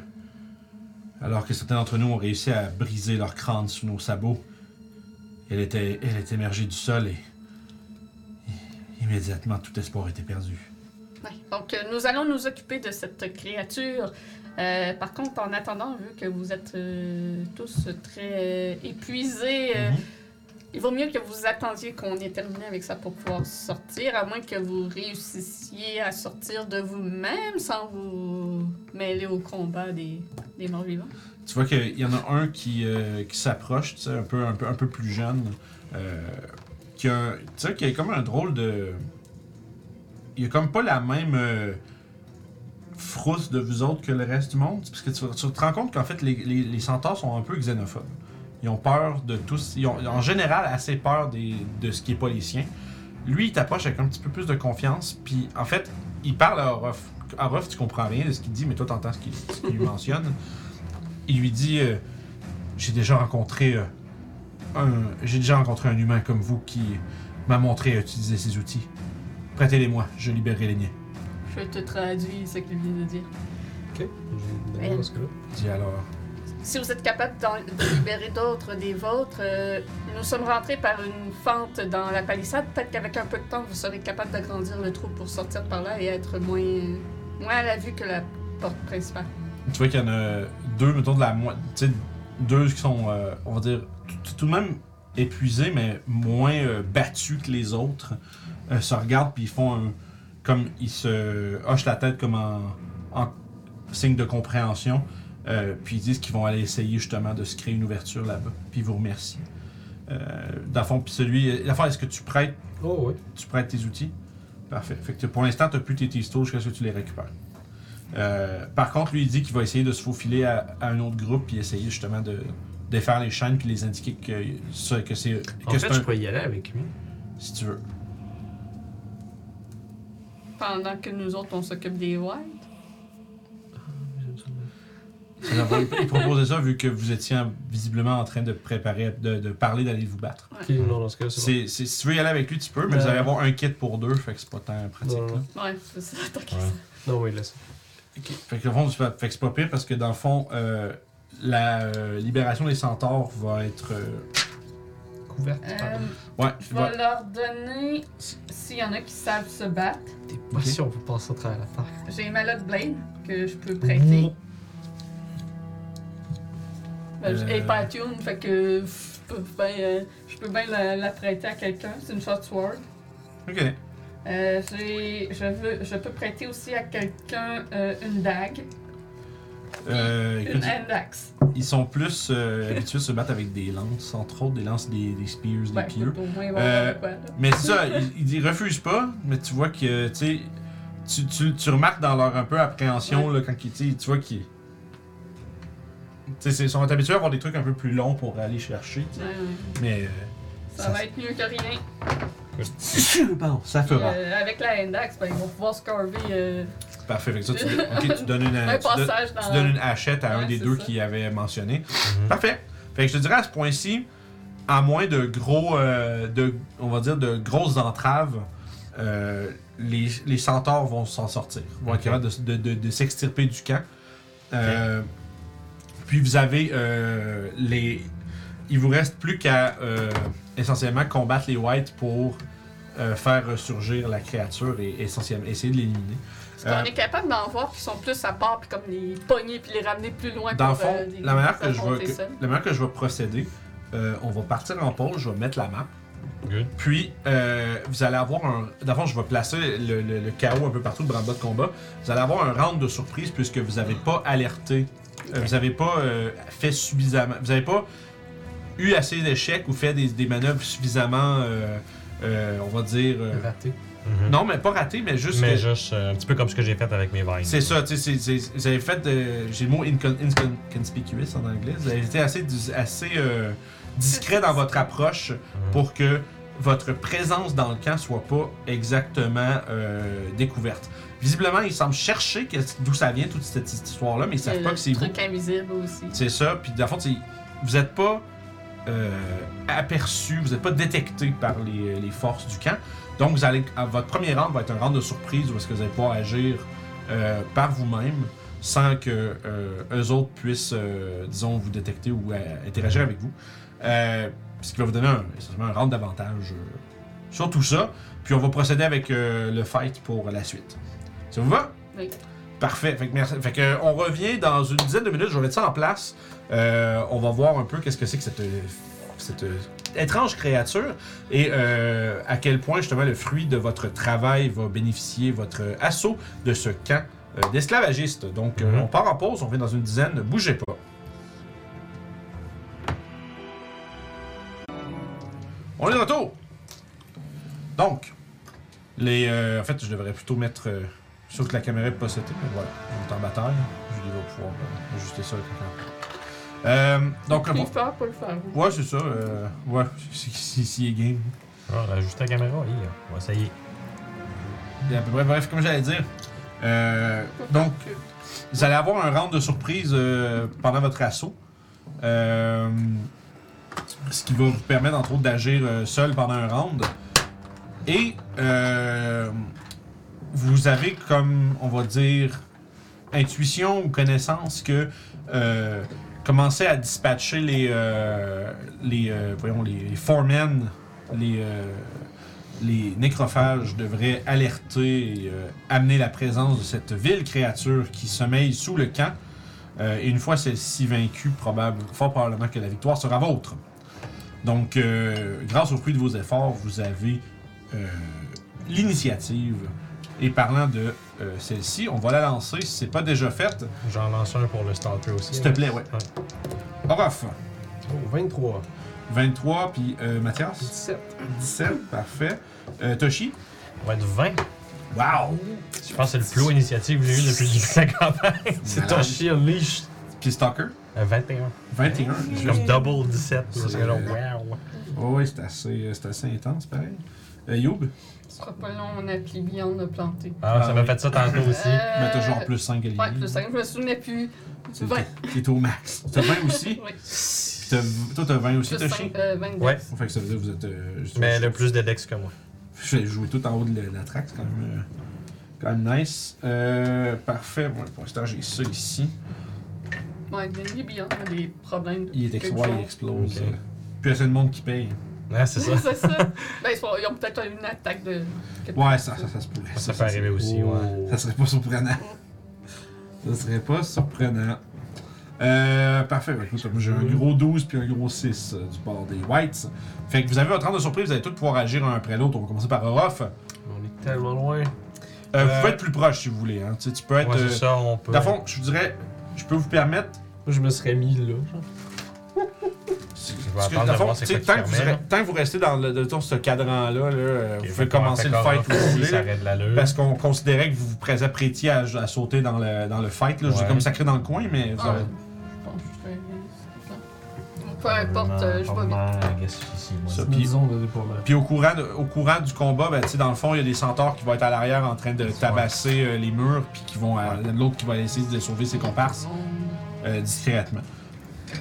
A: Alors que certains d'entre nous ont réussi à briser leur crâne sous nos sabots, elle était, elle est émergée du sol et. et immédiatement, tout espoir était perdu.
B: Ouais. Donc, euh, nous allons nous occuper de cette créature. Euh, par contre, en attendant, vu que vous êtes euh, tous très euh, épuisés, euh,
A: Mhm.
B: il vaut mieux que vous attendiez qu'on ait terminé avec ça pour pouvoir sortir, à moins que vous réussissiez à sortir de vous-même sans vous mêler au combat des, des morts vivants.
A: Tu vois qu'il y en a un qui, euh, qui s'approche, tu sais, un peu, un, peu, un peu plus jeune, euh, qui a, tu sais, qui a comme un drôle de... Il a comme pas la même euh, frousse de vous autres que le reste du monde, parce que tu, tu te rends compte qu'en fait, les, les, les centaures sont un peu xénophobes. Ils ont peur de tous, ils ont en général assez peur des, de ce qui est pas les siens. Lui, il t'approche avec un petit peu plus de confiance, puis en fait, il parle à Orof. Orof, tu comprends rien de ce qu'il dit, mais toi, t'entends ce qu'il ce qu'il lui mentionne il lui dit euh, j'ai déjà rencontré euh, un j'ai déjà rencontré un humain comme vous qui m'a montré à utiliser ces outils. Prêtez-les-moi, je libérerai les miens.
B: Je te traduis ce qu'il vient de dire.
D: Ok. Je vais
B: Bien.
D: dans ce cas-là.
A: Il dit alors
B: Si vous êtes capable d'en- de libérer d'autres des vôtres, euh, nous sommes rentrés par une fente dans la palissade. Peut-être qu'avec un peu de temps, vous serez capable d'agrandir le trou pour sortir par là et être moins, moins à la vue que la porte principale.
A: tu vois qu'il y en a deux mettons de la moitié, tu sais deux qui sont euh, on va dire tout- tout de même épuisés mais moins euh, battus que les autres euh, se regardent puis ils font un- comme ils se hochent la tête comme en, en signe de compréhension euh, puis ils disent qu'ils vont aller essayer justement de se créer une ouverture là-bas puis ils vous remercient euh, dans le fond puis celui dans le fond, est-ce que tu prêtes
D: Oh, ouais.
A: tu prêtes tes outils. Parfait. Fait que t- pour l'instant, tu n'as plus tes tistos jusqu'à ce que tu les récupères. Euh, par contre, lui, il dit qu'il va essayer de se faufiler à, à un autre groupe puis essayer justement de défaire les chaînes puis les indiquer que, ça- que c'est
D: En
A: que
D: fait,
A: c'est
D: je
A: un-
D: pourrais y aller avec lui.
A: si tu veux.
B: Pendant que nous autres, on s'occupe des White.
A: Il leur- il proposait ça vu que vous étiez en- visiblement en train de préparer, de, de parler d'aller vous battre.
D: Ok, non, dans ce cas-là, c'est
A: C'est- c'est- si tu veux y aller avec lui, tu peux, mais
D: Euh.
A: vous allez avoir un kit pour deux, fait que c'est pas tant pratique.
D: Non, non.
A: là.
B: Ouais, c'est ça. tant qu'à
C: Ouais.
B: ça.
D: bon. Non, oui, laisse.
A: Ok. Fait que, le fond, c'est pas- fait que c'est pas pire parce que dans le fond, euh, la euh, libération des centaures va être. euh,
D: Couverte.
B: Euh,
A: ouais,
B: je vais
A: va-
B: leur donner, s'il y en a qui savent se battre,
D: T'es Euh. pas
A: ok.
D: sûr, on peut passer à travers la terre.
B: j'ai ma lot blade que je peux prêter.
A: Mm.
B: Ben,
A: Euh.
B: je- Elle est pas à tune, fait que pff, je peux bien euh, je peux bien la, la prêter à quelqu'un. C'est une short sword.
A: Ok.
B: Euh, j'ai- je, veux, je peux prêter aussi à quelqu'un euh, une dague,
A: Euh, écoute,
B: une hand axe.
A: ils sont plus euh, habitués de se battre avec des lances, entre autres des lances, des, des spears, des
B: Ben,
A: pieux.
B: faut au moins
A: Euh,
B: voir de quoi. là.
A: Mais c'est ça, ils, ils, ils refusent pas, mais tu vois que, tu sais, tu, tu, tu remarques dans leur un peu appréhension, là, quand ils, tu sais, tu vois qu'ils. Tu sais, ils sont habitués à avoir des trucs un peu plus longs pour aller chercher, tu sais.
B: Ouais, ouais.
A: mais. euh,
B: Ça, va être mieux que rien.
A: Bon, ça
B: Puis,
A: fera.
B: euh, avec la hand axe, ben, ils vont pouvoir scarver euh,
A: Parfait, fait que ça, tu, ok, tu donnes une.
B: un
A: tu donnes-
B: passage dans
A: tu donnes une hachette à un
B: Ouais,
A: des
B: c'est
A: deux
B: ça.
A: qui avait mentionné.
C: Mhm.
A: Parfait. Fait que je te dirais à ce point-ci, à moins de gros, euh, de, on va dire de grosses entraves, euh, les, les centaures vont s'en sortir, vont être
C: Ok.
A: capables de, de- de- de s'extirper du camp. Euh, Puis vous avez euh, les, il vous reste plus qu'à euh, essentiellement combattre les whites pour euh, faire ressurgir la créature et essentiellement essayer de l'éliminer.
B: Parce qu'on
A: Euh,
B: est capable d'en voir qui sont plus à part, puis comme les pogner, puis les ramener plus loin.
A: Dans le
B: pour,
A: fond,
B: euh, les-
A: la manière
B: ça
A: que je
B: monte
A: vais,
B: les
A: que-
B: seuls.
A: la manière que je vais procéder, euh, on va partir en pause, je vais mettre la map.
C: Good.
A: Puis, euh, vous allez avoir un. D'abord, je vais placer le, le- le chaos un peu partout dans le bas de combat. Vous allez avoir un round de surprise puisque vous n'avez pas alerté. euh, vous n'avez pas euh, fait suffisamment. Vous n'avez pas eu assez d'échecs ou fait des, des manœuvres suffisamment. euh, euh, on va dire. euh,
D: Raté.
C: Mhm.
A: Non, mais pas raté, mais juste.
C: Mais
A: que-
C: juste euh, un petit peu comme ce que j'ai fait avec mes vines.
A: C'est ça, tu sais, c'est- c'est- vous avez fait. de- J'ai le mot incon- inconspicuous en anglais. Vous avez été assez, dis- assez euh, discret dans votre approche
C: Mhm.
A: pour que votre présence dans le camp soit pas exactement euh, découverte. Visiblement, ils semblent chercher qu'est-ce- d'où ça vient, toute cette cette histoire-là, mais ils savent
B: Le
A: pas que c'est vous.
B: Euh, truc invisible aussi.
A: C'est ça. Puis, dans le fond, c'est- vous n'êtes pas euh, aperçu, vous n'êtes pas détecté par les, les forces du camp. Donc, vous allez, à votre premier round va être un round de surprise où est-ce que vous allez pouvoir agir euh, par vous-même sans que euh, eux autres puissent, euh, disons, vous détecter ou euh, interagir avec vous. Euh, ce qui va vous donner un, essentiellement un round d'avantage euh, sur tout ça. Puis, on va procéder avec euh, le fight pour la suite. Ça vous va?
B: Oui.
A: Parfait. Fait que, merci- fait que, euh, on revient dans une dizaine de minutes. Je vais mettre ça en place. Euh, on va voir un peu qu'est-ce que c'est que cette, euh, cette euh, étrange créature et euh, à quel point justement le fruit de votre travail va bénéficier votre euh, assaut de ce camp euh, d'esclavagistes. Donc euh,
C: Mhm.
A: on part en pause. On revient dans une dizaine. Ne bougez pas. On est de retour. Donc, les, euh, en fait, je devrais plutôt mettre euh, je suis sûr que la caméra est pas setée, mais voilà. On est en bataille. Julie va pouvoir euh, ajuster ça quand on euh, Donc,
B: Plus
A: bon.
B: fort pour le faire. vous.
A: Ouais, c'est ça. euh, ouais, si si- si est game.
C: Ah, on a ajusté la caméra, oui. Ouais, ça y est.
A: Et à peu près, bref, comme j'allais dire. euh, donc, vous allez avoir un round de surprise euh, pendant votre assaut. Euh, ce qui va vous permettre, entre autres, d'agir euh, seul pendant un round. Et euh, vous avez comme, on va dire, intuition ou connaissance que euh, commencez à dispatcher les, euh, les, euh, voyons, les, les foremen, les, euh, les nécrophages devraient alerter et euh, amener la présence de cette ville créature qui sommeille sous le camp. Euh, et une fois celle-ci vaincue, probable, fort probablement que la victoire sera vôtre. Donc, euh, grâce au fruit de vos efforts, vous avez euh, l'initiative. Et parlant de euh, celle-ci, on va la lancer si c'est pas déjà fait.
C: J'en lance un pour le starter aussi. hein.
A: S'il te plaît, ouais. Orof,
D: Oh, 23.
A: 23, puis euh, Mathias,
D: 17.
A: 17, parfait. Euh, Toshi,
C: On va être 20.
A: wow!
C: Je pense que c'est le plus haut initiative que j'ai eu depuis le début de la campagne.
A: C'est
C: Ton chien leash.
A: Puis Stalker,
C: Euh, 21.
A: 21.
C: C'est comme double 17. là,
A: C'est-
C: C'est genre, wow.
A: Oh, oui, c'est assez, c'est assez intense, pareil. Euh, Youb,
B: Ce sera pas long, on a appelé Beyond de planter.
C: Ah,
A: Ah
C: ça m'a
A: oui.
C: fait ça tantôt aussi.
B: Euh,
A: mais ben, t'as genre plus 5 alliés.
B: Ouais, plus 5, je me souvenais plus.
A: C'est-
B: 20.
A: t'es- T'es au max. T'as 20 aussi.
B: Oui.
A: Puis t'as- Toi, t'as 20 aussi,
B: Plus
A: Toshi.
B: 5, euh, 22.
C: Ouais.
A: Fait que ça veut dire que vous êtes. euh, juste-
C: Mais Ben, le plus de dex que moi.
A: Je vais jouer tout en haut de la- de la track, c'est quand même, euh, quand même nice. Euh, parfait, bon, pour l'instant, j'ai ça ici.
B: Ouais, Glenny Beyond a des problèmes.
A: Il est ex-
B: quelque
A: ouais, il
B: chose.
A: explose.
C: Ok.
A: euh. Puis il y a assez de monde qui paye.
C: Ah, c'est ça.
B: C'est ça. Ben, ils, sont- ils ont peut-être une attaque de. quelque
A: Ouais,
B: chose.
A: ça, ça, ça se pourrait. Oh.
C: Ça, peut arriver aussi, ouais.
A: Ça serait pas surprenant. Ça serait pas surprenant. Euh, parfait. Ben, écoute, moi, j'ai un gros 12 puis un gros 6 euh, du bord des Whites. Fait que vous avez votre rang de surprise, vous allez tous pouvoir agir un après l'autre. On va commencer par Orof. Euh,
D: On est tellement loin.
A: Vous
C: Euh,
A: pouvez être plus proche si vous voulez. Hein. Tu sais, tu peux être.
C: Ouais,
A: euh,
C: c'est ça, on peut.
A: dans le fond, je vous dirais, je peux vous permettre.
D: Moi, je me serais mis là.
A: parce
C: attendre
A: que, dans le
C: de
A: fond,
C: voir c'est
A: tu sais,
C: quoi
A: tant,
C: qui
A: que vous
C: permet,
A: re- tant que vous restez dans le, dans ce cadran-là, là, euh,
C: Ok,
A: vous
C: fait
A: pouvez
C: qu'on
A: commencer
C: fait
A: le
C: qu'on
A: fight
C: va-
A: où vous voulez,
C: Ça arrête de l'allure.
A: Parce qu'on considérait que vous vous apprêtiez à, à sauter dans le, dans le fight. Là. Je vous ai
C: Ouais.
A: comme sacré dans le coin, mais vous
B: Ah,
A: avez-
B: je pense que je fais- c'est ça. Peu importe, euh, je vais vite.
A: Ça,
D: C'est
A: puis-
D: une zone de déploiement.
A: Puis au courant, de- au courant du combat, ben, tu sais, dans le fond, il y a des centaures qui vont être à l'arrière en train de tabasser euh, les murs, puis qui vont euh, à- l'autre qui va essayer de sauver ses comparses euh, discrètement.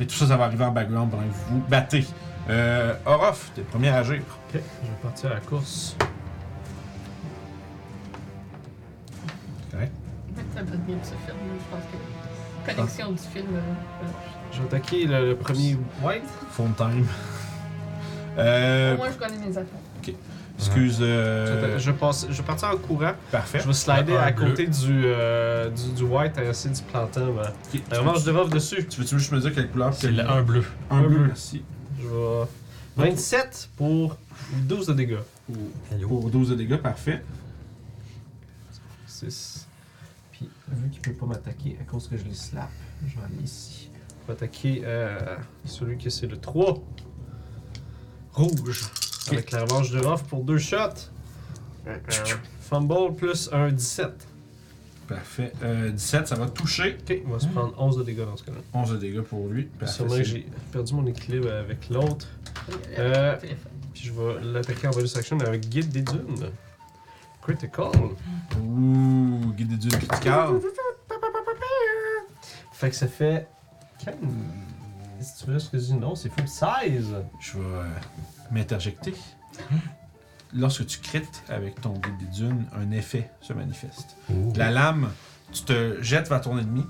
A: Et tout ça, ça va arriver en background pendant que vous vous battez. Euh, Orof, t'es le premier à agir.
D: Ok, je vais partir à la course.
A: Correct.
B: Peut-être ça va venir de ce film, je pense que. Connexion du film. euh,
D: Je vais attaquer le, le premier white.
A: Full time.
B: euh,
A: Euh,
B: Au moins, je connais mes affaires.
A: excuse. euh,
D: Je, passe, je vais partir en courant.
A: parfait.
D: Je vais slider
C: Un
D: à
C: bleu.
D: côté du, euh, du, du white à essayer du plantain. Ben.
A: Ok, tu
D: Vraiment,
A: veux-
D: je devrais dessus.
A: Tu veux-tu juste me dire quelle couleur
C: C'est
A: quel-
C: le 1 bleu.
A: Un bleu,
D: bleu.
A: merci.
D: Je vais. 27 pour 12 de dégâts.
A: Pour 12 de dégâts, parfait.
D: 6. Puis, vu qu'il peut pas m'attaquer à cause que je les slap, je vais aller ici. Je vais attaquer euh, celui que c'est le 3. Rouge. Avec la revanche de Rof pour deux shots.
A: Euh,
D: Fumble plus un 17.
A: Parfait. Euh, 17, ça va toucher.
D: Ok, on va se prendre 11 de dégâts dans ce cas-là.
A: 11 de dégâts pour lui. Hmm. Parfait.
D: Sûrement que
A: c'est-
D: j'ai perdu mon équilibre avec l'autre. Euh, Puis je vais l'attaquer en bonus action avec Guide des Dunes. Critical.
A: Ouh, guide du critical.
D: Fait que ça fait. 15. Si tu veux ce que je dis, non, c'est full 16.
A: Je vais euh, m'interjecter. Lorsque tu crites avec ton guide des dunes, un effet se manifeste. La lame, tu te jettes vers ton ennemi,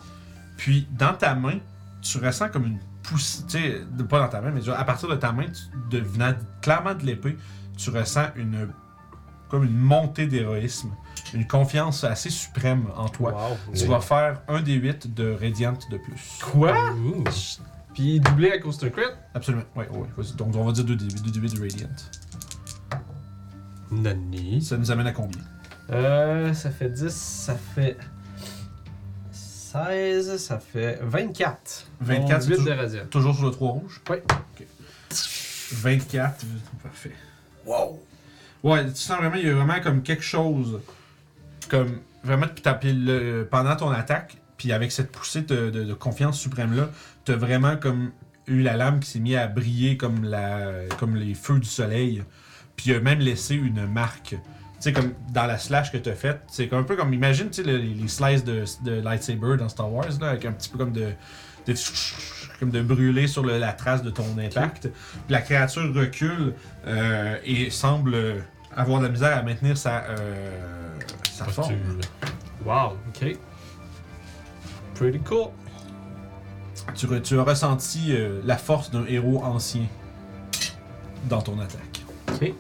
A: puis dans ta main, tu ressens comme une poussée, tu sais, de- pas dans ta main, mais genre, à partir de ta main, tu, de, venant clairement de l'épée, tu ressens une comme une montée d'héroïsme, une confiance assez suprême en toi.
D: Wow.
A: Tu vas faire un des 8 de Radiant de plus.
D: Quoi? Puis doublé à cause d'un crit?
A: Absolument. Ouais, ouais. vas-y. Donc, on va dire 2 d 8 de Radiant.
D: Nani.
A: Ça nous amène à combien
D: Euh, ça fait 10, ça fait 16, ça fait 24.
A: 24, c'est
D: 8
A: toujours-
D: de radian.
A: Toujours sur le 3 rouge
D: Oui.
A: Ok. 24. Parfait. Wow Ouais, tu sens vraiment, il y a vraiment comme quelque chose. Comme vraiment, puis t'as- puis le- pendant ton attaque, puis avec cette poussée de, de- de confiance suprême-là, t'as vraiment comme eu la lame qui s'est mise à briller comme, la, comme les feux du soleil. Puis il a même laissé une marque. Tu sais, comme dans la slash que t'as faite, c'est un peu comme, imagine, tu sais, le- les, les slices de, de lightsaber dans Star Wars, là, avec un petit peu comme de, de- comme de brûler sur le- la trace de ton impact. Puis la créature recule euh, et semble euh, avoir de la misère à maintenir sa, euh, sa forme.
D: Wow, ok. Pretty cool.
A: Tu, re- tu as ressenti euh, la force d'un héros ancien dans ton attaque.
D: Ok.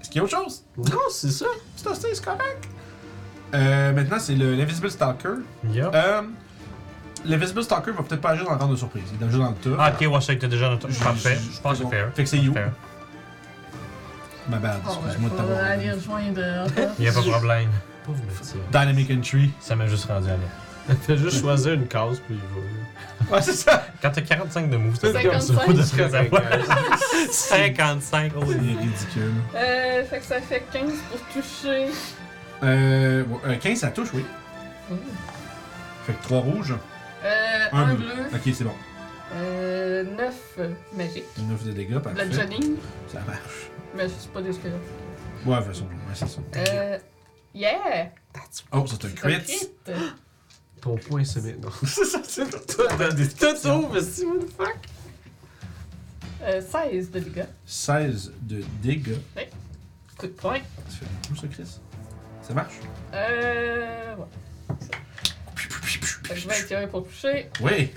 A: Est-ce qu'il y a autre chose?
D: Non, c'est ça.
A: C'est assez, c'est correct. Euh, maintenant, c'est le- l'Invisible Stalker.
C: Yup.
A: Euh, L'Invisible Stalker va peut-être pas agir dans le rang de surprise. Il est déjà dans le tas.
E: Ah, ok, ouais, c'est que t'as déjà notre.
A: Je-
E: Parfait.
A: je-
E: Je pense que
A: bon.
E: c'est fair.
A: Fait que c'est you.
E: Fair.
A: Ma bad,
B: On
A: excuse-moi de
B: va aller
A: t'avoir.
B: rejoindre. euh,
E: Y'a pas de problème.
D: Pauvre Mathieu.
A: Dynamic Entry.
E: Ça m'a juste rendu à l'air.
D: Fais juste choisir une case, puis il va.
A: Ouais, c'est ça!
E: Quand t'as 45 de move, t'as
B: C'est
E: fait comme ça.
B: comme
E: on
B: ça.
E: devrait savoir. 55, oh
A: Il
E: oui.
A: est ridicule.
B: Euh, fait que ça fait 15 pour toucher.
A: Euh, bon, euh, 15, ça touche, oui. Fait que 3 rouges,
B: Euh,
A: 1
B: un
A: bleu.
B: bleu.
A: Ok, c'est bon.
B: Euh, 9 magique.
A: 9 de dégâts, parfait.
B: Bludgeoning,
A: Ça marche.
B: mais je suis pas des squelettes.
A: Ouais, de toute façon, ouais, c'est ça.
B: Euh, yeah!
A: Oh, c'est un
B: C'est un
A: crit!
B: crit.
D: Ton point se met. Non.
A: C'est ça, c'est tout.
D: Tout sauve, si, what the fuck?
B: Euh, 16 de dégâts.
A: 16 de dégâts.
B: Coup de poing.
A: Ça fait beaucoup, ça, Chris? Ça marche?
B: Euh, ouais. Fait que 21 pour toucher.
A: Oui!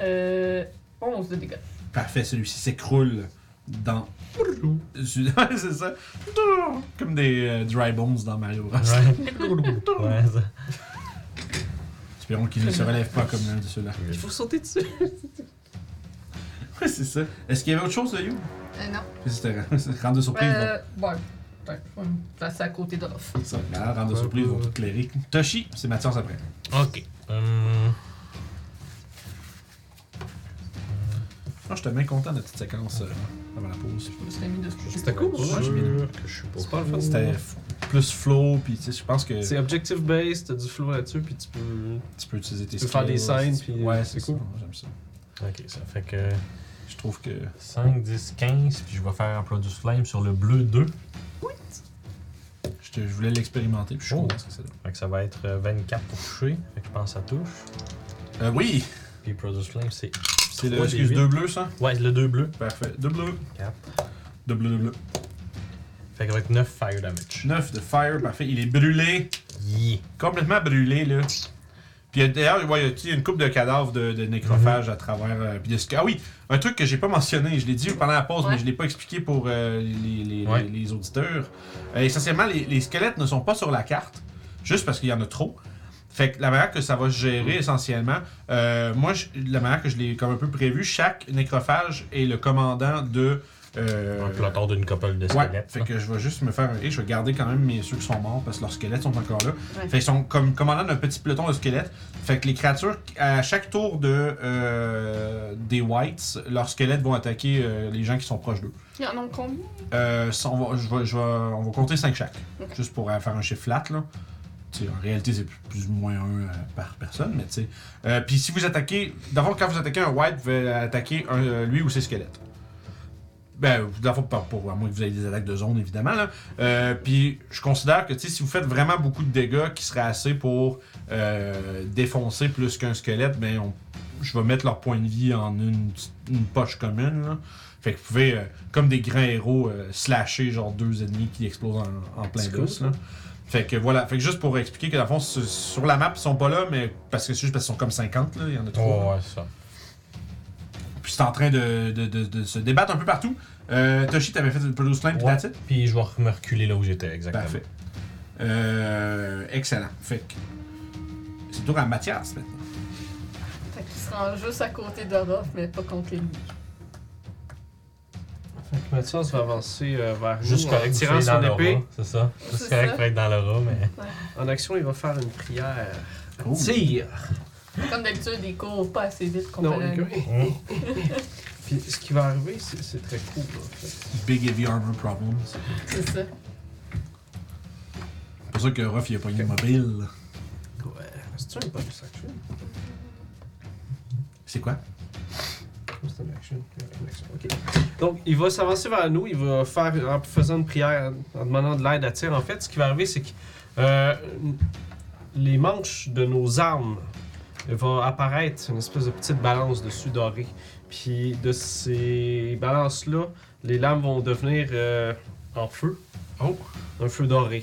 B: Euh, 11 de dégâts.
A: Parfait, celui-ci s'écroule dans. c'est ça. Comme des euh, dry bones dans Mario Bros.
E: Ouais. Ouais, ça.
A: Espérons qu'il ne se relève pas comme l'un de ceux-là.
D: Il faut sauter dessus.
A: Ouais, c'est ça. Est-ce qu'il y avait autre chose de You?
B: Euh, non.
A: C'était rendre de surprise. donc.
B: Euh, bon. Attends, je vais me placer à côté d'off.
A: Ça, là, rendre de surprise, ils vont tout clairer. Toshi, c'est Mathias après.
E: Ok. Hum,
A: Non, j'étais bien content de notre petite séquence euh, avant la pause.
B: Je me serais mis dessus.
D: C'était cool, pour moi.
A: Ouais, j'ai bien aimé.
C: que je suis pas
D: C'est pas le fun.
A: C'était f- plus flow, puis tu sais, je pense que
D: Mm. C'est objective based, t'as du flow là-dessus, puis tu peux.
A: tu peux utiliser tes
D: Tu peux faire des
A: skills.
D: scènes, puis euh,
A: Ouais,
D: c'est
A: c'est
D: cool.
A: cool. J'aime ça.
E: Ok, ça fait que
A: Je trouve que.
E: 5, 10, 15, puis je vais faire un Produce Flame sur le bleu 2.
A: Je, te- je voulais l'expérimenter, puis je suis
E: Oh.
A: content que ça donne.
E: Fait que ça va être euh, 24 pour toucher. Fait que je pense que ça touche.
A: Euh, oui!
E: Puis Produce Flame, c'est.
A: C'est le.
E: Trois
A: Excuse,
E: des
A: deux bleus, ça?
E: Ouais, le 2 bleu.
A: Parfait. Deux bleus.
E: Quatre.
A: Deux bleus, deux bleus.
E: Fait que ça va être 9 fire damage.
A: 9 de fire, parfait. Il est brûlé.
E: Yeah.
A: Complètement brûlé, là. Puis euh, d'ailleurs, ouais, il y a- il y a une coupe de cadavres de, de nécrophages à travers. euh, puis de sc- Ah oui, un truc que j'ai pas mentionné, je l'ai dit pendant la pause,
B: Ouais.
A: mais je l'ai pas expliqué pour euh, les, les-
E: Ouais.
A: les- les auditeurs. Euh, essentiellement, les, les squelettes ne sont pas sur la carte, juste parce qu'il y en a trop. Fait que la manière que ça va se gérer essentiellement, euh, moi, je- la manière que je l'ai comme un peu prévu, chaque nécrophage est le commandant de Euh,
C: Un peloton d'une couple de
A: Ouais,
C: squelettes.
A: fait que je vais juste me faire. Et je vais garder quand même mes ceux qui sont morts parce que leurs squelettes sont encore là.
B: Ouais.
A: Fait qu'ils sont comme commandant d'un petit peloton de squelettes. Fait que les créatures, à chaque tour de euh, des Whites, leurs squelettes vont attaquer euh, les gens qui sont proches d'eux.
B: Il y en a combien?
A: Euh, ça, on, va, je vais- je vais- on va compter 5 chaque.
B: Ok.
A: Juste pour euh, faire un chiffre flat, là. Tu sais, en réalité, c'est plus, plus ou moins un euh, par personne, mais tu sais. Euh, Puis si vous attaquez. D'abord, quand vous attaquez un white, vous pouvez attaquer un, euh, lui ou ses squelettes. Ben, d'abord, pas pour, à moins que vous ayez des attaques de zone, évidemment, là. Euh, Puis je considère que, tu sais, si vous faites vraiment beaucoup de dégâts qui seraient assez pour euh, défoncer plus qu'un squelette, ben, on- je vais mettre leur point de vie en une, une poche commune, là. Fait que vous pouvez, euh, comme des grands héros, euh, slasher genre deux ennemis qui explosent en, en plein
D: C'est
A: gosse.
D: cool,
A: là. Fait que voilà, fait que juste pour expliquer que dans le fond, sur, sur la map, ils sont pas là, mais parce que c'est juste parce qu'ils sont comme 50, là, il y en a trois.
E: Oh, ouais, c'est ça.
A: Puis c'est en train de, de- de- de se débattre un peu partout. Euh, Toshi, t'avais fait le Produce Line, puis
C: Ouais.
A: that's it?
C: Puis je vais me reculer là où j'étais, exactement.
A: Parfait. Euh, excellent. Fait que. C'est le tour à Mathias maintenant.
B: Fait qu'il se rend juste à côté d'Orof, mais pas contre les nuits.
D: Fait que Mathias va avancer euh, vers
C: Juste
D: nous
C: correct
D: en
C: pour
D: tirant
C: être dans
D: son
C: l'aura,
D: épée.
C: c'est ça.
B: C'est
C: Juste
B: ça.
C: correct pour être dans l'aura, mais...
D: En action, il va faire une prière.
A: Oh.
D: Tire!
B: Comme d'habitude, ils courent pas assez vite contre
D: Non,
B: la
D: les gars.
B: nuit.
C: Hum.
D: Puis ce qui va arriver, c'est c'est très cool. là, en fait.
A: Big Heavy Armor Problems.
B: C'est ça.
A: C'est pour ça que Ruff, il a pas eu mobile.
D: Ouais. C'est-tu un bonus action?
A: C'est quoi?
D: Ou c'est une action? Ouais, une action, Euh, ok. Donc, il va s'avancer vers nous, il va faire, en faisant une prière, en demandant de l'aide à Tyr. En fait, ce qui va arriver, c'est que euh, les manches de nos armes vont apparaître une espèce de petite balance dessus dorée. Puis de ces balances-là, les lames vont devenir euh, en feu.
A: Oh.
D: Un feu doré.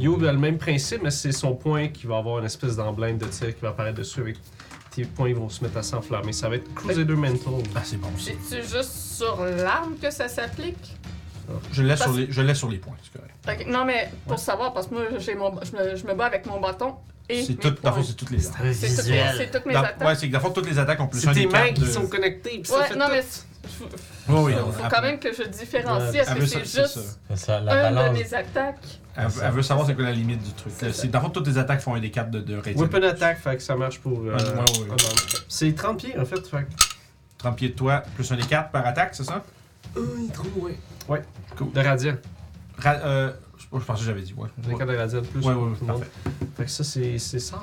D: Youb a le même principe, mais c'est son point qui va avoir une espèce d'emblème de tir qui va apparaître dessus avec tes points ils vont se mettre à s'enflammer. Ça va être Crusader Mental.
A: Ah, c'est bon. ça.
B: C'est-tu juste sur l'arme que ça s'applique?
A: Je laisse,
B: Parce-
A: sur les, je laisse sur les points, c'est correct.
B: Ok, Non, mais pour savoir, parce que moi, j'ai mon, je, me, je me bats avec mon bâton et.
A: C'est
B: mes
A: tout, dans le
B: poings.
A: fond, c'est toutes les armes.
B: C'est toutes mes- c'est toutes mes
A: Dans-
B: attaques.
A: ouais, c'est que dans le fond, toutes les attaques ont plus
D: C'est
A: un
D: tes
A: des
D: mains
A: quatre
D: qui
A: de-
D: sont connectées. puis ça
B: Ouais,
D: fait
B: non,
D: tout.
B: mais faut
A: Oh, oui,
C: Faut
A: non,
B: quand même que je différencie.
D: Ouais,
B: Est-ce
A: Elle
B: que
A: veut sa-
B: c'est
A: c'est ça.
B: juste
C: C'est ça, la
B: un de
C: balance.
B: mes attaques?
A: Elle, elle veut savoir c'est quoi la limite du truc.
B: C'est ça.
A: C'est- Dans le fond, toutes les attaques font un des quatre de, de rating.
D: Weapon attack, fait que ça marche pour. euh,
A: Ouais, ouais, ouais.
D: un homme. C'est 30 pieds en fait. fait que-
A: 30 pieds de toi, plus un des quatre par attaque, c'est ça?
D: Ouais.
A: Cool.
D: De radian.
A: Ra- euh, je, je pensais que j'avais dit, ouais.
D: Des
A: Ouais,
D: cartes de radian de plus.
A: ouais,
D: pour
A: ouais,
D: tout le monde.
A: parfait.
D: Fait que ça, c'est c'est ça.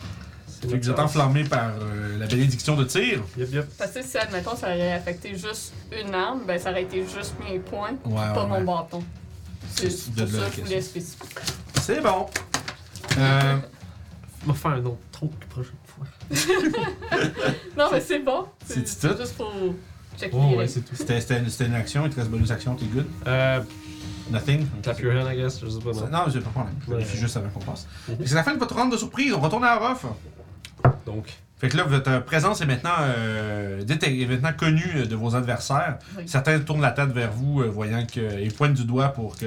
D: C'est
A: Fait que vous êtes
D: notre chance.
A: enflammé par euh, la bénédiction de tir.
D: Yep, yep.
B: Parce que si, admettons, ça aurait affecté juste une arme, ben ça aurait été juste mes points,
A: Ouais,
B: pas
A: ouais,
B: mon
A: Ah ouais.
B: bâton. C'est
A: C'est
B: pour
A: de
B: ça
A: la
B: que je voulais spécifier.
A: C'est bon. Euh,
D: On va faire un autre truc la prochaine fois.
B: Non, mais c'est bon.
A: C'est- c'est tout?
B: juste pour checker
D: Oh,
B: les
D: ouais,
B: règles.
D: c'est tout.
A: c'était, c'était une, c'était une action, il te reste bonus action, t'es good.
D: Euh,
A: Nothing.
D: clap your hand, I guess. Je sais pas. non.
A: Non, j'ai pas de problème. Je
D: Ouais.
A: vérifie juste avant qu'on passe.
D: Mhm.
A: C'est la fin de votre round de surprise. On retourne à Ruff.
D: Donc.
A: Fait que là, votre présence est maintenant, euh, déte- est maintenant connue euh, de vos adversaires.
B: Oui.
A: Certains tournent la tête vers vous, euh, voyant que ils pointent du doigt pour que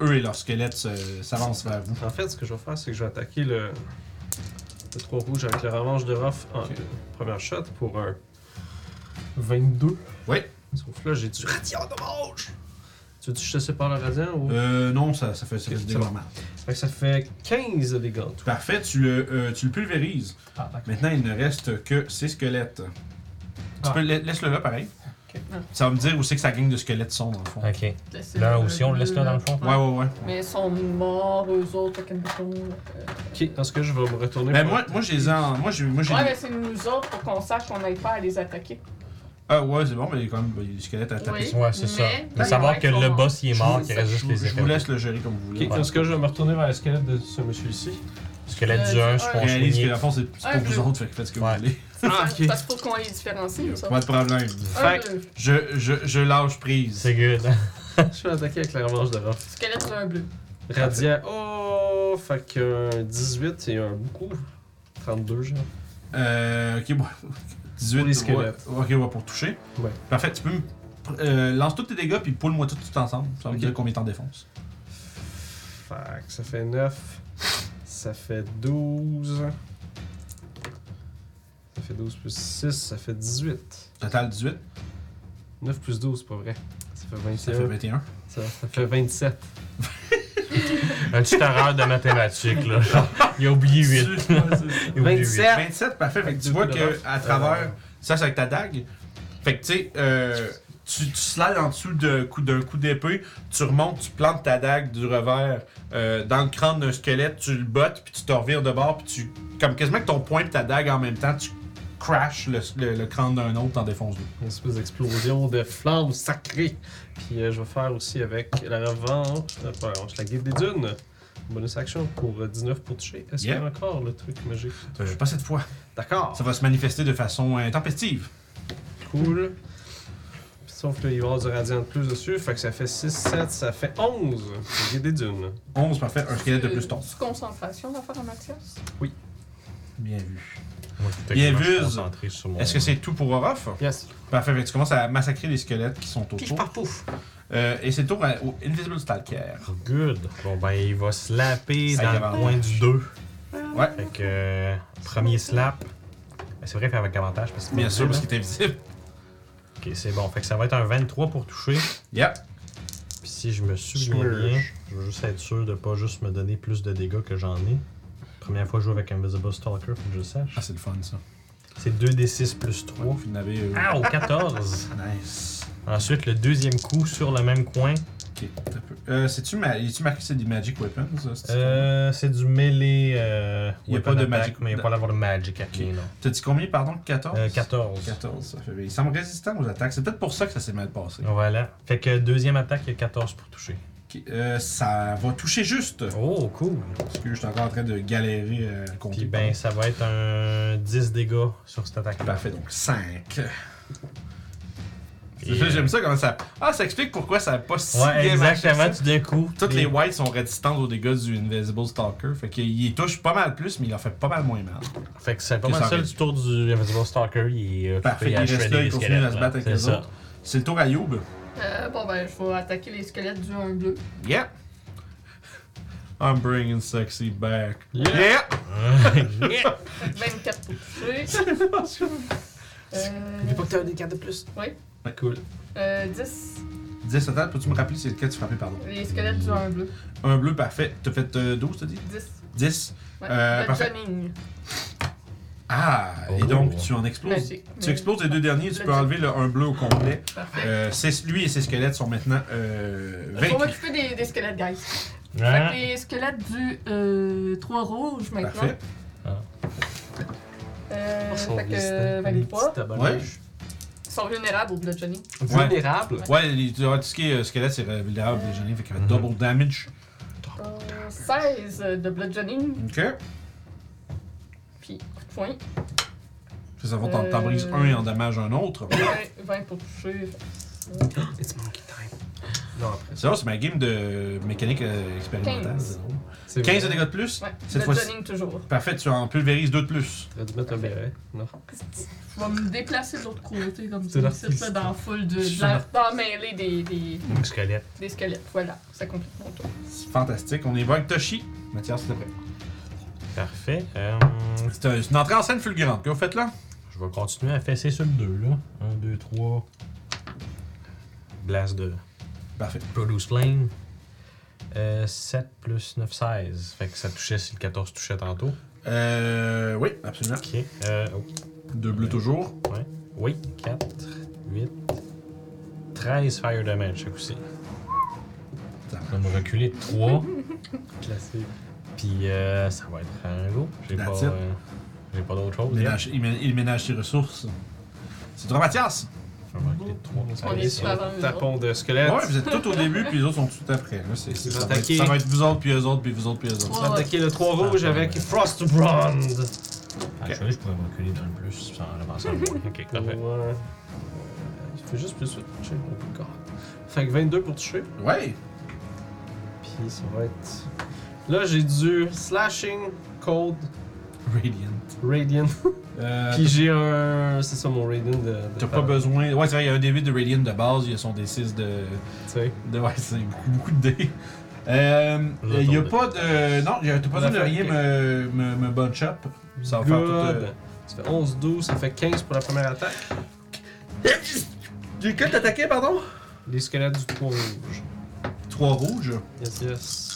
A: eux et leurs squelettes se- s'avancent vers vous.
D: En fait, ce que je vais faire, c'est que je vais attaquer le, le 3 rouge avec le revanche de Ruff en
A: Ok.
D: première shot pour un 22.
A: Oui.
D: Sauf là, j'ai du radiant de rouge. Tu veux que je te sépare le radiant ou.
A: Euh, non, ça, ça fait ça
D: Ok,
A: reste
D: c'est bon.
A: normal.
D: Fait que ça fait 15 de dégâts en tout.
A: Parfait, tu le, euh, tu le pulvérises.
E: Ah, d'accord.
A: Maintenant, il ne reste que 6 squelettes. Tu
D: Ah.
A: peux, la- laisse-le là, pareil.
D: Ok.
A: Ça va me dire où c'est que sa gang de squelettes sont, dans le fond.
E: Ok.
B: Laissez-
E: Là aussi, on le laisse là dans le fond.
A: Ouais, ouais, ouais.
B: Mais ils sont morts, eux autres, avec une bouton.
D: Ok, dans ce cas, je vais me retourner.
A: Ben,
D: pour-
A: moi, moi, j'ai les en- Moi, j'ai. Moi, j'ai
B: Ouais, mais c'est nous autres pour qu'on sache qu'on n'aille pas à les attaquer.
A: Ah, ouais, c'est bon, mais il y a quand même il y a des squelettes à taper.
B: Oui.
E: Ouais, c'est ça.
B: Mais-
E: Mais savoir que le boss il est
D: Ah,
E: mort,
A: Je
E: qu'il reste juste
A: vous-
E: les
A: Je vous
E: effets.
A: laisse le gérer comme vous voulez.
D: Ok, dans ce cas, je vais me retourner vers le squelette de ce monsieur ici.
E: Parce que la
B: Euh,
E: durée, je
B: je
E: pense
A: réalise que
E: que
A: la fond, c'est c'est
B: Un
A: pour vous
B: bleu.
A: autres, fait que faites ce que vous
E: Ouais.
A: voulez.
D: Ah, ok.
B: Parce qu'il faut qu'on les différencie, ça.
A: Pas de problème.
B: Un,
D: Fait
B: bleu.
A: Je, je, je lâche prise.
E: c'est good.
D: je vais attaquer avec la revanche de Ruff.
B: Squelette d'un bleu.
D: Radiant. Oh, fait qu'un 18 et un beaucoup. 32, genre.
A: Euh, ok, bon. 18
D: Pour les squelettes.
A: ouais. ok, ouais, pour toucher.
D: Ouais.
A: Parfait, tu peux me. pr- euh, lance tous tes dégâts puis poule-moi tout, tout ensemble. Ça va me
D: Ok.
A: dire combien t'en défonces.
D: Fait que ça fait 9. Ça fait 12. Ça fait 12 plus 6, ça fait 18.
A: Total 18.
D: 9 plus 12, c'est pas vrai. Ça fait fait
A: Ça fait
D: 21.
A: 21.
D: Ça, ça fait 27.
C: Une petite erreur de mathématiques, là. Il a oublié 8. Il a oublié
D: 27.
A: 27, parfait. Fait que tu vois
D: deux
A: que
D: coups
A: à travers. Ça, c'est avec ta dague. Fait que tu sais, euh, tu, tu slides en dessous de coup- d'un coup d'épée, tu remontes, tu plantes ta dague du revers euh, dans le crâne d'un squelette, tu le bottes, puis tu te revires de bord, puis tu. Comme quasiment que ton poing et ta dague en même temps, tu crashes le, le- le crâne d'un autre, t'en défonces deux.
D: Une espèce d'explosion de flammes sacrées. Puis euh, je vais faire aussi avec la revanche. euh, pas la revanche, la guide des dunes. Bonus action pour euh, 19 pour toucher. Est-ce qu'il y a encore le truc magique?
A: Euh, pas cette fois.
D: D'accord.
A: Ça va se manifester de façon euh, intempestive.
D: Cool. Puis Sauf qu'il va y avoir du radiant de plus dessus. Fait que ça fait 6, 7, ça fait 11. La guide des dunes.
A: 11, parfait. Un squelette de plus
B: ton.
A: ton.
B: Concentration Euh, d'affaire à Mathias.
A: Bien vu.
C: Moi, je
A: Il est
C: suis techniquement
A: vuse.
C: concentré sur mon-
A: Est-ce que c'est tout pour Orof?
D: Yes.
A: Parfait. Fait que tu commences à massacrer les squelettes qui sont
D: Pif
A: autour.
D: par pouf.
A: Euh, et c'est le tour à- au Invisible Stalker.
C: Good. Bon, ben, il va slapper
A: Ça
C: dans
A: y
C: le
A: avance.
C: coin du 2.
A: Ouais.
C: Fait que, euh, premier slap. Ben, c'est vrai, faire avec avantage parce que.
A: Bien sûr, parce qu'il est invisible.
C: Ok, c'est bon. Fait que ça va être un 23 pour toucher.
A: Yep.
C: Puis si je me souviens
D: Smirch.
C: bien, je veux juste être sûr de pas juste me donner plus de dégâts que j'en ai. Première fois que je joue avec Invisible Stalker, faut que je le sache.
A: Ah, c'est le fun, ça.
C: C'est 2d6 plus 3.
A: Wow, vous n'avez. euh,
C: Ow, 14!
A: Nice.
C: Ensuite, le deuxième coup sur le même coin.
A: Ok, t'as peu. Euh, c'est-tu ma... tu marqué que c'est des Magic Weapons, ça? c'est-tu
C: Euh, c'est du melee. Euh,
A: Il y a
C: weapon
A: pas de
C: attack,
A: magic-
C: Mais il n'y a pas d'avoir de magic attack,
A: Ok. Oh,
C: non.
A: T'as dit combien, pardon? 14?
C: Euh, 14.
A: 14, ça fait bien. Il semble résistant aux attaques. C'est peut-être pour ça que ça s'est mal passé.
C: Voilà. Fait que deuxième attaque, il y a 14 pour toucher.
A: Ok, euh, ça va toucher juste.
C: Oh, cool.
A: Parce que je suis encore en train de galérer euh, à compter.
C: Puis ben, ça va être un 10 dégâts sur cette attaque-là.
A: Parfait, donc 5.
C: Et, euh,
A: J'aime ça comment ça. Ah, ça explique pourquoi ça n'a pas Bah, si
C: Ouais,
A: bien marché que ça.
C: exactement. Tout d'un coup.
A: Toutes les
C: t'es-
A: whites sont résistantes aux dégâts du Invisible Stalker. Fait qu'il y touche pas mal plus, mais il en fait pas mal moins mal.
C: Fait que c'est pas
A: que
C: mal
A: ça
C: ça le
A: réduit.
C: tour du Invisible Stalker. Il est occupé
A: Parfait,
C: à
A: il reste
C: shredder
A: là,
C: les
A: il continue
C: squelettes,
A: à se
C: là.
A: battre avec
C: C'est
A: les
C: ça.
A: autres. C'est le tour à Youb.
B: Euh, bon, ben, je vais attaquer les squelettes du 1 bleu.
A: Yeah. I'm bringing sexy back.
D: Yeah.
A: Yeah.
C: Yeah.
B: Fait que 24 pour toucher.
D: N'oublie pas
B: euh,
D: que t'as un des cartes de plus.
B: Oui.
A: Ouais.
D: Ah, Cool.
B: euh, 10.
A: 10 total, peux-tu me rappeler c'est lequel tu frappais, pardon?
B: Les squelettes du 1 bleu.
A: Un bleu, parfait. T'as fait euh, 12, t'as dit?
B: 10.
A: 10.
B: Ouais.
A: Euh,
B: Le
A: parfait.
B: Johnning.
A: Ah, et
C: Oh.
A: donc tu en exploses.
B: Magique.
A: Tu exploses les deux derniers, tu
B: Le
A: peux
B: dix.
A: enlever le un bleu au complet.
B: Parfait.
A: Euh, c'est- lui et ses squelettes sont maintenant euh,
B: Je vais
A: vaincus.
B: m'occuper des, des squelettes, guys. Fait
C: Hein?
B: que les squelettes du euh, 3 rouge maintenant.
A: Parfait.
B: Euh,
D: Ils sont
B: fait que
D: résistants. Les
B: 23.
D: petits
A: Ouais.
D: abonnés.
B: Ils sont vulnérables au Blood Johnny.
D: Vulnérables.
A: Ouais, les, tu vois, tout ce qui est euh, squelette, c'est euh, vulnérable, les fait qu'il y avait
C: Mhm.
A: double damage.
B: Euh, 16 de Blood Johnny.
A: Ok.
B: Puis, coup de poing.
A: Puis ça va, t'en t'en brises
B: Euh.
A: un et en dommage un autre.
B: 20, 20 pour toucher.
D: It's monkey time. Non, après.
A: C'est vrai, c'est ma game de mécanique euh, expérimentale.
B: 15.
A: c'est drôle.
D: C'est
A: 15 de
D: vrai.
A: dégâts de plus.
B: Ouais,
A: Cette
B: Blood
A: fois-ci-
B: Johnny toujours.
A: Parfait, tu en pulvérises deux de plus.
D: T'aurais dû mettre un béret. Non.
B: Je vais me déplacer de l'autre côté, comme
D: C'est
B: ça,
D: l'artiste.
B: c'est là, dans la foule de,
D: Je
B: de la, dans la mêlée des, des,
C: Un squelette.
B: des squelettes. Voilà, ça complète mon tour.
A: C'est fantastique. On évoque Toshi. Mathias, c'est prêt.
C: Parfait. Euh,
A: C'est un- c'est une entrée en scène fulgurante. Que vous faites là?
C: je vais continuer à fesser sur le 2, là. 1, 2, 3. Blast de
A: Parfait.
C: Produce Flame. Euh, 7 plus 9, 16. Fait que ça touchait si le 14 touchait tantôt.
A: Euh. Oui, absolument.
C: Ok. Euh, oh,
A: Deux bleus toujours.
C: oui, 4, 8, 13 Fire Damage, ce coup-ci.
A: Ça marche.
C: Je vais me reculer de 3.
D: Classique.
C: Puis euh, ça va être un go. J'ai pas,
A: That's it.
C: euh, j'ai pas d'autre chose.
A: Il ménage, il mé- il ménage ses ressources. C'est toi, Mathias.
C: Je vais me reculer de 3.
B: On est sur avant eux
D: Tapon de squelette.
A: Ouais, vous êtes tous au début, puis les autres sont tout après. là. C'est- c'est-
D: Ils vont
A: ça, va être,
D: attaquer.
A: ça va être vous autres, puis eux autres, puis vous autres, puis eux
D: On
A: autres.
D: va attaquer le 3 rouge avec Frostbrand.
C: Actually, je pourrais me reculer d'un de plus sans avancer un moins. Ok, parfait.
D: Ouais. Euh, Il fait juste plus vite. J'ai mon plus corps. Fait que 22 pour toucher.
A: Ouais.
D: Puis ça va être. Là, j'ai du Slashing, Cold,
A: Radiant.
D: Radiant.
A: Euh,
D: Puis j'ai un. C'est ça mon Radiant de. de
A: T'as pas
D: talent,
A: besoin. Ouais, c'est vrai, il y a un D8 de Radiant de base, il y a son D6 de.
D: tu sais.
A: de ouais, c'est beaucoup, beaucoup de dés. Euh,
C: Nous
A: il y a
C: attendons.
A: pas de. Non, y a- t'as pas
D: On
A: besoin de
D: a fait-
A: rien me, me, me bunch up. Ça va faire tout.
D: Good.
A: euh,
D: Ça fait 11, 12, ça fait 15 pour la première attaque.
A: J'ai que t'attaquer, pardon
D: Les squelettes du trou rouge.
A: Trois rouges.
D: Yes, yes.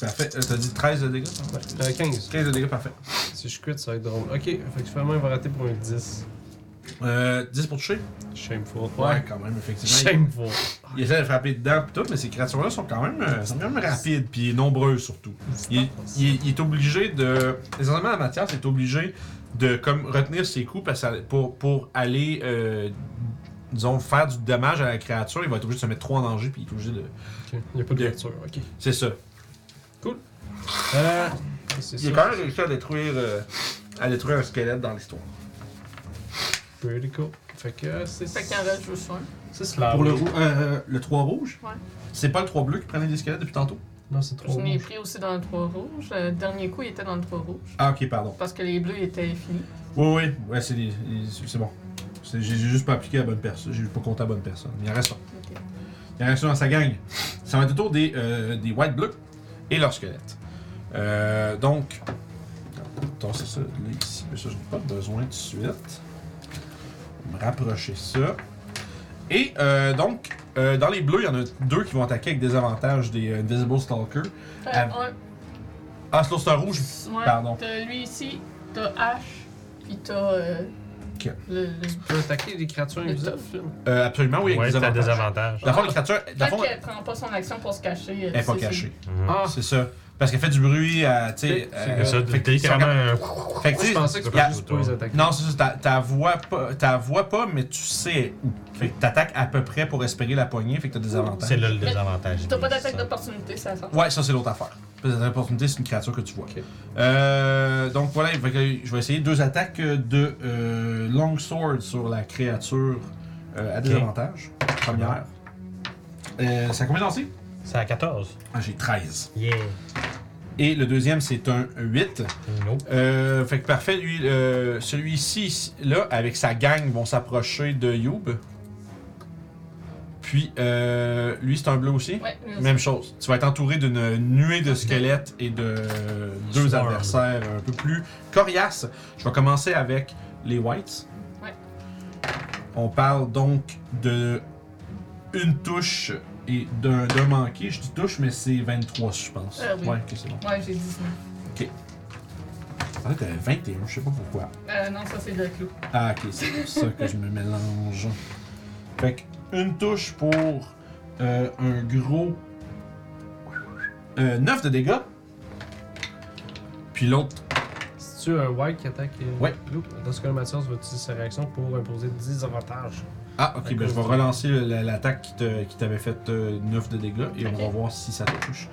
A: Parfait. Euh, T'as dit 13 de dégâts?
D: Ouais, euh, 15.
A: 15 de dégâts, parfait.
D: Si je quitte, ça va être drôle. Ok, fait que finalement, il va rater pour un 10.
A: Euh, 10 pour toucher?
D: Shameful.
A: quand même, effectivement.
D: Shameful.
A: Il essaie de frapper dedans pis tout, mais ces créatures-là sont quand même, euh, sont quand même rapides, puis nombreuses surtout. Il, il- il est obligé de. Essentiellement, la matière, c'est obligé de comme, retenir ses coups parce que- pour, pour aller, euh, disons, faire du dommage à la créature. Il va être obligé de se mettre trop en danger, puis il est obligé de.
D: Ok, il n'y a pas de
A: Bien.
D: lecture. Ok.
A: C'est ça.
D: Euh, c'est
A: Il a
D: ça.
A: quand même réussi à détruire, euh, à détruire un squelette dans l'histoire.
D: Pretty cool. Fait que c'est
B: Fait qu'il en reste juste un.
D: C'est cela.
A: Pour le, rou- euh, euh, le 3 rouge,
B: Ouais.
A: c'est pas le 3 bleu qui prenait des squelettes depuis tantôt.
D: Non, c'est
B: Je
A: Oh.
D: trop
B: l'ai
D: rouge.
B: pris aussi dans le 3 rouge. Le dernier coup, il était dans le 3 rouge.
A: Ah, ok, pardon.
B: Parce que les bleus étaient finis.
A: Oui, oui, ouais, c'est des- des- c'est bon. C'est- J'ai j'ai juste pas appliqué à la bonne personne. J'ai pas compté à la bonne personne. Il en reste un.
B: Ok.
A: Il en reste un dans sa gang. Ça va être autour des, euh, des White Bleus et leur squelette. Euh, donc. Attends, c'est ça, là, ici. Mais ça, j'en ai pas besoin tout de suite. On va Me rapprocher ça. Et euh, donc, euh, dans les bleus, il y en a deux qui vont attaquer avec des avantages des euh, Invisible Stalker.
B: T'as
A: Ah. Ah, c'est l'autre, c'est un rouge.
B: un. Euh, Ouais,
A: Pardon.
B: T'as lui ici, t'as H, puis t'as. euh,
A: Ok.
B: le, le-
D: Tu peux attaquer des créatures invisibles, Phil.
A: Euh, absolument, oui, avec
C: ouais,
A: des
C: t'as des
A: avantages.
C: avantages.
A: Dans le fond, les créatures. Dans le
B: Peut-être
A: fond,
B: qu'elle prend pas son action pour se cacher.
A: elle est pas cachée.
C: Mhm.
D: Ah,
A: C'est ça. Parce qu'elle fait du bruit, à, tu sais.
D: C'est-
A: euh,
C: ça,
A: fait
C: t'es
A: que-
C: littéralement un-
A: fait que, tu
D: je
A: sais,
D: pensais que tu
A: y a-
D: pouvais juste pas les attaquer.
A: Non, c'est ça. t'as- T'as vois pas, t'as vois pas, mais tu sais où. Fait que t'attaques à peu près pour espérer la poignée, fait que t'as des avantages.
C: C'est là le désavantage.
B: T'as pas d'attaque d'opportunité, ça sent.
A: Ouais, ça c'est l'autre affaire. Parce que l'opportunité, c'est une créature que tu vois.
D: Ok.
A: Euh, donc voilà, fait que je vais essayer deux attaques de euh, Longsword sur la créature euh, à des avantages. Première. Euh, ça a combien lancé?
C: C'est à 14.
A: Ah, j'ai 13.
C: Yeah.
A: Et le deuxième, c'est un 8.
C: Nope.
A: Euh, fait que parfait, lui, euh, celui-ci, là, avec sa gang, vont s'approcher de Youb. Puis, euh, lui, c'est un bleu aussi.
B: Ouais, lui aussi.
A: Même chose. Tu vas être entouré d'une nuée de squelettes et de deux
C: Swarm.
A: adversaires un peu plus coriaces. Je vais commencer avec les Whites.
B: Ouais.
A: On parle donc de une touche et d'un d'un manqué. Je dis touche, mais c'est 23, je pense.
B: Ah oui.
A: Ouais, ok, c'est bon.
B: Ouais, j'ai 19.
A: Ah, t'avais 21, je sais pas pourquoi.
B: Euh, non, ça c'est le clou.
A: Ah, ok, c'est pour ça que je me mélange. Fait que une touche pour euh, un gros 9 de dégâts. Puis l'autre,
D: C'est-tu un white qui attaque euh,
A: Ouais.
D: Lou? Dans ce cas, Mathias va utiliser sa réaction pour imposer 10 avantages.
A: ah ok,
D: À
A: ben je
D: cause
A: vais
D: du-
A: relancer le- la- l'attaque qui te- qui t'avait fait 9 de dégâts et on
B: Ok.
A: va voir si ça te touche.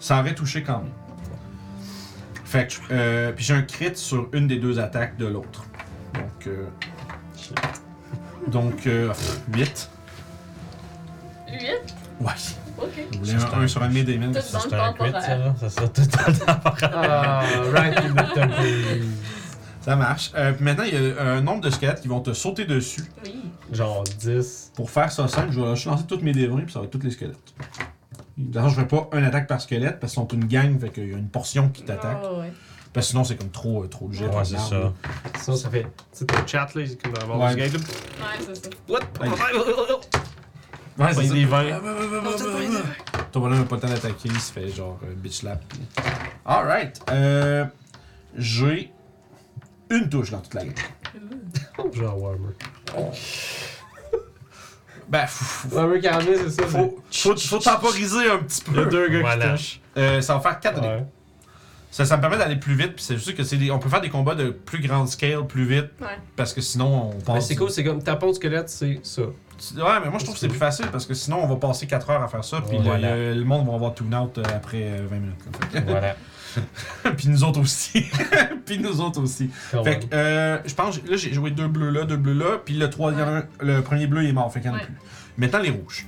A: Ça aurait touché quand même. Fait que, euh, puis j'ai un crit sur une des deux attaques de l'autre. Donc, euh, donc euh, 8.
B: 8?
A: Ouais.
B: Ok.
A: Je voulais un 1 sur un de mes démons.
B: Tout
C: Ça,
B: dans
C: c'est
B: le
C: un
B: temporaire.
C: 8, ça, là. Ça, ça, tout le temps.
D: Ah, right in the temple.
A: Ça marche. Euh, puis maintenant, il y a un nombre de squelettes qui vont te sauter dessus.
B: Oui.
D: Genre 10.
A: Pour faire ça simple, je vais je vais lancer toutes mes dévins puis ça va être tous les squelettes. De toute façon, je ne ferai pas une attaque par squelette parce qu'ils sont une gang, fait qu'il y a une portion qui t'attaque.
B: Ah, ouais.
A: Parce que sinon, c'est comme trop, euh, trop de jets. trop
C: Ouais,
A: de
C: c'est
A: marde,
C: ça.
A: là.
D: Sinon, ça fait. Tu sais, ton chat là, c'est comme dans
A: Ouais.
D: avoir des gars
B: Ouais, c'est ça.
D: What?
A: Ouais. Ouais, c'est
D: Pogne
A: ça.
D: des vins.
A: Ton bonhomme n'a pas le temps d'attaquer, il se fait genre euh, bitch slap. puis- Alright. Euh, J'ai une touche dans toute la gang.
D: Genre Warmer.
A: Ben, faut, faut,
D: Warmer 42, c'est ça. c'est-
A: faut, faut, faut temporiser un petit peu.
D: Il y a deux gars
C: Voilà.
D: qui touchent.
A: Euh, ça va faire 4 dégâts.
D: Ouais.
A: Ça, ça me permet d'aller plus vite, puis c'est juste que c'est des- on peut faire des combats de plus grande scale plus vite,
B: Ouais.
A: parce que sinon on passe.
D: Mais c'est cool, c'est comme tapon de squelette, c'est ça.
A: Ouais, mais moi je trouve que c'est plus facile, parce que sinon on va passer 4 heures à faire ça, puis le-
C: Voilà.
A: le, le monde va avoir tune out euh, après euh, 20 minutes. là. Fait que-
C: Voilà.
A: puis nous autres aussi. puis nous autres aussi.
D: Quand
A: Fait
D: même.
A: que, euh, je pense, là j'ai joué deux bleus là, deux bleus là, puis le troisième, le premier bleu il est mort, fait qu'il n'y en a
B: Ouais.
A: plus. Maintenant les rouges.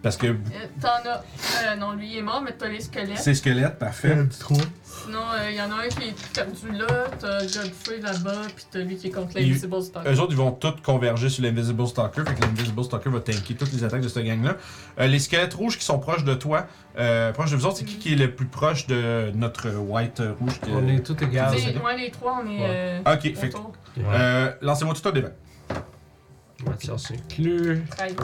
A: Parce que
B: Euh, T'en as. Euh, non, lui il est mort, mais t'as les squelettes.
A: c'est squelette, parfait.
D: euh,
B: Sinon, euh, il y en a un qui est perdu là, t'as Godfrey là-bas, puis t'as lui qui est contre
A: Il- Euh,
B: l'Invisible Star.
A: Eux autres, ils vont tous converger sur l'Invisible Stalker. Fait que l'Invisible Stalker va tanker toutes les attaques de cette gang-là. Euh, les squelettes rouges qui sont proches de toi, euh, proches de vous autres, c'est qui qui est le plus proche de notre white euh, rouge que-
D: On est tout égal.
B: Tu sais, ouais, les trois, on est. euh,
A: Ok, fait que.
B: autour.
C: Ouais.
A: euh, Lancez-moi tout un débat.
D: Mathias inclus.
B: 13.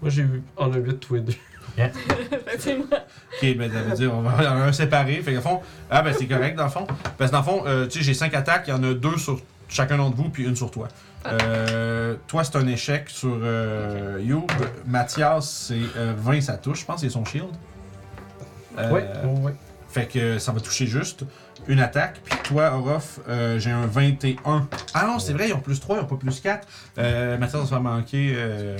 D: Moi, j'ai eu en un 8 tous les deux.
B: C'est moi.
A: Ok, ben ça veut dire, on va en avoir un séparé. Fait que, dans le fond, ah ben c'est correct dans le fond. Parce que dans le fond, euh, tu sais, j'ai 5 attaques, il y en a 2 sur chacun d'entre vous, puis une sur toi. Euh, toi, c'est un échec sur euh, Youb. Mathias, c'est euh, 20, ça touche, je pense, c'est son shield. Euh,
D: Ouais, ouais.
A: Fait que ça va toucher juste une attaque. Puis toi, Orof, euh, j'ai un 21. Ah non, c'est vrai, ils ont plus 3, ils ont pas plus 4. Euh, Mathias va se faire manquer euh,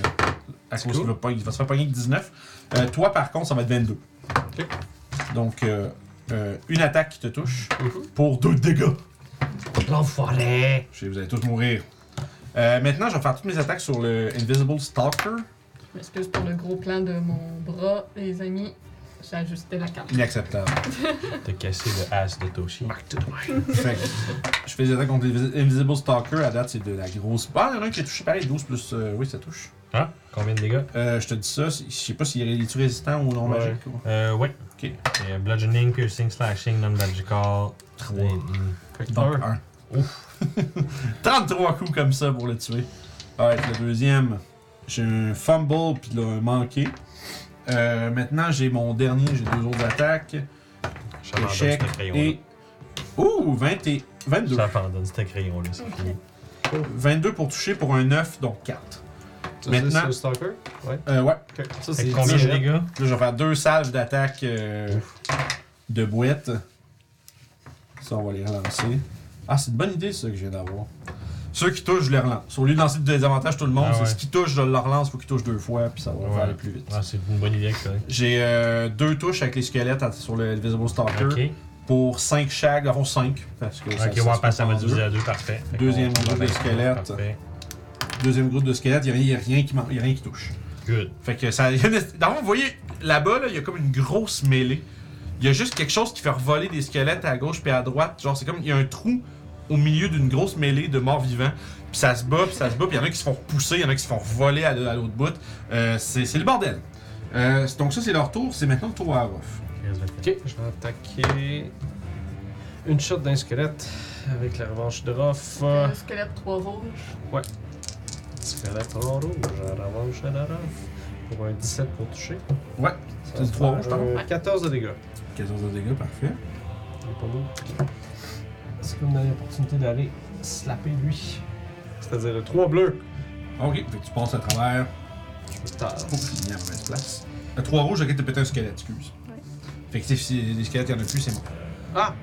A: à cause qu'il va, pas- il va se faire pogner que 19. Euh, toi, par contre, ça va être 22.
D: Ok.
A: Donc, euh, euh, une attaque qui te touche
D: Mhm.
A: pour 2 dégâts.
D: L'enfoiré!
A: Je sais, vous allez tous mourir. Euh, maintenant, je vais faire toutes mes attaques sur le Invisible Stalker.
B: Je m'excuse pour le gros plan de mon bras, les amis. J'ai ajusté la carte.
A: Inacceptable.
C: T'as cassé le as de Toshi.
D: Mark to the right.
A: Fait que je fais des attaques contre Invis- Invisible Stalker. À date, c'est de la grosse. Ah, il y en a un qui est touché pareil, 12 plus. euh, oui, ça touche.
C: Hein? Combien de dégâts?
A: Euh, je te dis ça, c'est- je sais pas s'il est résistant ou non
C: Ouais.
A: magique. ou-
C: Euh, ouais.
A: Ok.
C: Et, euh, bludgeoning, piercing, slashing, non-magical.
A: Trois.
C: Et, mm,
D: Fait que
A: Donc,
D: un.
A: un. Ouf. 33 coups comme ça pour le tuer. Alright, le deuxième, j'ai un fumble puis là, un manqué. Euh, maintenant, j'ai mon dernier, j'ai deux autres attaques.
C: J'abandonne
A: Échec
C: ce crayon-là.
A: et. Ouh, 20 et- 22.
C: J'abandonne ce crayon-là, c'est fini.
A: 22 pour toucher pour un 9, donc 4.
D: Ça,
A: Maintenant-
D: c'est sur le Stalker? Ouais.
A: Euh, ouais,
D: Ok.
C: Fait
D: Ça, c'est
C: que combien de
D: direct.
C: dégâts?
A: Là, je vais faire deux salves d'attaque euh, de boîte. Ça, on va les relancer. Ah, c'est une bonne idée, ça, que je viens d'avoir. Ceux qui touchent, je les relance. Au lieu de lancer des désavantages tout le monde,
C: Ah
A: c'est
C: ouais.
A: ce qui touche, je le relance, faut qu'il touche deux fois, puis ça va
C: Ouais.
A: faire aller plus vite.
C: Ah, c'est une bonne idée, correct.
A: J'ai euh, deux touches avec les squelettes à- sur le Invisible Stalker
C: Ok.
A: pour 5 chaque, avant 5, parce que ça,
C: Ok,
A: ça
C: ouais,
A: se
C: passe à
A: coupe en
C: ma
A: deux.
C: diviser à deux, parfait. Fait qu'on-
A: Deuxième
C: on va
A: groupe de
C: bien,
A: squelettes.
C: Parfait.
A: Deuxième groupe de squelettes, il n'y a, rien qui man- y a rien qui touche.
C: Good.
A: Fait que ça. D'abord, vous voyez, là-bas, là, il y a comme une grosse mêlée. Il y a juste quelque chose qui fait revoler des squelettes à gauche puis à droite. Genre, c'est comme il y a un trou au milieu d'une grosse mêlée de morts vivants. Puis ça se bat, puis ça se bat, puis il y en a qui se font repousser, il y en a qui se font voler à, à l'autre bout. Euh, c'est c'est le bordel. Euh, donc, ça, c'est leur tour. C'est maintenant le tour à Arof.
D: Ok, je vais attaquer. Une shot d'un squelette avec la revanche de Rof. Euh,
B: Le squelette 3 rouges.
D: Squelette en rouge, la revanche de Rof. Pour un 17 pour toucher.
A: Ouais,
D: Ça
A: c'est
D: va
A: du trois
D: faire,
A: rouges, pardon.
D: euh, 14 de dégâts.
A: 14 de dégâts, parfait.
D: Il est pas beau. Est-ce qu'on a l'opportunité d'aller slapper lui C'est-à-dire 3 bleus.
A: Ok, fait que tu passes à travers.
D: Tard.
A: Oh, j'ai mis à mauvaise place. À trois rouges, ok, t'as pété un squelette, excuse.
B: Ouais.
A: Fait que si les squelettes, il y en a plus, c'est mort.
D: Ah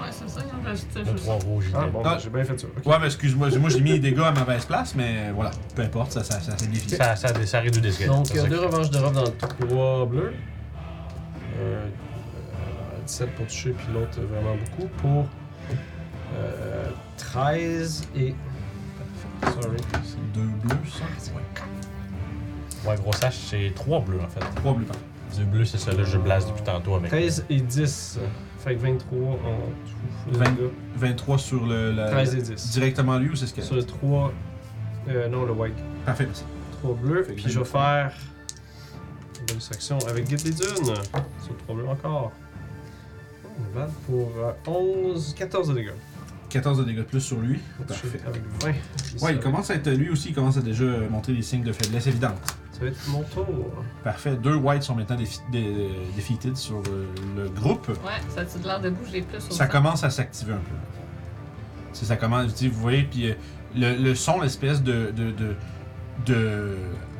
B: Ouais, c'est ça, ils ont ajusté
C: Le
B: juste.
C: 3 rouge, il
D: Ah
C: est-
D: bon,
A: Ah.
D: ben, j'ai bien fait ça. Ok.
A: Ouais, mais excuse-moi, j'ai- moi j'ai mis les dégâts à ma mauvaise place, mais euh, voilà, peu importe, ça, ça, ça simplifie.
C: Ça, ça, ça réduit des squelettes.
D: Donc,
C: c'est
D: euh,
C: ça
D: deux
C: que-
D: revanches de Rof dans le 3 bleus. Euh, euh, 17 pour toucher, puis l'autre euh, vraiment beaucoup. Pour euh, 13 et. Sorry.
A: C'est deux bleus, ça Ouais.
C: Ouais, gros sache, c'est 3 bleus en fait.
A: Trois bleus, pardon.
C: Du bleu, c'est ça, là, je blase depuis tantôt avec.
D: 13 et 10. Fait que 23 en tout.
A: 20.
D: les gars.
A: 23 sur le. la-
D: 13 et 10.
A: Directement lui ou c'est ce qu'elle
D: Sur le 3. Euh, non, le white.
A: Parfait, merci.
D: 3 bleus.
A: Fait que
D: Puis je vais faire. une Bonne section avec Guide des Dunes. Sur 3 bleus encore. Oh, on va pour euh, 11, 14 de dégâts.
A: 14 de dégâts de plus sur lui. Parfait.
D: Touché Avec 20. Puis ça
A: Ouais, il
D: va-
A: commence à être. Lui aussi, il commence à déjà montrer des signes de faiblesse évidentes.
D: Ça va être mon tour.
A: Parfait. Deux whites sont maintenant défi dé- defeated sur le, le groupe.
B: Ouais, ça a-tu de l'air de bouger plus au
A: Ça
B: centre?
A: commence à s'activer un peu. Si ça commence, tu sais, vous voyez, puis euh, le, le son, l'espèce de, de, de, de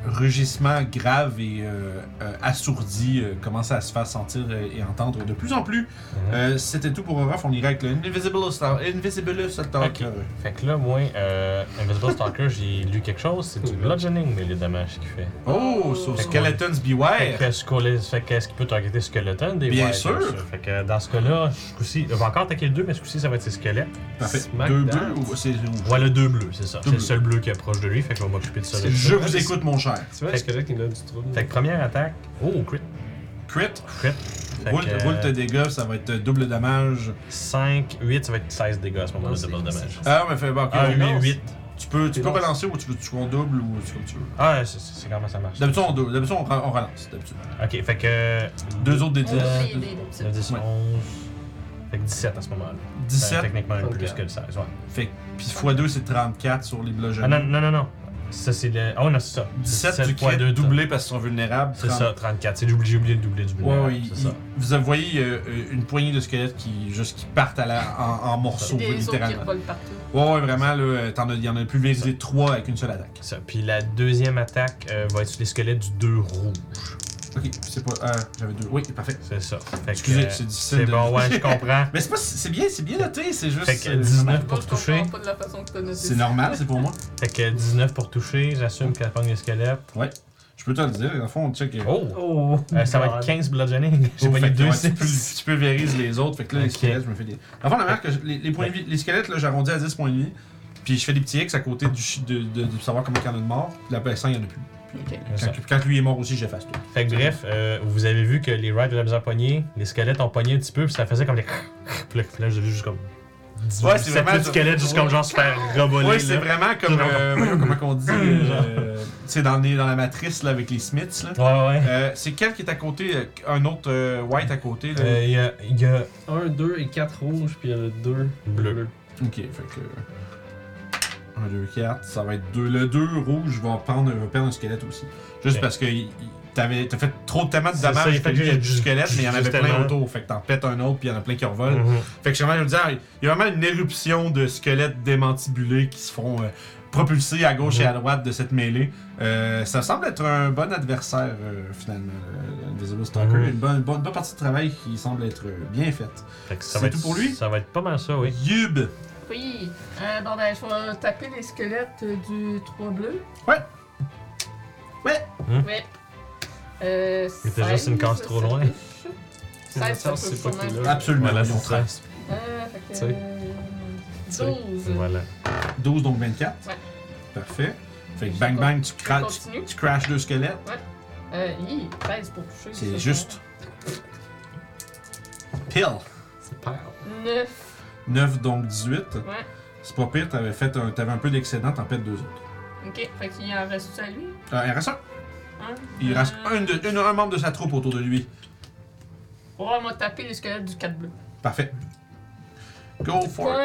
A: rugissement grave et euh, euh, assourdi euh, commence à se faire sentir euh, et entendre de plus en plus.
C: Mhm.
A: Euh, C'était tout pour Orof, on irait avec le Invisible Star. Invisible Star.
C: Ok. Fait que là, moi, euh, Invisible Stalker, j'ai lu quelque chose, c'est du bludgeoning, mais les dommages qu'il fait.
A: Oh, sur
C: Fait que-
A: Skeletons
C: Fait
A: Beware.
C: que, squelette- fait que est-ce qu'il peut targeter Skeleton des
A: Bien
C: ouais,
A: sûr.
C: comme ça. Fait que dans ce cas-là, ce coup-ci, il va encore attaquer le 2, mais ce coup-ci, ça va être ses squelettes.
A: Parfait.
D: Smack
A: Deux bleus
D: down.
A: ou c'est rouge?
C: Ouais, le 2 bleu, c'est ça.
A: Deux
C: C'est le
A: bleus.
C: seul bleu qui est proche de lui, fait que je vais m'occuper de ça.
D: C'est
C: là.
A: Je vous écoute, mon cher.
D: Tu vois, le
C: Fait-
D: squelette, il a du trouble.
C: Fait que première attaque. Oh, crit.
A: Crit.
C: Crit. Fait
A: Roule,
C: que,
A: roule tes dégâts, ça va être double dommage.
C: 5, 8, ça va être 16 dégâts à ce moment-là,
D: Non,
C: de
D: c'est-
C: bon dommage.
A: Ah, mais fais pas. ok,
C: Ah,
A: on relance.
C: 8, 8.
A: Tu peux, tu
D: Tu
A: peux
D: lances.
A: relancer ou tu veux tu joues en double ou c'est comme tu veux.
C: Ah, c'est- c'est c'est comment ça marche.
A: D'habitude, on, double. D'habitude, on, re- on relance. D'habitude.
C: Ok, fait que.
A: Deux autres des
B: On
A: 10.
B: fait les dés, d'habitude.
C: 9, 10,
A: Ouais.
C: 11. Fait que 17 à ce moment-là. Ben,
A: 17.
C: techniquement, un peu plus
A: Euh,
D: Trente-quatre.
C: que le 16, ouais.
A: Fait que- puis x2, c'est 34 sur les blocs
C: Ah non, non, non, non. Ça, c'est le. Ah, ouais, non, c'est ça.
A: 17 du
C: fois
A: crit,
C: deux,
A: doublé parce qu'ils sont vulnérables.
C: C'est
A: 30.
C: ça, 34. C'est doublé, j'ai oublié le doublé du blé.
A: Ouais, ouais,
C: c'est
A: il-
C: ça.
A: vous voyez euh, une poignée de squelettes qui, juste, qui partent à la, en, en morceaux,
B: Des autres qui
A: littéralement.
B: revolent partout.
A: Ouais, ouais, vraiment, là, euh, t'en as- il y en a plus visé trois avec une seule attaque.
C: Ça. Puis la deuxième attaque euh, va être sur les squelettes du 2 rouge.
A: Ok, c'est pas. Euh, j'avais deux. Oui, parfait.
C: C'est ça. Fait que,
A: Excusez,
C: euh,
A: c'est difficile.
C: C'est
A: de-
C: bon, ouais, je comprends.
A: Mais c'est pas. C'est bien, c'est bien noté, c'est juste.
C: Fait que
A: euh,
C: 19.
B: Moi,
C: Pour
B: je
C: toucher.
B: comprends pas de la façon que t'as noté
A: C'est
B: ça.
A: normal, c'est pour moi.
C: Fait que 19 pour toucher, j'assume qu'elle pogne les squelettes.
A: Je peux te le dire, dans le fond, on check.
C: Oh!
D: Oh!
C: Euh, ça va être 15 bludgeoning. J'ai
A: Oh,
C: pogné
A: fait que,
C: deux
A: ouais,
C: six.
A: tu, pulvérises les autres, fait que là, les
C: Ok.
A: squelettes, je me fais des. Avant, la marque, que je- les, les points de vie- les squelettes, là, j'arrondis à 10 points de vie, puis je fais des petits X à côté du, chi- de, de- de savoir comment il y en a de mort, puis la PS5, il y en a plus.
B: Ok.
C: Ça.
A: Quand, quand lui est mort aussi, j'efface tout.
C: Fait que bref, euh, vous avez vu que les rides avaient besoin pogné, les squelettes ont pogné un petit peu, puis ça faisait comme des. Puis là, au final, j'ai vu juste comme.
A: Ouais, c'est vraiment-
C: Les squelettes, juste comme genre se faire reboler.
A: Ouais,
C: là.
A: c'est vraiment comme. euh, voyons comment qu'on dit. euh, tu sais, dans, les- dans la matrice, là, avec les Smiths, là.
C: Ouais, ouais.
A: Euh, c'est quel qui est à côté, euh, un autre euh, white à côté, là.
C: Euh, Il y a. il y a-
D: 1, 2 et 4 rouges, puis il y en a 2
C: Bleu.
A: Ok, fait que. euh, 1, 2, 4, ça va être 2. Le 2 rouge va prendre, va perdre un squelette aussi. Juste
C: Ok.
A: parce que il- il- t'avais- t'as fait trop de tellement de
C: C'est ça, il
A: dommages
C: fait
A: que
C: que j'ai
A: du squelette, mais il y en avait plein
C: justement.
A: autour. Fait que t'en pètes un autre, puis il y en a plein qui revolent.
C: Mhm.
A: Fait que j'ai envie de dire, ah, il y a vraiment une éruption de squelettes démantibulés qui se font euh, propulser à gauche
C: Mhm.
A: et à droite de cette mêlée. Euh, ça semble être un bon adversaire, euh, finalement. euh, Invisible Stalker,
C: Mhm.
A: une, bonne, bonne- bonne partie de travail qui semble être euh, bien faite.
C: Fait que ça
A: C'est
C: va
A: tout
C: être-
A: pour lui?
C: Ça va être pas mal ça, oui.
A: Yub!
B: Oui. Euh, bon, ben, je vais taper les squelettes euh, du 3 bleu.
A: Ouais. Ouais.
C: Hmm.
B: Ouais. Euh,
C: Il était juste une case
B: 16,
C: trop
B: ça
C: loin.
B: touche.
D: La
B: 16, ça
D: science, c'est
B: touche
D: pas
B: quand
D: que
B: même.
D: là.
A: Absolument.
C: Voilà,
A: ils ont
C: c'est ça.
A: 13.
B: Euh, fait
D: Tu
B: que,
D: sais.
B: euh,
C: Tu sais.
B: 12.
C: Voilà.
A: 12, donc 24.
B: Ouais.
A: Parfait. Fait que bang bang, tu, cra-
B: Je
A: tu,
B: continue.
A: tu crashes deux squelettes.
B: Euh, hi, 13 pour toucher.
A: C'est juste. Pile.
D: C'est pas grave.
B: 9.
A: 9, donc 18.
B: Ouais.
A: C'est pas pire, t'avais, fait un, t'avais un peu d'excédent, t'en pètes deux autres.
B: Ok, fait qu'il en reste à lui.
A: Euh, il reste un.
B: Hein?
A: Il
B: Euh,
A: reste un, de- une- un membre de sa troupe autour de lui.
B: Ouais, moi, Oh, taper les squelettes du 4 bleu.
A: Parfait. Go for it.
B: Point.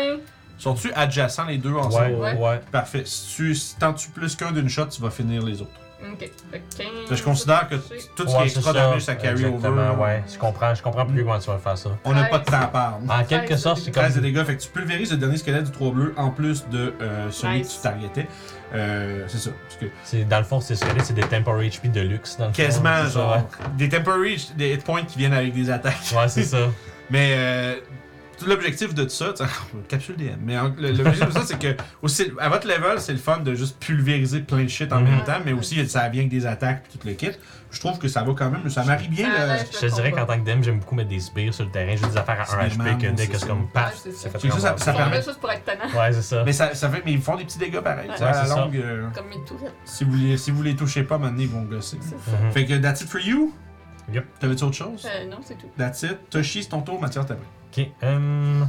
A: Sont-tu adjacents les deux
C: Ouais,
A: ensemble?
C: ouais.
B: Ouais.
A: Parfait. Si tu si t'en tues plus qu'un d'une shot, tu vas finir les autres.
B: Ok, fait que 15.
A: Fait que je considère que t- tout ce qui est
C: Ouais, c'est
A: extra damage,
C: ça.
A: ça carry
C: Exactement,
A: over.
C: Ouais, Ah, je comprends, je comprends plus comment tu vas faire ça.
A: On n'a pas de temps à
B: Treize.
A: perdre.
C: En quelque
B: Treize,
C: sorte,
B: ça
C: c'est comme.
A: 13 de dégâts, fait que tu pulvérises le dernier squelette du 3 bleu en plus de euh, celui
B: Nice.
A: que tu targetais. Euh, c'est ça. Parce que
C: c'est- Dans le fond, ces squelettes, c'est des temporary HP de luxe. Dans le fond,
A: quasiment,
C: c'est ça,
A: genre, des temporary des hit points qui viennent avec des attaques.
C: ouais. Ouais, c'est ça.
A: Mais euh, tout l'objectif de tout ça, tu sais, capsule DM, mais en- le- l'objectif de ça, c'est que aussi, à votre level, c'est le fun de juste pulvériser plein de shit en
C: Mhm.
A: même temps, mais aussi ça vient avec des attaques et tout le kit. Je trouve que ça va quand même, ça marie bien
B: Ça
A: le.
B: allège
C: Je te dirais qu'en tant que DM, j'aime beaucoup mettre des sbires sur le terrain, juste des affaires à 1
A: Spearman,
C: HP, que dès
A: c'est
C: que c'est
A: ça.
C: comme paf,
B: Ouais, c'est
C: c'est
B: ça.
C: fait
A: Ça, ça- ça
B: Ils sont
A: permet-
B: là juste pour être tannant,
C: Ouais, c'est ça.
A: Mais ça, ça fait, mais ils font des petits dégâts pareils. tu sais,
C: Ouais,
A: à la
C: c'est ça.
A: longue, euh,
B: comme mes tourettes.
A: si vous les, si vous les touchez pas, maintenant ils vont gosser.
B: C'est ça.
C: Mhm.
A: Fait que that's it for you.
C: Yep.
A: T'avais-tu autre chose?
B: Euh, non, c'est tout.
A: That's it. Toshi, c'est ton tour, Mathias, t'as pris.
C: Ok, hum.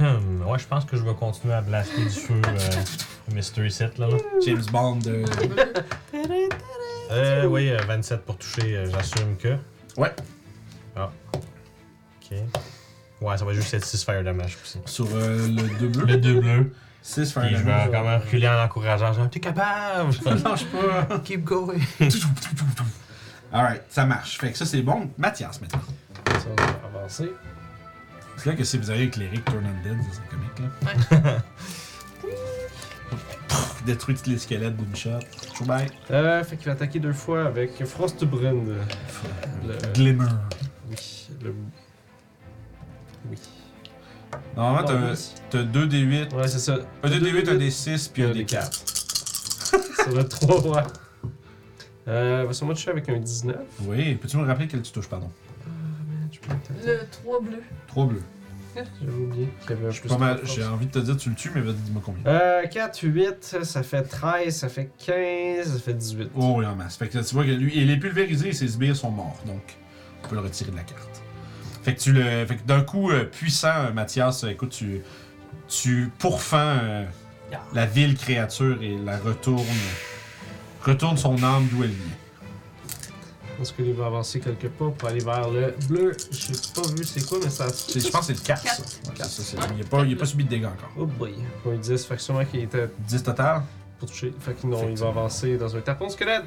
C: Hum. Ouais, je pense que je vais continuer à blaster du feu euh, Mystery 7 là. là.
A: James Bond. euh,
B: Mm.
C: Euh, oui, euh, 27 pour toucher, euh, j'assume que.
A: Ouais.
C: Ah. Ok. Ouais, ça va juste être 6 fire damage aussi.
A: sur euh, le 2 bleu.
C: Le 2 bleu.
A: 6
C: Puis je
A: Fire
C: vais
A: Damage.
C: quand même reculer en encourageant, genre, t'es capable!
A: Lâche pas.
C: Keep going!
A: Alright, ça marche. Fait que ça, c'est bon. Mathias, maintenant.
D: Ça, on va avancer.
A: C'est là que si vous avez éclairé Turn Undead, ça serait comique, là. Pff, Détruit tous les squelettes d'une shot. Too bad.
D: Euh, fait qu'il va attaquer deux fois avec Frostbrand. Le-
A: Glimmer.
D: Oui. Le... Oui.
A: Normalement,
D: Non,
A: t'as-
D: oui.
A: t'as 2 D8.
D: Ouais, c'est ça.
A: Un
D: Deux
A: 2D8, un
D: D8,
A: D6, puis un D4.
D: Ça va être 3 fois. Euh, va sûrement toucher avec un 19.
A: Oui, peux-tu me rappeler quel tu touches, pardon
D: Je peux peut-être-
B: Le 3 bleu.
A: 3 bleus.
D: J'avais oublié qu'il y avait un
A: Je suis
D: plus
A: pas mal-
D: de force.
A: J'ai envie de te dire, tu le tues, mais vas-y, dis-moi combien.
D: Euh, 4, 8, ça fait 13, ça fait 15, ça fait 18.
A: Oh oui, en masse. Fait que tu vois que lui, il est pulvérisé et ses sbires sont morts, donc on peut le retirer de la carte. Fait que tu le. Fait que d'un coup euh, puissant, euh, Mathias, euh, écoute, tu. Tu pourfends euh,
D: Yeah.
A: la ville créature et la retourne. Retourne son âme d'où elle vient.
D: Est-ce qu'il va avancer quelques pas pour aller vers le bleu? J'ai pas vu c'est quoi, mais ça...
A: C'est- Je pense que c'est le 4, ça.
B: Quatre.
A: Ouais, c'est ça, c'est- il n'a pas, il a pas subi de dégâts encore.
D: Oh boy. Pas un 10, fait que sûrement qu'il était...
A: 10 total
D: pour toucher. Fait que non, il va avancer dans un tapon de squelette.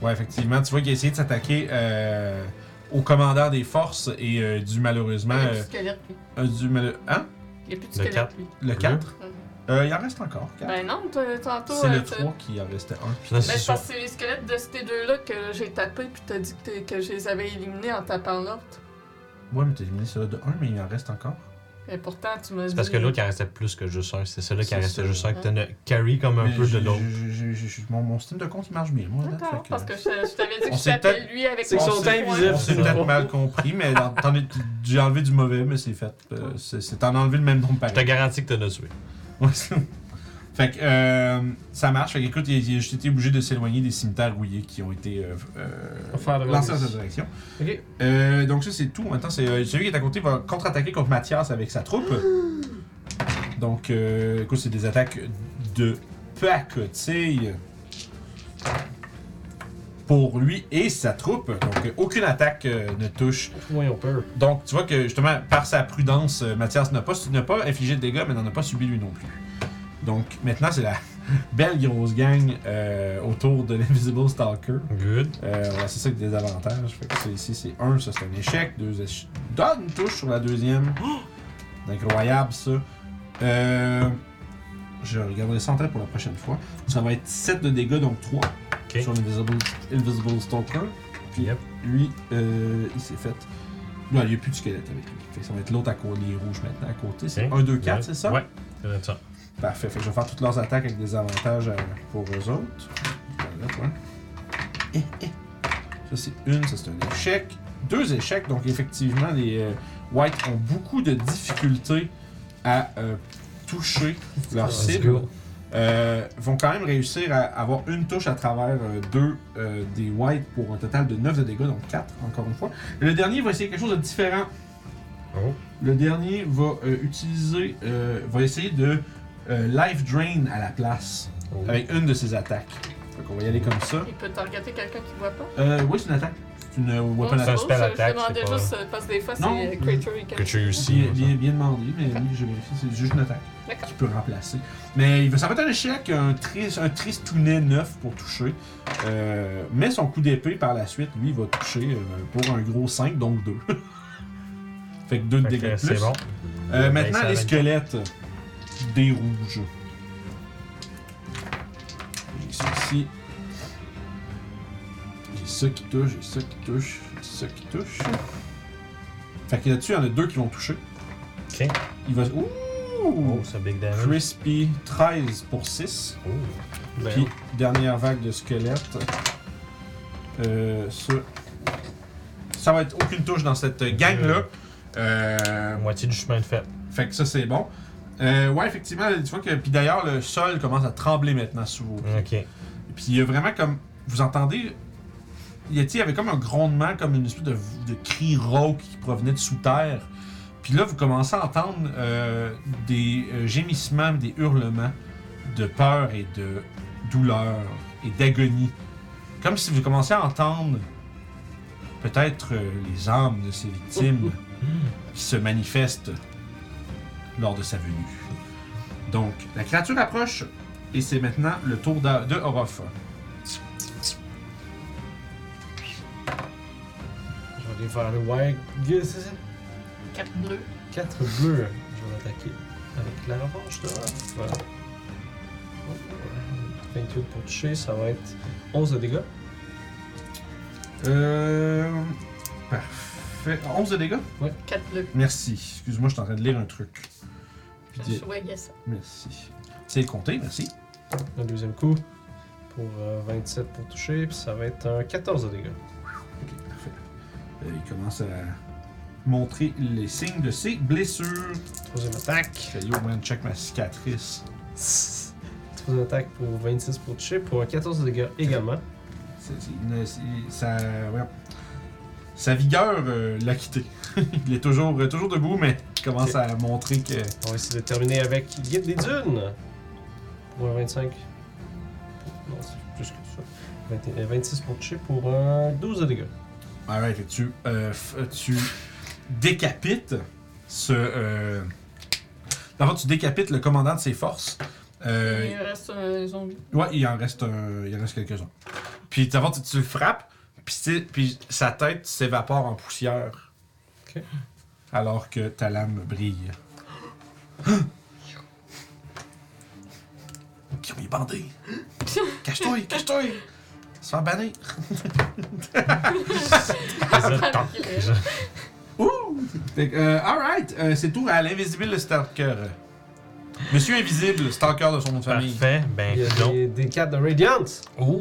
A: Ouais, effectivement. Tu vois qu'il a essayé de s'attaquer euh, au commandant des forces et euh, du malheureusement.
B: Il n'y a
A: euh,
B: plus de squelette, lui.
A: euh, du mal... Hein
B: Il n'y a plus de
C: Le
B: squelette,
C: quatre.
B: lui.
A: Le 4
B: Ouais.
A: euh, Il en reste encore. quatre.
B: Ben non, t'as- tantôt.
A: C'est
B: euh,
A: le
B: t'as-
A: 3 qui en restait un.
C: Non,
B: Mais
C: c'est
B: je pense
C: sûr.
B: que c'est les squelettes de ces deux-là que j'ai tapé puis t'as dit que, t'es- que je les avais éliminés en tapant l'autre.
A: Ouais, mais t'as éliminé celui-là de 1, mais il en reste encore.
B: Et pourtant, tu m'as dit.
C: C'est parce que l'autre, il en restait plus que juste un. C'est celui qui en
A: C'est
C: restait
A: ça.
C: juste un que t'en as carry comme un
A: Mais
C: peu de
A: j'ai-
C: l'autre.
A: j'ai- j'ai- j'ai- j'ai- Mon, mon système de compte, il marche bien, moi. là,
B: D'accord,
A: fait Ah,
B: parce que je, je t'avais dit
A: On
B: que je
A: s'est
B: tapais
A: peut-être-
B: lui avec
D: C'est que
B: mon
D: son
B: petit
D: temps
B: poing.
D: invisible,
A: On s'est
C: C'est ça.
A: peut-être mal compris, mais dans- t'en es- j'ai enlevé du mauvais, mais c'est fait. Euh, c'est c'est en enlevé le même nombre
C: Je te
A: pareil.
C: garantis que t'en as tué.
A: Ouais, c'est- fait que euh, ça marche. Fait que, écoute, il, il a juste été obligé de s'éloigner des cimetières rouillés qui ont été euh, euh,
D: Faire de
A: lancés dans
D: remise.
A: cette direction.
D: Ok.
A: Euh, donc ça c'est tout. Maintenant c'est euh, celui qui est à côté va contre-attaquer contre Mathias avec sa troupe. Donc euh, écoute c'est des attaques de pacotille pour lui et sa troupe. Donc euh, aucune attaque euh, ne touche.
D: Voyons peur.
A: Donc tu vois que justement par sa prudence euh, Mathias n'a pas n'a pas infligé de dégâts mais n'en a pas subi lui non plus. Donc maintenant c'est la belle grosse gang euh, autour de l'Invisible Stalker.
C: Good.
A: Euh, ouais, c'est ça que des avantages. Fait que ça, ici, c'est 1, ça c'est un échec. Deux éche- Donne une touche sur la deuxième. C'est incroyable ça. Euh, je regarderai ça en tête pour la prochaine fois. Ça va être 7 de dégâts, donc 3
C: Ok.
A: sur l'Invisible Invisible Stalker. Puis
C: Yep.
A: lui, euh, il s'est fait. Non, il n'y a plus de squelette avec lui. Fait que ça va être l'autre à côté, les rouges maintenant à côté. C'est
C: Ok.
A: 1, 2, 4,
C: Ouais.
A: c'est ça?
C: Ouais, ça doit être ça.
A: Parfait. Fait que je vais faire toutes leurs attaques avec des avantages euh, pour eux autres. Voilà, voilà. Eh, eh. Ça, c'est une, ça, c'est un échec. Deux échecs, donc effectivement, les euh, White ont beaucoup de difficultés à euh, toucher leur
D: Let's
A: cible. Euh, vont quand même réussir à avoir une touche à travers euh, deux euh, des White pour un total de 9 de dégâts, donc 4 encore une fois. Et le dernier va essayer quelque chose de différent.
C: Oh.
A: Le dernier va euh, utiliser, euh, va essayer de euh, Life Drain à la place
C: Oh.
A: avec une de ses attaques. Donc on va y aller comme ça.
B: hein. Il peut targeter quelqu'un qui voit pas.
A: Euh, oui, c'est une attaque. C'est une euh, weapon
B: Non,
C: un
A: attack.
B: suppose,
C: spell
B: je-
C: attack,
B: Je demandais
C: c'est pas-
B: juste euh, parce que des fois c'est
A: Non.
B: euh, creature et
C: Que
B: quelque
C: tu as eu
A: C'est Bien,
C: aussi.
A: bien, bien demandé, mais oui, j'ai vérifié, c'est juste une attaque
B: D'accord.
A: qui peut remplacer. Mais il va, ça va être un échec, un triste, un tristounet neuf pour toucher. Euh, mais son coup d'épée par la suite, lui, va toucher euh, pour un gros 5, donc 2. fait que 2 de
C: Fait que,
A: dégâts. de
C: C'est
A: plus.
C: bon.
A: Euh,
C: Ben,
A: maintenant,
C: ça
A: les
C: va être-
A: squelettes des rouges. J'ai ceci. J'ai ça qui touche, j'ai ça qui touche, j'ai ça qui touche. Fait que là-dessus, il y en a deux qui vont toucher.
C: Ok.
A: Il va.
C: Oh,
A: Ouh!
C: ça big damage.
A: Crispy 13 pour 6.
C: Oh.
D: Ben,
A: Puis, dernière vague de squelettes. Euh, ça. Ça va être aucune touche dans cette gang-là. Euh,
C: La moitié du chemin de fait.
A: fait que ça, c'est bon. Euh, ouais, effectivement, tu vois que. Puis d'ailleurs, le sol commence à trembler maintenant sous vos pieds.
C: Ok.
A: Puis il y a vraiment comme. Vous entendez. Yeti avait comme un grondement, comme une espèce de, de cri rauque qui provenait de sous terre. Puis là, vous commencez à entendre euh, des euh, gémissements, des hurlements de peur et de douleur et d'agonie. Comme si vous commenciez à entendre peut-être euh, les âmes de ces victimes qui se manifestent lors de sa venue. Donc, la créature approche et c'est maintenant le tour d'a- de Orof.
D: Je vais aller vers le white. Guess, c'est ça?
B: 4 bleus.
D: 4 bleus. Je vais l'attaquer avec la revanche de Raph. Voilà. 28 pour toucher, ça va être 11 de dégâts.
A: Euh. Parfait. 11 de dégâts
B: 4 bleus.
A: Merci. Excuse-moi, je suis en train de lire un truc. Puis
B: Je
A: dis-
B: voyais ça.
A: Merci. C'est compté, merci.
D: Le deuxième coup pour euh, 27 pour toucher, puis ça va être un 14 de dégâts.
A: Ok, parfait. Euh, il commence à montrer les signes de ses blessures.
D: Troisième attaque.
A: Fait, Yo, man, check ma cicatrice.
D: Troisième attaque pour 26 pour toucher, pour un 14 de dégâts également.
A: C'est- c'est une- c'est- ça, ouais. Sa vigueur euh, l'a quitté. il est toujours, euh, toujours debout, mais il commence
D: Ok.
A: à montrer que.
D: On va essayer de terminer avec Guide des Dunes. Pour un 25. Non, c'est plus que ça. 20 euh, 26 pour toucher pour un 12 de dégâts.
A: Alright, fait que tu, euh, f- tu décapites ce. Euh... d'abord, tu décapites le commandant de ses forces Euh,
B: Il reste un zombie.
A: Ouais, il en reste, un- il en reste quelques-uns. Puis d'abord, tu, tu le frappes, puis, c'est- puis sa tête s'évapore en poussière.
D: Ok.
A: Alors que ta lame brille. Qui est bandé. Cache-toi, cache-toi. Se faire bannir.
B: Tranquille.
A: Ouh! Fait que, euh, alright, euh, c'est tout à l'invisible Stalker. Monsieur Invisible, Stalker de son nom de famille.
C: Parfait. Ben,
D: Il y a
C: donc.
D: des, des 4 de Radiance.
C: Oh!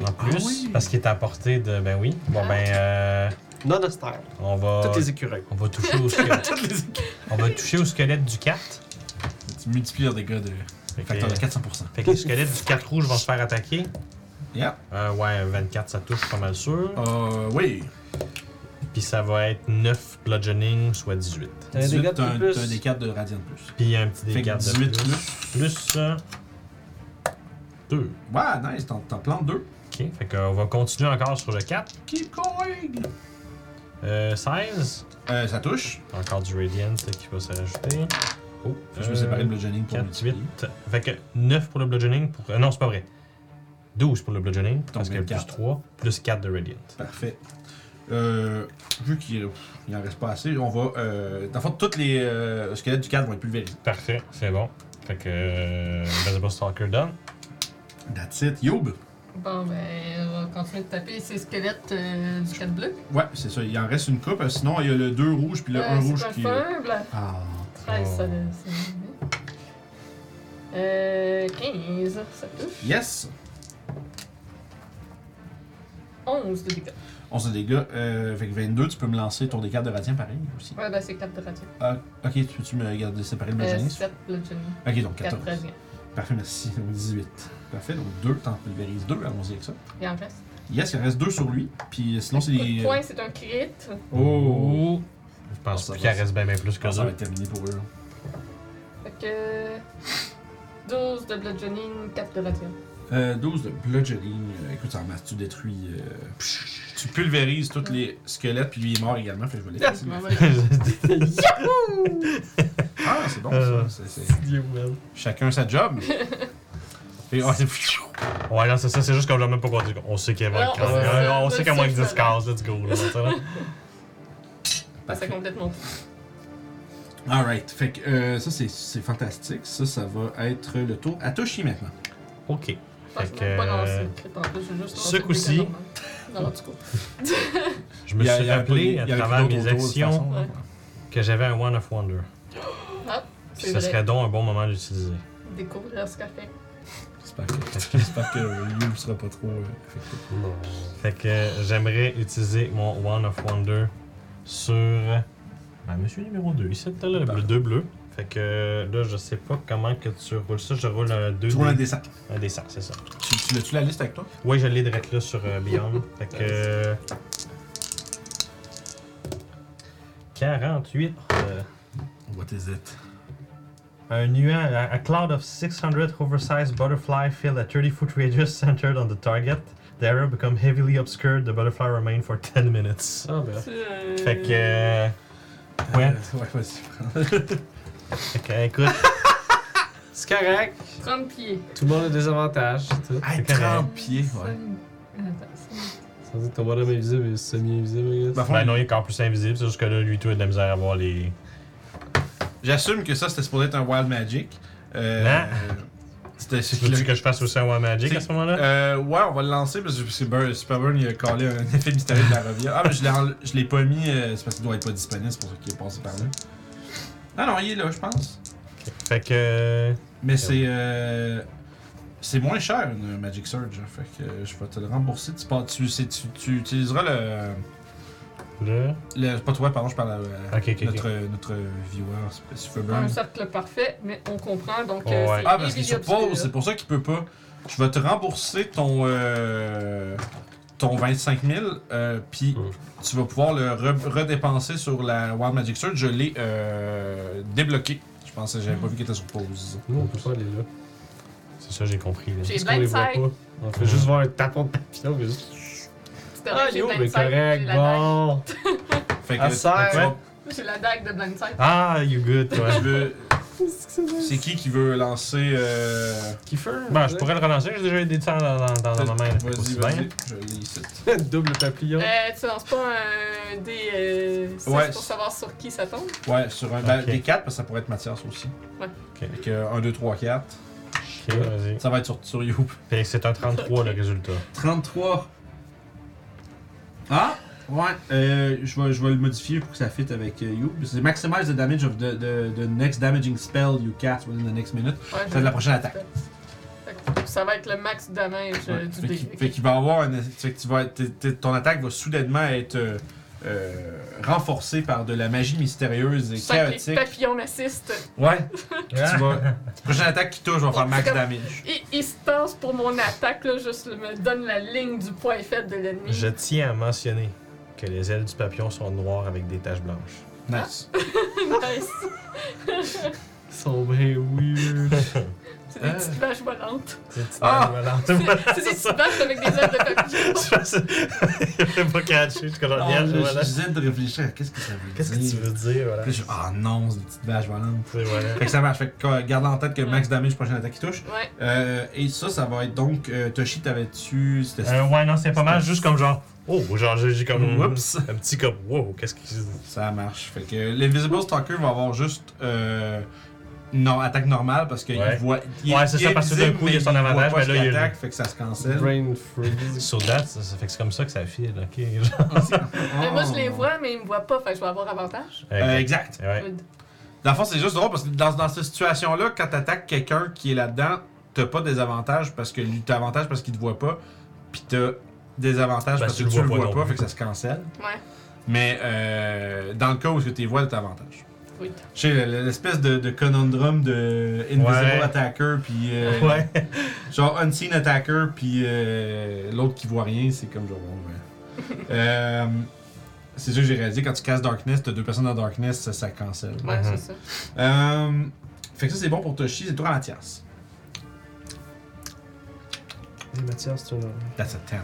C: En plus,
A: Ah oui. Ah.
C: parce qu'il est à portée de. Ben oui. Bon, ben, euh,
D: Non de style.
C: on va.
D: Toutes les écureuils.
C: On va toucher au squelette.
A: Toutes les équipes.
C: on va toucher au squelette du 4.
A: Tu multiplies les dégâts de
C: Fait que,
A: facteur de 400%.
C: fait que les squelettes du 4 rouge vont se faire attaquer.
A: Yeah.
C: Euh, ouais, 24, ça touche, je suis pas mal sûr.
A: Euh, oui.
C: Puis ça va être 9 bludgeoning, soit 18.
D: T'as des
A: 18,
D: dégâts
A: t'as
D: de
A: un,
D: plus.
A: t'as un des 4 de radiant de plus.
C: Puis un petit
A: Fait que
C: dégât de
A: 18
C: plus. Plus 2.
A: Ouais, nice, t'en, t'en plantes 2.
C: Ok, fait qu'on va continuer encore sur le 4.
A: Keep going!
C: Euh, 16.
A: Euh, ça touche.
C: Encore du Radiant là, qui va se rajouter. Oh,
A: Fait que je me séparer de Bludgeoning pour
C: 4,
A: multiplier.
C: 8. Fait que 9 pour le bludgeoning. Pour... euh, non, c'est pas vrai. 12 pour le bludgeoning. Parce que plus
A: vingt-quatre.
C: 3, plus 4 de Radiant.
A: Parfait. Euh, vu qu'il pff, il en reste pas assez, on va. Euh, dans le fond, tous les euh, squelettes du 4 vont être pulvérisés.
C: Parfait, c'est bon. Fait que. Euh, Invisible Stalker done.
A: That's it. Youb!
B: Bon, ben, on va continuer de taper ces squelettes euh, du 4 bleu.
A: Ouais, c'est ça, il en reste une coupe. euh, Sinon, il y a le 2 rouge puis le 1 rouge
B: c'est
A: qui.
B: pas
A: euh,
B: le feu, là.
A: Ah.
B: 13, ça, le- c'est... Euh, 15, ça touche.
A: Yes!
B: 11 de dégâts.
A: On se dégâts. Euh, fait que 22, tu peux me lancer ton D4 de radiant pareil aussi.
B: Ouais, ben, c'est 4 de radio.
A: Ah, ok, tu peux-tu me garder séparer le
B: Euh,
A: Bludgeoning?
B: 7 bludgeoning.
A: ok, donc
B: 4
A: 14.
B: radiens.
A: Parfait, merci. Donc, 18. Parfait, donc 2, t'en pulvérises 2, allons-y avec ça.
B: Il en reste.
A: Yes, il en reste 2 sur lui, puis sinon c'est euh,
B: Coup de
A: des...
B: poing, c'est un crit.
A: Oh!
C: Je pense
A: Ça va,
C: plus qu'il en
A: ça.
C: reste bien, bien plus que
A: Quand ça va
C: ça.
A: être terminé pour eux. là.
B: Fait que... 12 de bludgeoning, 4 de radio.
A: Euh, 12 de bludgeoning. Euh, écoute, ça en masse, tu détruis... euh, tu pulvérises tous les squelettes, puis lui est mort également, fait que je vais l'effacer.
B: Bon,
A: mais-
B: ben,
A: Ah, c'est bon
C: Euh.
A: ça. c'est- c'est- Chacun sa job. Fait que- ah, c'est-
C: Ouais, non, c'est ça, c'est juste qu'on l'a même pas compté. On sait qu'il y a
B: Non,
C: moins de
B: on
C: cases.
B: sait
C: Ouais,
B: ça,
C: On
B: on
C: sait
B: le
C: qu'il y a moins de
B: sait,
C: 10 cases, let's go. là, tu sais, là.
B: Ça
A: Parfait.
B: complète mon tour.
A: Alright, fait que euh, ça c'est- c'est fantastique. Ça, ça va être le tour à Toshi maintenant.
C: Ok.
B: Enfin,
C: Fait
B: je vais même pas
C: que,
B: lancer
C: euh,
B: le crit en plus, je vais juste
C: ce
B: lancer le
C: coup-ci-
B: dégât normal. Non, non, du coup.
C: Je me
A: Il y a- il
C: suis
A: y avait pas- il
C: rappelé
A: y
C: à
A: avait plus
C: travers
A: d'autres
C: mes
A: autour, de toute
C: actions
A: façon, là.
B: Ouais.
C: que j'avais un One of Wonder.
B: Ah,
C: Puis
B: c'est
C: Ce
B: vrai.
C: serait donc un bon moment de l'utiliser.
B: Découvrir ce qu'elle fait.
A: J'espère que, j'espère que Liu sera pas trop euh, affecté.
C: Fait que euh, j'aimerais utiliser mon One of Wonder sur ben, monsieur numéro 2. Ici, t'as là, le bleu,
A: Parfait.
C: 2 bleus. Fait que euh, là, je sais pas comment que tu roules ça. Je roule un 2
A: Tu roules un dessin.
C: un des sacs, c'est ça.
A: Tu, tu l'as-tu la liste avec toi?
C: Oui, je l'ai direct là sur euh, Beyond. fait que. euh, 48. euh,
A: What is it?
C: un nuage. A, a cloud of 600 oversized butterfly filled a 30 foot radius centered on the target. The area become heavily obscured. The butterfly remain for 10 minutes.
D: Ah, ben.
C: Fait que. euh, ouais.
A: Euh, ouais, vas-y.
C: Fait que, écoute.
D: C'est correct.
B: 30 pieds.
D: Tout le monde a des avantages. c'est tout.
A: Hey,
C: correct.
A: 30 pieds, ouais.
B: Attends, c'est-
D: Ça veut dire que ton bonhomme invisible est semi-invisible, I guess.
A: Bah,
C: ben non, il est encore plus invisible. C'est juste que là, lui, tout a de la misère à voir les.
A: J'assume que ça, c'était supposé être un Wild Magic. Euh,
C: Hein?
A: C'était
C: Tu veux que je fasse aussi un War Magic à ce moment-là?
A: Euh, ouais, on va le lancer parce que c'est Bur- Superburn, il a collé un effet mystérieux de la revue. Ah, mais je l'ai, enle- je l'ai pas mis, euh, c'est parce qu'il doit être pas disponible, c'est pour ça qu'il est passé par là. Ah non, il est là, je pense.
C: Fait que.
A: Mais c'est. euh, c'est moins cher une Magic Surge, hein, fait que euh, je vais te le rembourser. Tu, pars- tu, c'est- tu, tu utiliseras le.
C: Là.
A: le pas toi, pardon, je parle à, à
C: Ok, ok, ok.
A: notre, euh, notre viewer, c'est- Superburn.
D: Hmm.
B: Un cercle parfait, mais on comprend, donc
C: Oh,
B: euh,
C: ouais.
B: c'est
A: Ah, parce qu'il se
B: évident
A: pose, c'est pour ça qu'il peut pas. Je vais te rembourser ton, euh, ton 25 000, euh, puis
C: Hmm.
D: Mm.
A: tu vas pouvoir le re- redépenser sur la Wild Magic Surge. Je l'ai euh, débloqué. Je pensais, j'avais pas vu qu'il était sur pause.
D: Nous, on peut pas aller là.
C: C'est ça, j'ai compris. là.
B: J'ai-
D: Parce qu'on les voit
B: 25.
D: pas. On fait juste voir un tapon de papillon. mais juste-
B: C'est
D: Ah,
B: correct, j'ai
D: yo, mais
B: 25,
D: correct,
B: j'ai la dague.
D: bon.
A: Fait que
D: Ah,
A: tu
D: ça,
A: vas-
B: J'ai la dague de Blindside.
C: Ah, you good, ouais.
A: tu veux- C'est qui qui veut lancer. Euh...
D: Kiefer? hein?
C: Bon, je pourrais le relancer, j'ai déjà eu des temps dans, dans, Ah, dans ma main. là, fait qu'aussi
A: Vas-y,
C: bien.
A: vas-y. Je lis ici.
D: Double papillon.
B: Euh, tu lances pas un dé euh, six
A: Ouais.
B: pour savoir sur qui ça tombe?
A: Ouais, sur un. ben,
C: Ok.
A: des 4 parce que ça pourrait être Mathias aussi.
B: Ouais.
A: Fait que 1, 2, 3, 4.
C: Ok, vas-y.
A: Ça va être sur, sur Youp.
C: Fait que c'est un 33 le résultat.
A: 33. Ah! Ouais, euh, je, vais, je vais le modifier pour que ça fit avec euh, Youp. C'est maximize the damage of the, the, the next damaging spell you cast within the next minute.
B: Ouais,
A: C'est de la prochaine attaque.
B: Fait que Ça va être le max de damage euh,
A: Ouais.
B: du
A: Fait
B: dé.
A: qu'il- fait qu'il va avoir un- fait que tu vas être- t'es- t'es- ton attaque va soudainement être euh, euh, renforcée par de la magie mystérieuse et
B: Je sens que les
A: chaotique.
B: papillons m'assistent.
A: Ouais, tu vas. Prochaine attaque qui touche va faire max
B: C'est comme-
A: damage.
B: Et il se passe pour mon attaque, là, juste me donne la ligne du point faible de l'ennemi.
C: Je tiens à mentionner que les ailes du papillon sont noires avec des taches blanches.
A: Nice.
B: Nice.
D: Ils sont bien weird.
B: C'est
A: Euh.
B: des petites vaches volantes.
C: C'est une petite
A: Ah!
C: tache volante.
B: C'est c'est des petites vaches avec des ailes de papillon.
C: Je pense- Il fait pas catché jusqu'à
A: Non,
C: l'ornière,
A: Ah, je-
C: Ah, voilà.
A: je disais de réfléchir à qu'est-ce que ça veut
C: Qu'est-ce que
A: dire.
C: tu veux dire, voilà?
A: Puis je- Ah non, c'est une petite vache volante.
C: C'est voilà.
A: Fait que ça marche. Fait que euh, garde en tête que max damage prochaine attaque qui touche.
B: Ouais.
A: Euh, et ça, ça va être donc. euh, Toshi, t'avais-tu. C'était.
C: Euh, ouais, non, c'est pas mal, juste comme genre. Oh, genre, j'ai j'ai comme.
A: Oups.
C: Un petit comme. Wow, qu'est-ce qui.
A: Ça marche. Fait que euh, l'Invisible Stalker va avoir juste. Euh, non, attaque normale parce qu'il
C: Ouais.
A: voit. il est-
C: Ouais, c'est
A: il
C: ça,
A: est
C: parce que
A: visible,
C: d'un coup,
A: mais
C: il a son
A: voit
C: avantage,
A: pas
C: mais
A: ce
C: là,
A: qu'il
C: il a-
A: attaque, fait que ça se cancelle.
D: Brain freeze.
C: Sur date, ça, ça fait que c'est comme ça que ça file, ok?
B: Mais moi, je les vois, mais ils me voient pas, fait que je vais avoir avantage.
A: Oh. Euh, exact.
C: Ouais.
B: Good.
A: Dans le fond, c'est juste drôle parce que dans, dans cette situation-là, quand t'attaques quelqu'un qui est là-dedans, t'as pas des avantages parce que lui, t'as avantage parce qu'il te voit pas, puis t'as des avantages
C: Ben,
A: parce
C: tu
A: que
C: le
A: tu le
C: vois pas
A: vois
C: non
A: pas,
C: plus.
A: fait que ça se cancelle.
B: Ouais.
A: Mais euh, dans le cas où ce que tu les vois, t'as avantage.
B: Oui.
A: Je sais, l'espèce de, de conundrum de Invisible
C: Ouais.
A: Attacker, puis euh,
C: Ouais.
A: genre Unseen Attacker, puis euh, l'autre qui voit rien, c'est comme genre. bon, ouais. Euh, c'est sûr que j'ai réalisé, quand tu casses Darkness, t'as deux personnes dans Darkness, ça, ça cancelle.
B: Ouais,
C: Mhm.
B: c'est ça.
A: Euh, fait que ça, c'est bon pour Toshi, c'est toi, Mathias.
D: Hey, Mathias, c'est un.
A: That's a 10.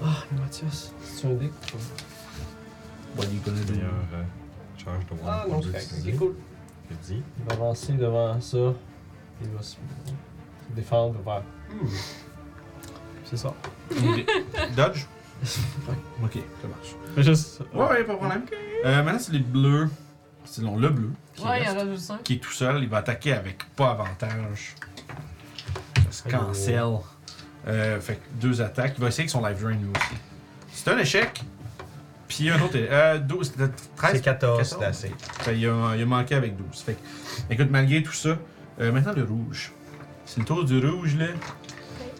D: Ah, hey, Mathias, c'est un deck.
A: What are you gonna do?
C: D'ailleurs, euh, charge de
D: Ah non, c'est correct. Ok, cool.
C: dit.
D: Il va avancer devant ça. Il va se se défendre, il va faire. Hmm. C'est ça.
A: Dodge? ok, ça marche.
D: Mais juste.
A: Ouais, ouais, pas de problème. Euh, maintenant, c'est les bleus. C'est non, le bleu. Qui,
B: Ouais, il y
A: reste,
B: en a juste un.
A: qui est tout seul, il va attaquer avec pas avantage. Ça se cancel. Euh, fait que deux attaques. Il va essayer avec son live drain, lui aussi. C'est un échec. Puis un autre. est- Euh, 12,
C: C'est
A: 13.
C: 14
A: 14.
C: d'assez.
A: Fait, il, a, il a manqué avec 12. Fait que, écoute, malgré tout ça, euh, maintenant le rouge. C'est le tour du rouge, là.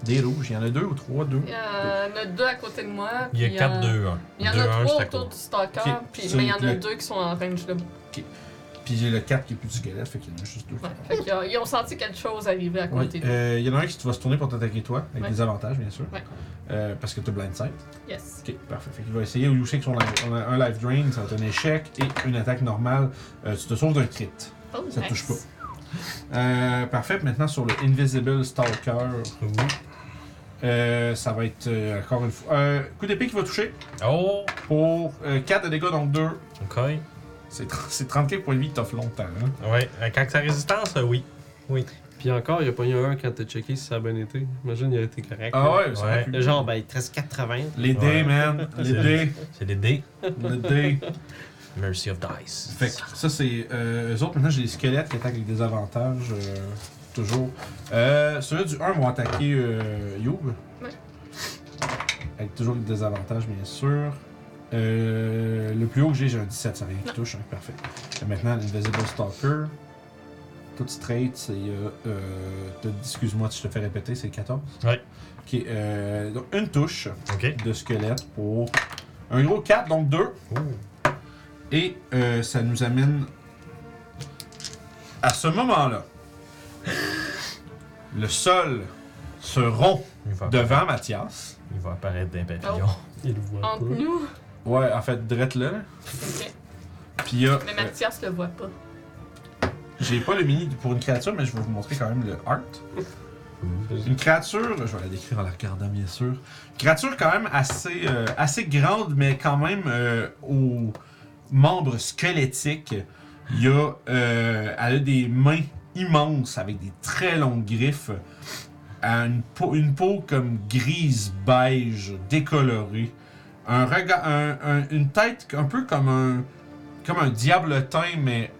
A: Des rouges. Il y en a deux ou trois, deux.
B: Il y en a deux à côté de moi.
C: Il y
B: puis euh,
C: a 4, 2, 1.
B: Il y en
C: 2,
B: a
C: 1,
B: trois
C: c'est à
B: autour
C: court.
B: du stalker,
A: Ok.
B: puis,
A: C'est
B: mais il y en a
A: le-
B: deux qui sont en range de moi.
A: Puis j'ai le 4 qui est plus du squelette, fait qu'il y en a juste deux.
B: Ouais. Fait qu'ils ont- ils ont senti quelque chose arriver à
A: Ouais.
B: côté d'eux.
A: Euh, Il y en a un qui va se tourner pour t'attaquer toi, avec
B: Ouais.
A: des avantages, bien sûr.
B: Ouais.
A: Euh, parce que t'as blind sight.
B: Yes.
A: Ok, parfait. Fait qu'il va essayer, you shake son live, un live drain, ça va être un échec et une attaque normale. Euh, tu te sauves d'un crit.
B: Oh,
A: Ça
B: nice.
A: touche pas. Euh, parfait, maintenant sur le Invisible Stalker, euh, ça va être euh, encore une fois. Euh, coup d'épée qui va toucher.
C: Oh!
A: Pour 4 de dégâts, donc 2.
C: Ok.
A: C'est tr- c'est 34 points de vie, t'offres longtemps. Hein?
C: Ouais, euh, quand sa résistance, euh, oui.
D: Puis encore, il a pas eu un quand t'as checké si ça a bien été. J'imagine qu'il a été correct.
A: Ah ouais, ça
C: Ouais.
A: aurait pu.
D: Le genre, ben, il te reste 80.
A: Les dés,
C: Ouais.
A: man. Les dés.
C: C'est des dés.
A: Les dés.
C: Mercy of Dice.
A: Fait que ça, c'est. Euh, eux autres, maintenant, j'ai des squelettes qui attaquent avec des avantages. euh, toujours. Euh, Ceux-là du 1 vont attaquer euh, Youb.
B: Ouais.
A: Avec toujours des désavantages, bien sûr. Euh, le plus haut que j'ai, j'ai un 17, ça rien qui touche, hein, parfait. Et maintenant, l'Invisible Stalker. Tout straight, c'est. euh, euh, t'as- Excuse-moi si je te fais répéter, c'est 14.
C: Ouais.
A: Ok, euh, donc une touche
C: Ok.
A: de squelette pour un gros 4, donc 2. Et euh, ça nous amène à ce moment-là. Le sol se rompt
C: Il va,
A: devant Mathias.
C: il va apparaître d'un papillon.
B: Oh.
D: Il le voit
B: Entre nous,
A: Ouais, en fait, drette là.
B: Ok.
A: Puis il y a.
B: mais
A: euh,
B: Mathias le voit pas.
A: J'ai pas le mini pour une créature, mais je vais vous montrer quand même le art. Une créature, je vais la décrire en la regardant bien sûr. Une créature quand même assez, euh, assez grande, mais quand même euh, aux membres squelettiques, Il y a, euh, elle a des mains immenses avec des très longues griffes. Elle a une peau, une peau comme grise beige décolorée. Un regard, un- un- une tête un peu comme un comme un diabletin mais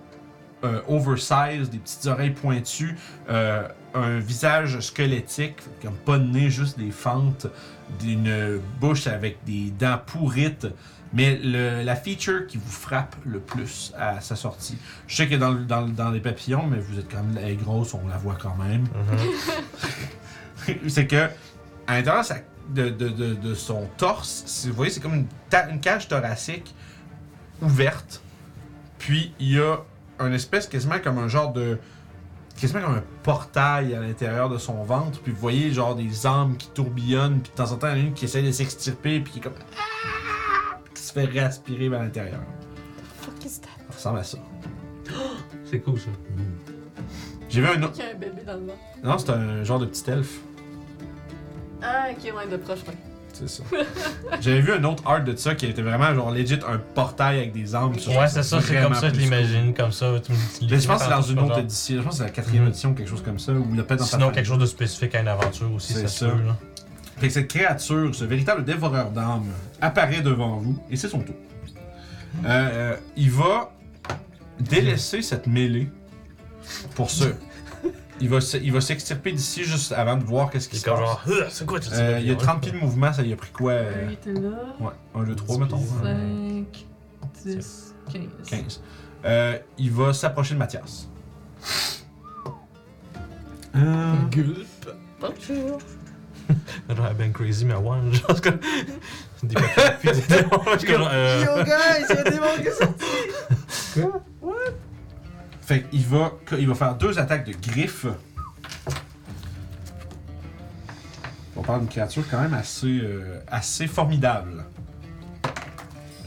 A: euh, oversize, des petites oreilles pointues, euh, un visage squelettique, comme pas de nez, juste des fentes, d'une bouche avec des dents pourrites. Mais le- la feature qui vous frappe le plus à sa sortie, je sais que dans, le- dans, le- dans les papillons, mais vous êtes quand même elle est grosse, on la voit quand même. c'est que à l'intérieur sa- de, de- de- de son torse, si vous voyez, c'est comme une, ta- une cage thoracique ouverte. Puis il y a un espèce quasiment comme un genre de quasiment comme un portail à l'intérieur de son ventre. Puis vous voyez genre des âmes qui tourbillonnent. Puis de temps en temps, il y en a une qui essaie de s'extirper. Puis qui est comme Ah! Puis qui se fait respirer vers l'intérieur.
B: Fuck is that?
A: Ça ressemble à ça.
D: C'est cool ça.
A: J'ai vu un autre.
B: Il y a un bébé dans le ventre.
A: Non, c'est un genre de petit elfe.
B: Ah, ok, ouais, de proche, ouais.
A: C'est ça. J'avais vu un autre art de ça qui était vraiment genre legit un portail avec des armes sur
E: Ouais, c'est ça, c'est
A: vraiment
E: comme ça, je
A: plus
E: l'imagine, comme ça. tu me- tu
A: cool. Mais je pense que c'est
E: l'écris
A: dans
E: tantôt,
A: une autre
E: genre.
A: édition. Je pense que c'est la quatrième
E: Mhm.
A: édition, quelque chose comme ça, ou peut-être dans
E: Sinon, quelque chose de spécifique à une aventure aussi,
A: C'est
E: ça
A: ça.
E: se peut, là.
A: Fait que cette créature, ce véritable dévoreur d'âmes, apparaît devant vous, et c'est son tour. Euh, euh, il va délaisser cette mêlée pour ça. Il va se- il va s'extirper d'ici juste avant de voir qu'est-ce qui
E: C'est
A: se
E: comme
A: passe.
E: genre, Ah, c'est quoi, tu sais
A: Euh,
E: pas
A: il y a
E: bien,
A: 30
E: ouais.
A: pieds de mouvement, ça lui a pris quoi euh,
F: Il était là.
A: Ouais, 1, 2, 3 mettons.
E: Dix,
A: hein.
F: 5, 10, 15.
A: 15. Euh, il va s'approcher de Mathias. Euh,
E: Gulp.
B: Bonjour.
E: Genre, ben crazy, mais ouais, genre, c'est comme. Des papiers, puis des démons, je suis comme genre, euh,
A: Fait qu'il va, il va faire deux attaques de griffes. On parle d'une créature quand même assez, euh, assez formidable.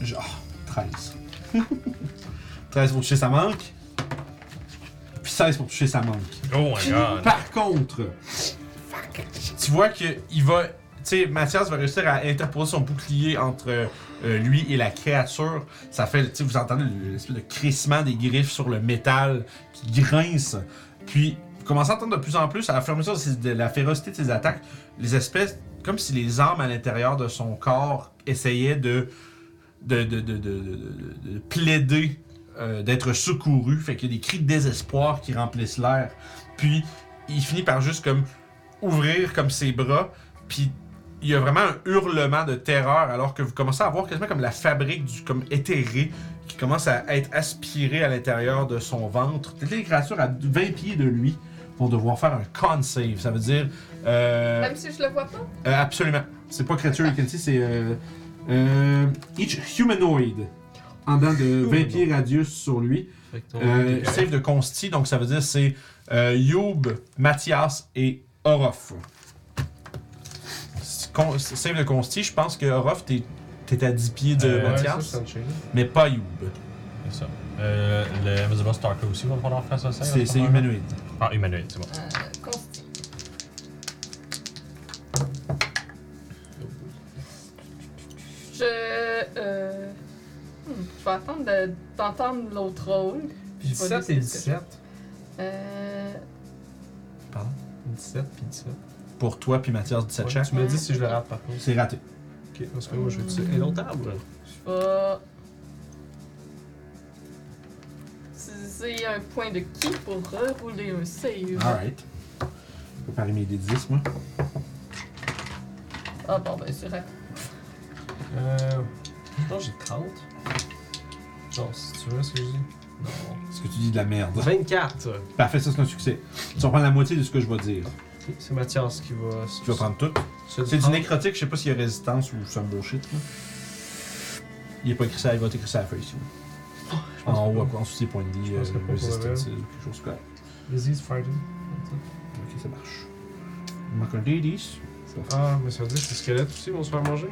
A: Genre, 13. 13 pour toucher, ça manque. Puis 16 pour toucher, ça manque.
E: Oh my god.
A: Par contre, tu vois que il va. Tu sais, Mathias va réussir à interposer son bouclier entre euh, lui et la créature. Ça fait. Tu sais, vous entendez le- l'espèce de crissement des griffes sur le métal qui grince. Puis, vous commencez à entendre de plus en plus, à la fermeture de, ses- de la férocité de ses attaques, les espèces. Comme si les armes à l'intérieur de son corps essayaient de. de, de, de, de- de- de- de plaider, euh, d'être secouru. Fait qu'il y a des cris de désespoir qui remplissent l'air. Puis il finit par juste comme ouvrir comme ses bras. Puis il y a vraiment un hurlement de terreur alors que vous commencez à voir quasiment comme la fabrique du comme éthéré qui commence à être aspirée à l'intérieur de son ventre. Toutes les créatures à 20 pieds de lui vont devoir faire un con save. Ça veut dire euh,
B: Même si je le vois pas.
A: euh, absolument. C'est pas creature you can see, c'est euh, euh, each humanoid en dedans de 20 pieds radius sur lui.
D: Fait que ton-
A: Euh,
D: t'es correct.
A: save de Consti, donc ça veut dire c'est euh, Youb, Mathias et Orof. S- con- Save de Consti, je pense que Orof, t'es t'es à 10 pieds de
E: Euh,
D: Ouais, ça,
A: Mathias,
D: ça me chaîne.
A: mais pas Youb.
E: C'est ça. Euh, le Invisible Stalker aussi va falloir faire ça, ça.
A: C'est c'est
E: Emmanuel.
A: humanoïde.
E: Ah, Emmanuel, c'est bon.
B: Euh, Consti. Je. euh, hmm, je vais attendre de- d'entendre l'autre rôle.
D: Puis
B: Je vais
D: 17 et
B: décider ce que
D: 17.
B: Euh.
A: Pardon.
D: 17 puis 17.
A: Pour toi puis Mathias 17
D: Ouais,
A: chaque.
D: tu me dis si je le rate par contre.
A: C'est raté.
D: Ok, parce que moi je vais utiliser un autre arbre.
B: Je vais utiliser un point de ki pour rerouler un save.
E: Ah
A: Alright. Je vais parler mes D10, moi.
B: Ah bon, ben c'est raté.
D: Euh. Non, j'ai 30. Non, si tu veux, ce que je dis. Non.
A: Est-ce que tu dis de la merde?
D: 24.
A: Parfait, ça c'est un succès. Tu vas prendre la moitié de ce que je vais dire.
D: Ok, C'est Mathias qui va.
A: Tu vas prendre tout.
D: C'est
A: C'est du nécrotique, je sais pas s'il y a résistance ou some bullshit. Là. Il est pas écrit ça, il va être écrit ça à la feuille ici.
D: Oh, pense
A: En
D: que
A: haut,
D: pas.
A: après, en dessous, c'est point de vie, euh,
D: Je pense que pas pour
A: résistance,
D: le
A: ou quelque chose comme ça.
D: Disease fighting.
A: Ok, ça marche. Il manque un D10.
D: Ah, mais ça veut dire que ces squelettes aussi vont se faire manger.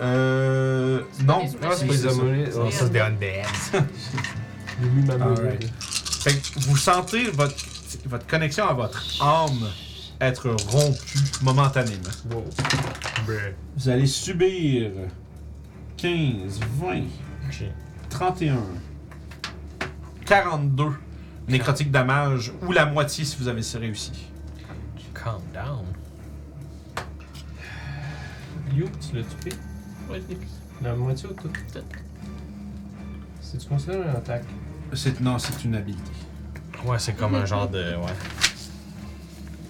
A: Euh. Non,
B: des
D: Ah, c'est pas
A: c'est
D: les
A: ça.
D: amolés.
B: Non, ça, c'est des
E: undead.
D: Les mumamolés.
A: Alright. Fait que vous sentez votre, votre connexion à votre âme être rompue momentanément.
D: Wow.
A: Vous allez subir 15, 20,
E: Ok.
A: 31, 42 nécrotique damage ou la moitié si vous avez réussi.
E: Calm down.
D: You, tu l'as tué
B: Ouais, je l'ai plus.
D: La moitié ou tout Si tu considères une attaque.
A: C'est non, c'est une habilité.
E: Ouais, c'est comme un genre de. Ouais.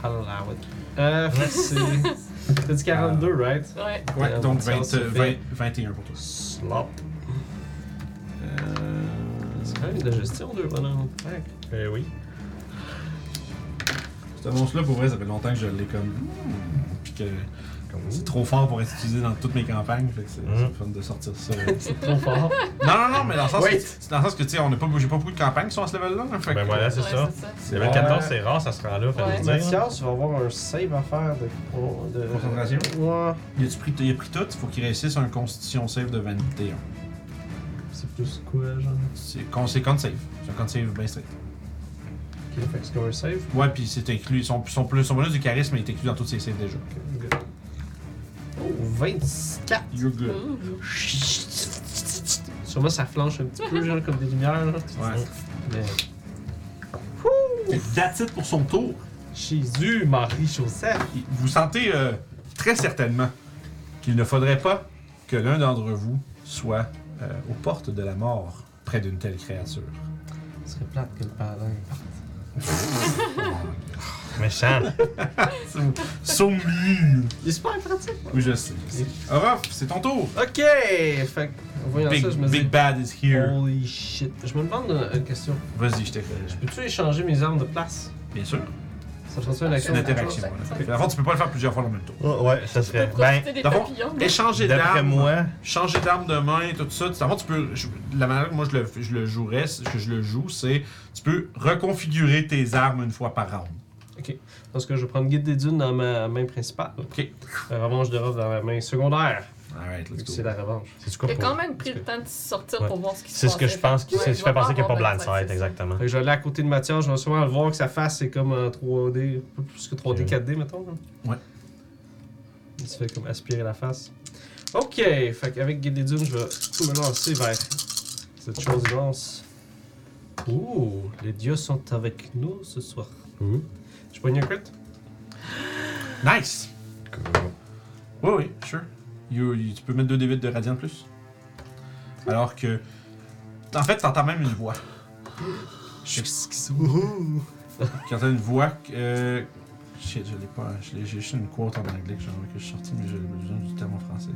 D: Allow it. Euh, fait que c'est. T'as dit 42, right
B: Ouais.
A: Ouais,
D: Euh,
A: donc
D: donc ça,
A: 20,
D: ça
A: euh,
D: fait-
A: 20 21 pour toi.
D: Slop.
A: Euh,
D: C'est quand même de la gestion, deux bonhommes. Fait que-
E: Eh oui.
A: Cette monstre-là, pour vrai, ça fait longtemps que je l'ai comme. hmm, Puis que
E: Comme
A: c'est trop fort pour être utilisé dans toutes mes campagnes. Fait que c'est
E: Mhm.
A: c'est le fun de sortir ça.
D: C'est trop fort.
A: non, non, non, mais dans le sens, que- c'est dans le sens que, tu sais, on n'a pas, j'ai pas beaucoup de campagnes qui sont à ce level-là. là, fait
E: Ben
A: que-
E: voilà, c'est
B: ouais,
E: ça.
B: c'est ça.
E: Le 14, c'est rare, ça se rend là,
B: Ouais.
E: fait le dire. hein.
D: Mathias, tu vas avoir un save à faire de. de...
A: Concentration?
D: Ouais.
A: Il a, pris, il a pris tout, il faut qu'il réussisse un constitution save de 21.
D: C'est plus quoi, genre
A: C'est con, c'est con save. C'est un con save bien strict.
D: Ok, fait que c'est comme un save.
A: Ouais, puis c'est inclus. Son, son, plus- son bonus du charisme est inclus dans tous ses saves déjà.
D: Ok, good. Oh, 24
A: You're good.
B: Ouh.
D: Sûrement ça flanche un petit peu, genre comme des lumières, là.
A: Ouais.
D: Mais.
A: That's it pour son tour.
D: Jésus, Marie, Joseph.
A: Vous sentez euh, très certainement qu'il ne faudrait pas que l'un d'entre vous soit euh, aux portes de la mort près d'une telle créature.
D: Ce serait plate que le paladin parte.
E: Méchant.
A: So mean.
D: Il est super pratique.
A: Oui, je sais. je sais. Orof, c'est ton tour.
D: Ok! Fait que, en voyant
A: Big,
D: ça, je me
A: big
D: dis.
A: Bad is here.
D: Holy shit. Je me demande euh, une, une question.
A: Vas-y, je t'écoute.
D: Peux-tu échanger mes armes de place?
A: Bien sûr.
D: Ça prend une
A: Ah, C'est
D: action?
A: une interaction. là. Dans le fond, tu peux pas le faire plusieurs fois le même tour.
E: Ouais, ouais, ça serait. Ben,
B: Profiter des
A: d'abord,
B: papillons.
A: Échanger
E: d'après
A: d'armes.
E: moi,
A: changer d'arme de main, tout ça. Tu- Avant, tu peux. je- la manière que moi je le, je le jouerais, c'est- que je le joue, c'est tu peux reconfigurer tes armes une fois par round.
D: Parce que je vais prendre Guide des Dunes dans ma main principale.
A: Ok.
D: La revanche de Rob dans ma main secondaire.
A: Alright,
D: Vu
A: let's
D: que c'est
A: go.
D: la revanche.
E: c'est
B: Il
E: quoi
B: a quand
E: pour.
B: même pris le temps de sortir pour voir ce qui se
E: C'est
B: passe.
E: ce que je pense qui
B: Ouais,
E: c'est
B: il
E: ce qui
B: va
E: fait penser
B: pas
E: qu'il n'y a pas
B: avoir
E: Blindside,
B: Blindside,
E: exactement.
D: Fait que je vais aller à côté de Mathias, je vais sûrement le voir que sa face c'est comme en 3D, un peu plus que 3D,
E: Ok.
D: 4D mettons. là.
A: Ouais.
D: Il se fait comme aspirer la face. Ok, fait qu'avec Guide des Dunes, je vais me lancer vers cette chose immense. Ouh, les dieux sont avec nous ce soir.
E: Ouh.
D: Je pogne un crit?
A: Nice! Oui, oui, sure. You- you- tu peux mettre 2 d de radiant de plus. Alors que. En fait, t'entends même une voix.
D: Je suis schizo.
A: T'entends une voix. que- Euh, shit, je l'ai pas. je l'ai- J'ai juste une quote en anglais que j'aimerais que je sortie, mais j'ai besoin du terme en français.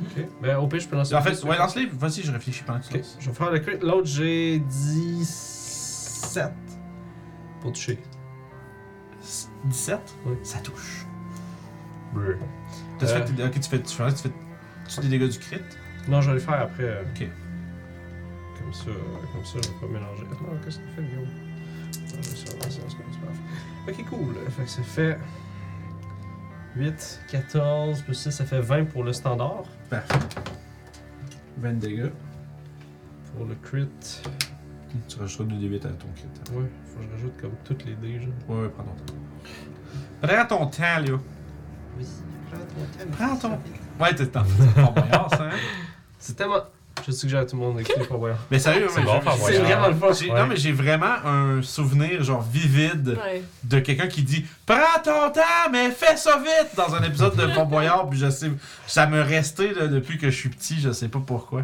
D: Ok, ben au pire je peux lancer.
A: En
D: le
A: fait,
D: crit.
A: ouais, lance-les. Vas-y, je réfléchis pendant que tu
D: Ok,
A: lances.
D: je vais faire le crit. L'autre j'ai 17 pour toucher.
A: 17?
D: Oui.
A: Ça touche.
E: Brr.
A: T'as
D: Euh.
A: fait, ok, tu fais, tu fais, tu fais, tu fais des dégâts du crit.
D: Non, je vais le faire après. euh,
A: Ok.
D: Comme ça, euh, comme ça, je vais pas mélanger. Attends, qu'est-ce que ça fait, Guillaume Ah, je vais savoir ça, c'est pas grave. Ok, cool. Fait que ça fait 8, 14, plus 6, ça fait 20 pour le standard.
A: Parfait. 20 dégâts.
D: Pour le crit,
A: Tu rajouteras 2 d à ton crit.
D: ouais, faut que je rajoute comme toutes les dés, genre.
A: Ouais, ouais, prends ton temps. Prends ton temps, Léo.
D: Oui,
A: Prends ton. Ouais, t'es temps. C'est Fort Boyard, ça. Hein?
D: C'est tellement. Je suggère à tout le monde d'écouter Fort Boyard.
A: Mais sérieux,
E: C'est
A: ouais,
E: bon,
A: je-
E: Fort
A: je-
D: C'est
E: Boyard.
D: vraiment le fun.
A: j'ai-
E: Ouais.
A: Non, mais j'ai vraiment un souvenir, genre, vivide
B: Ouais.
A: de quelqu'un qui dit Prends ton temps, mais fais ça vite dans un épisode de Fort Boyard. Puis je sais, ça me restait là, depuis que je suis petit, je sais pas pourquoi.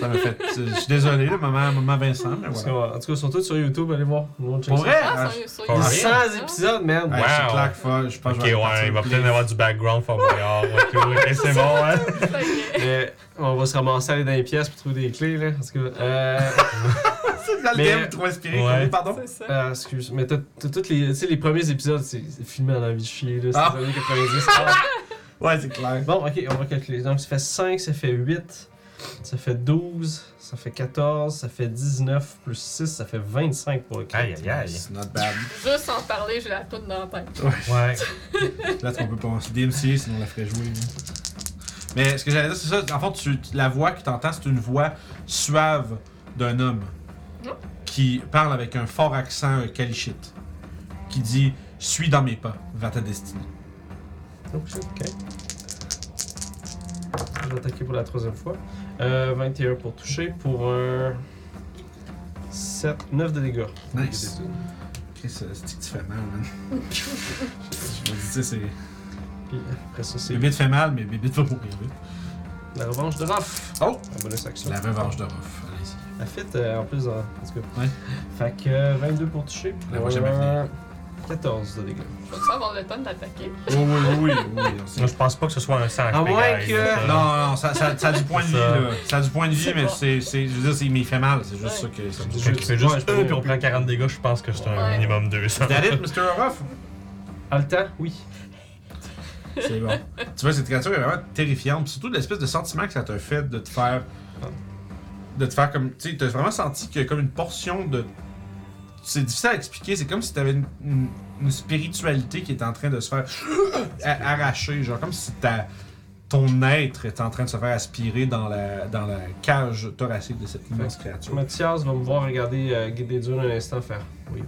A: Ça me fait. Je suis désolé, là, maman, maman Vincent, mais
D: Parce
A: voilà.
D: que, ouais, En tout cas, surtout sur YouTube, allez voir. Nous, on check
A: Pour
D: ça.
A: vrai, hein,
B: Ah, sérieux, sérieux.
E: Pour
D: Il y a
E: rien.
D: 100 épisodes, man.
A: Ouais,
E: Wow.
A: c'est clair qu'il faut. Je pense
E: Ok,
A: que je vais partir
E: ouais, il va
A: plus
E: peut-être
A: les-
E: avoir du background for Boyard. Ok, ok, c'est bon, hein.
B: Ça y est.
D: Mais on va se ramasser à aller dans les pièces pour trouver des clés, là. Parce que. Euh,
A: C'est dans le
D: Mais-
A: DM trop inspiré.
E: Ouais.
A: comme- Pardon?
B: C'est ça.
D: euh, excuse. Mais t'as t'as toutes les. Tu sais, les premiers épisodes, c'est c'est filmé en envie de chier, là. C'est
A: Ah.
D: les années 90. Ah.
A: Ouais, c'est clair.
D: Bon, ok, on va calculer. Donc, ça fait 5, ça fait 8, ça fait 12, ça fait 14, ça fait 19, plus 6, ça fait 25 pour le crit.
E: Aïe, aïe, aïe.
A: It's not bad.
B: Juste en parler, j'ai la toune dans la tête.
E: Ouais.
A: Là, on peut pas. C'est DMCA, sinon on la ferait jouer. là. Mais ce que j'allais dire, c'est ça. En fait, tu- tu- la voix que t'entends, c'est une voix suave d'un homme qui parle avec un fort accent euh, calichite. Qui dit Suis dans mes pas vers ta destinée.
D: Oh shit, ok. Je vais attaquer pour la troisième fois. Euh, 21 pour toucher, pour un. 7, 9 de dégâts.
A: Nice. Chris, euh, c'est que tu fais mal, man. Je me dis, tu sais, c'est.
D: Puis après ça, c'est
A: Bébé te fait mal, mais Bébé te va mourir. oui.
D: la revanche de Raph.
A: Oh!
D: La bonus action.
A: La revanche de Ruff. Allez-y.
D: La fit euh, en plus, en en tout cas.
A: Ouais.
D: Fait que euh, 22 pour toucher.
A: La prochaine
D: Euh,
A: va
D: 14 de dégâts.
B: Faut-tu avoir le temps d'attaquer?
A: Oh, oui, oui, oui, oui. on sait.
C: Moi, je pense pas que ce soit un 100
B: Ah,
E: Ah
D: À
C: HP,
D: moins
C: guys.
D: que-
C: Euh,
A: Non, non, ça, ça, ça a du point de vie,
C: Ça.
A: là. Ça a du point de vie,
B: C'est
A: mais
B: pas-
A: c'est, c'est, je veux dire, c'est- mais il fait mal. C'est juste ça
B: Ouais.
A: que ça me
C: Quand il fait juste
D: Ouais, je
C: un,
D: peux-
C: puis on prend 40 dégâts, je pense que c'est un
B: Ouais.
C: minimum 200.
A: That it, Mr. Ruff?
D: Alta, oui.
A: C'est bon. tu vois, cette créature est vraiment terrifiante. puis Surtout l'espèce de sentiment que ça te fait de te faire. De te faire comme. Tu sais, t'as vraiment senti qu'il y a comme une portion de. C'est difficile à expliquer. C'est comme si t'avais une, une, une spiritualité qui est en train de se faire a- arracher. Genre, comme si ta, ton être est en train de se faire aspirer dans la, dans la cage thoracique de cette immense créature.
D: Mathias va me voir regarder euh, guider dur un instant faire. Oui.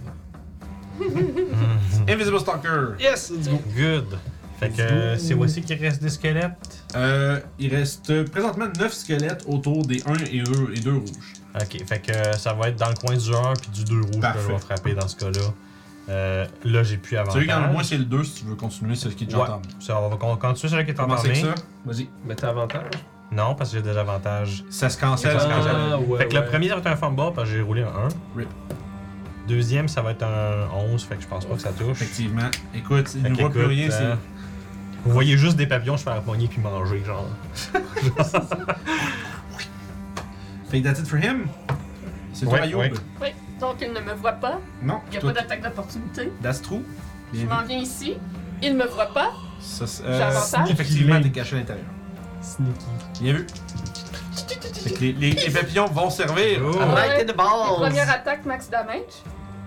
A: Invisible Stalker!
D: Yes, let's go.
C: Good. Fait que euh, c'est voici qu'il reste des squelettes.
A: Euh, il reste présentement 9 squelettes autour des 1 et 2, et 2 rouges.
C: Ok, fait que euh, ça va être dans le coin du 1 puis du 2 rouge
A: Parfait.
C: que je vais frapper dans ce cas-là. Euh, là, j'ai plus avantage.
A: Celui qui en a le moins, c'est le 2 si tu veux continuer, c'est ce qui est déjà
C: Ouais.
A: en temps.
C: Ça, on va con- continuer celui qui est en
A: Commencez avec
C: main.
A: ça. Vas-y.
D: Mais t'as avantage.
C: Non, parce que j'ai des avantages.
A: Ça se cancelle.
C: Ça se Euh.
A: ça se cancelle.
D: ouais,
C: fait que le
D: ouais.
C: premier, ça va être un fumble parce que j'ai roulé un 1.
A: Rip.
C: Deuxième, ça va être un 11, fait que je pense pas que ça touche.
A: Effectivement. Écoute, il
C: Fait
A: ne voit plus
C: qu'écoute,
A: rien.
C: euh,
A: c'est-
C: Vous voyez juste des papillons se faire poigner puis manger, genre.
A: Fait que that's it for him. C'est
C: Ouais,
A: toi, Ayoub.
C: ouais.
B: Oui, donc il ne me voit pas.
A: Non,
B: Il n'y a
A: toi, Mhm.
B: pas d'attaque d'opportunité.
A: that's true.
B: Je
A: Bien
B: m'en
A: vu.
B: viens ici. Il ne me voit pas.
A: Ça, c'est- euh,
B: J'ai avantage?
A: effectivement, t'es caché à l'intérieur.
D: Sneaky.
A: Bien vu. Fait que les, les- les papillons vont servir. Ah,
C: Oh.
B: Right in
D: the
B: Première attaque, max damage.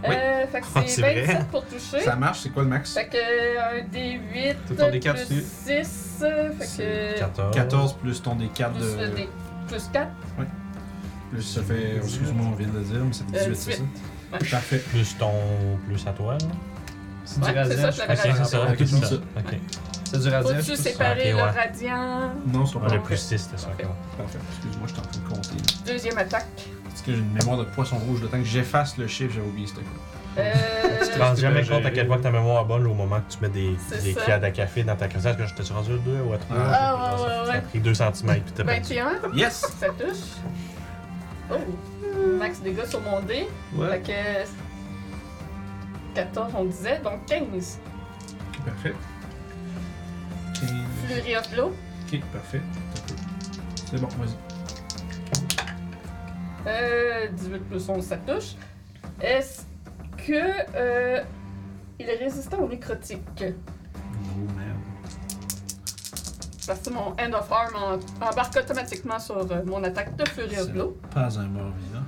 A: Oui.
B: Euh, fait que
C: Ah,
B: c'est
C: c'est vrai.
B: 27 pour toucher.
A: Ça marche, c'est quoi le max?
B: Fait que euh, un D8
D: Tout ton D4
B: plus
D: dessus.
B: 6. euh, Fait que
C: 14.
A: 14 plus ton D4
B: plus, le
A: de.
B: D- plus 4.
A: Plus ça
C: Euh,
A: fait. Excuse-moi, on vient de le dire, mais c'est 18, c'est ça?
B: Ouais.
A: Parfait.
C: Plus ton. plus à toi, là.
D: C'est du
B: Ouais, c'est ça,
D: radiant.
B: je l'avais
C: Ok, c'est
B: radiant.
C: ça.
A: Avec
C: Ok,
A: tout
C: c'est ça.
A: ça.
C: Ok.
D: C'est du radiant.
B: Faut-tu
D: je sais
E: Ah,
B: séparer
C: Ok,
B: le
C: ouais.
B: radiant?
A: Non, c'est
C: Ah,
A: pas
C: J'ai
A: grave.
C: plus 6, c'est ça. ok, ouais.
A: Parfait. Excuse-moi, je suis en train de compter.
B: Deuxième attaque.
A: Parce que j'ai une mémoire de poisson rouge. Le temps que j'efface le chiffre, j'ai oublié c'était quoi.
C: Tu te
B: Euh,
C: rends jamais
D: C'était
C: compte à
D: géré.
C: quel point ta mémoire est bonne au moment que tu mets des,
B: C'est
C: des
B: ça.
C: cuillères à café dans ta crustacée. Est-ce que je t'ai rendu à 2 ou à 3
B: Ah, ouais, ouais,
C: Ça a
B: ouais. Ben,
C: pris 2 cm puis t'as battu.
B: 21,
A: Yes!
B: ça touche. Oh! Max dégâts sur mon dé. Fait
D: Ouais.
B: que 14, on disait, donc 15.
A: Ok, parfait. 15.
B: Fleury of Blow.
A: Ok, parfait. T'as peu. C'est bon, vas-y.
B: Euh, 18 plus 11, ça touche. Est-ce que. euh, il est résistant au nécrotique?
A: Oh merde.
B: Parce que mon End of Arm en- embarque automatiquement sur euh, mon attaque de Fleury of
A: C'est-
B: Blow.
A: Pas un mort vivant.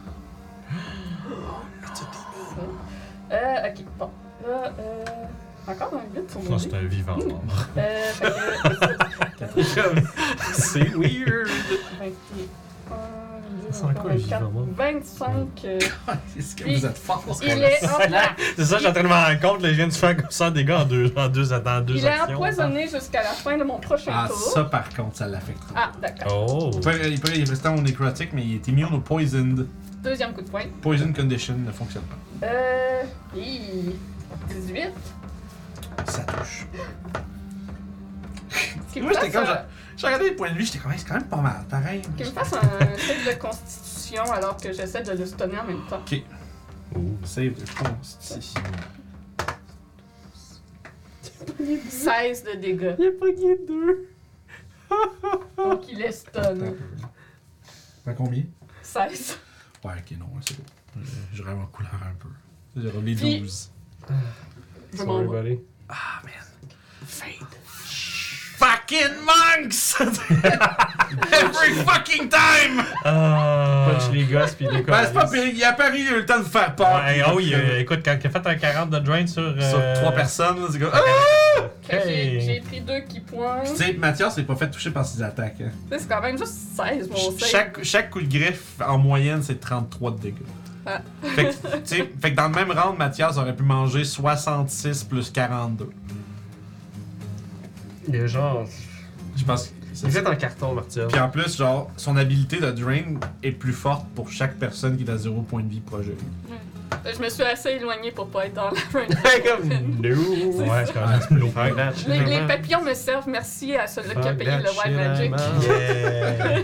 B: Euh, ok, bon. Là, euh, encore un 8 sur mon
C: Non,
B: dé.
C: c'est un vivant mort.
B: Euh, fait que
D: C'est weird.
B: 21,
D: C'est encore un
B: 24,
D: vivant.
B: 25 euh,
A: C'est ce que
B: Il-
A: vous êtes fort.
B: Il est, empo-
C: C'est ça, je suis en train de me rendre compte, là, je viens de faire comme 100 dégâts en deux, en deux, en deux
B: il est
C: actions.
B: empoisonné jusqu'à la fin de mon prochain
A: Ah,
B: tour.
A: ça par contre, ça l'affectera.
B: Ah, d'accord.
C: Oh!
A: Il, peut, il, peut, il est restant au nécrotique, mais il est immune au poisoned.
B: Deuxième coup de poing.
A: Poison condition ne fonctionne pas.
B: Euh, hi, 18.
A: Ça touche.
B: Qu'il me
A: Moi, j'étais
B: fasse,
A: comme.
B: un-
A: J'ai j'ai regardé les points de vue, j'étais comme, Hey, c'est quand même pas mal. Pareil.
B: qu'il me fasse un test de constitution alors que j'essaie de le stunner en même temps.
A: Save de consti.
B: 16 de dégâts.
D: Il a pogné deux.
B: Donc il est stun.
A: T'as combien
B: 16.
A: Ouais, ok, non, c'est bon. Je- Je rêve en couleur un peu. J'ai relevé
B: Puis-
A: 12.
B: Je m'en vais.
A: Ah, man. Fade. Fucking monks! Every fucking time!
C: Ah!
D: Punch les gosses puis les
A: Ben, c'est pas
D: colonies.
A: pire. Il a paru, il a eu le temps de vous faire peur.
C: Ouais, oh, il, euh, écoute, quand il a fait un 40 de drain sur.
A: Sur
C: euh,
A: trois personnes, là, c'est comme. Ah!
B: Fait que j'ai-
C: Ok.
B: J'ai pris deux qui points.
A: Tu
B: Tu
A: sais, Mathias n'est pas fait toucher par ses attaques. hein.
B: sais, C'est quand même juste 16 mon
A: Ch-
B: save.
A: Chaque, chaque coup de griffe, en moyenne, c'est 33 de dégâts.
B: Ah.
A: Fait, que, tu sais, fait que dans le même round, Mathias aurait pu manger 66 plus 42.
D: Il est genre.
A: Je pense que ça.
D: C'est fait en carton, Martial.
A: Puis en plus, genre, son habilité de drain est plus forte pour chaque personne qui est à 0 point de vie projet.
B: Euh, Je me suis assez éloignée pour pas être dans la
D: Comme nous.
C: Ouais, c'est quand même un petit peu lourd.
D: Fuck that shit,
B: Les, les
D: man.
B: papillons me servent, merci à celui qui a
D: Fuck
B: payé
D: that
B: le
D: shit,
B: Wild Magic.
D: man.
C: Yeah!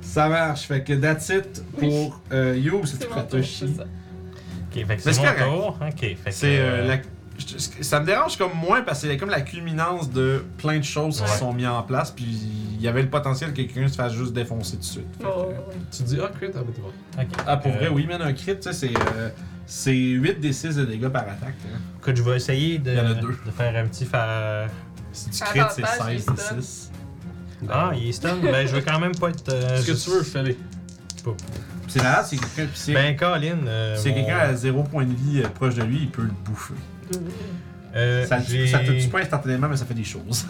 A: Ça marche, fait que that's it pour euh, You, c'est
B: C'est
A: tout
B: mon
A: fait,
B: tour,
A: Toshi.
B: c'est ça.
C: Ok, fait que
A: Mais
C: c'est
A: c'est
C: mon
A: correct.
C: tour. Ok, fait que.
A: C'est euh,
C: euh,
A: la- je- je- Ça me dérange comme moins parce que c'est comme la culminance de plein de choses qui
C: Ouais.
A: sont mises en place, puis il y avait le potentiel que quelqu'un se fasse juste défoncer tout de suite. Fait que,
B: Oh,
A: euh,
B: ouais.
D: Tu dis, ah, crit, ah, mais t'es bon.
C: ok.
A: Ah, pour
C: Euh,
A: vrai, oui, man, un crit, tu sais, c'est euh, c'est 8 des 6 de dégâts par attaque. hein.
C: Écoute, je vais essayer de,
A: Il y en a deux.
C: de faire un petit. Fa...
A: Si tu
B: Ah,
A: crits, c'est
B: avantage,
A: 16
B: il
A: des
B: stun.
A: 6.
C: Ah, il est stun. ben, je veux quand même pas être. euh,
D: Ce que
C: juste-
D: tu veux, fais-le.
A: C'est malade, c'est quelqu'un qui
C: Ben, Colin. euh,
A: C'est
C: mon-
A: quelqu'un à 0 point de vie euh, proche de lui, il peut le bouffer.
C: euh,
A: ça,
C: j'ai-
A: ça te tue pas instantanément, mais ça fait des choses.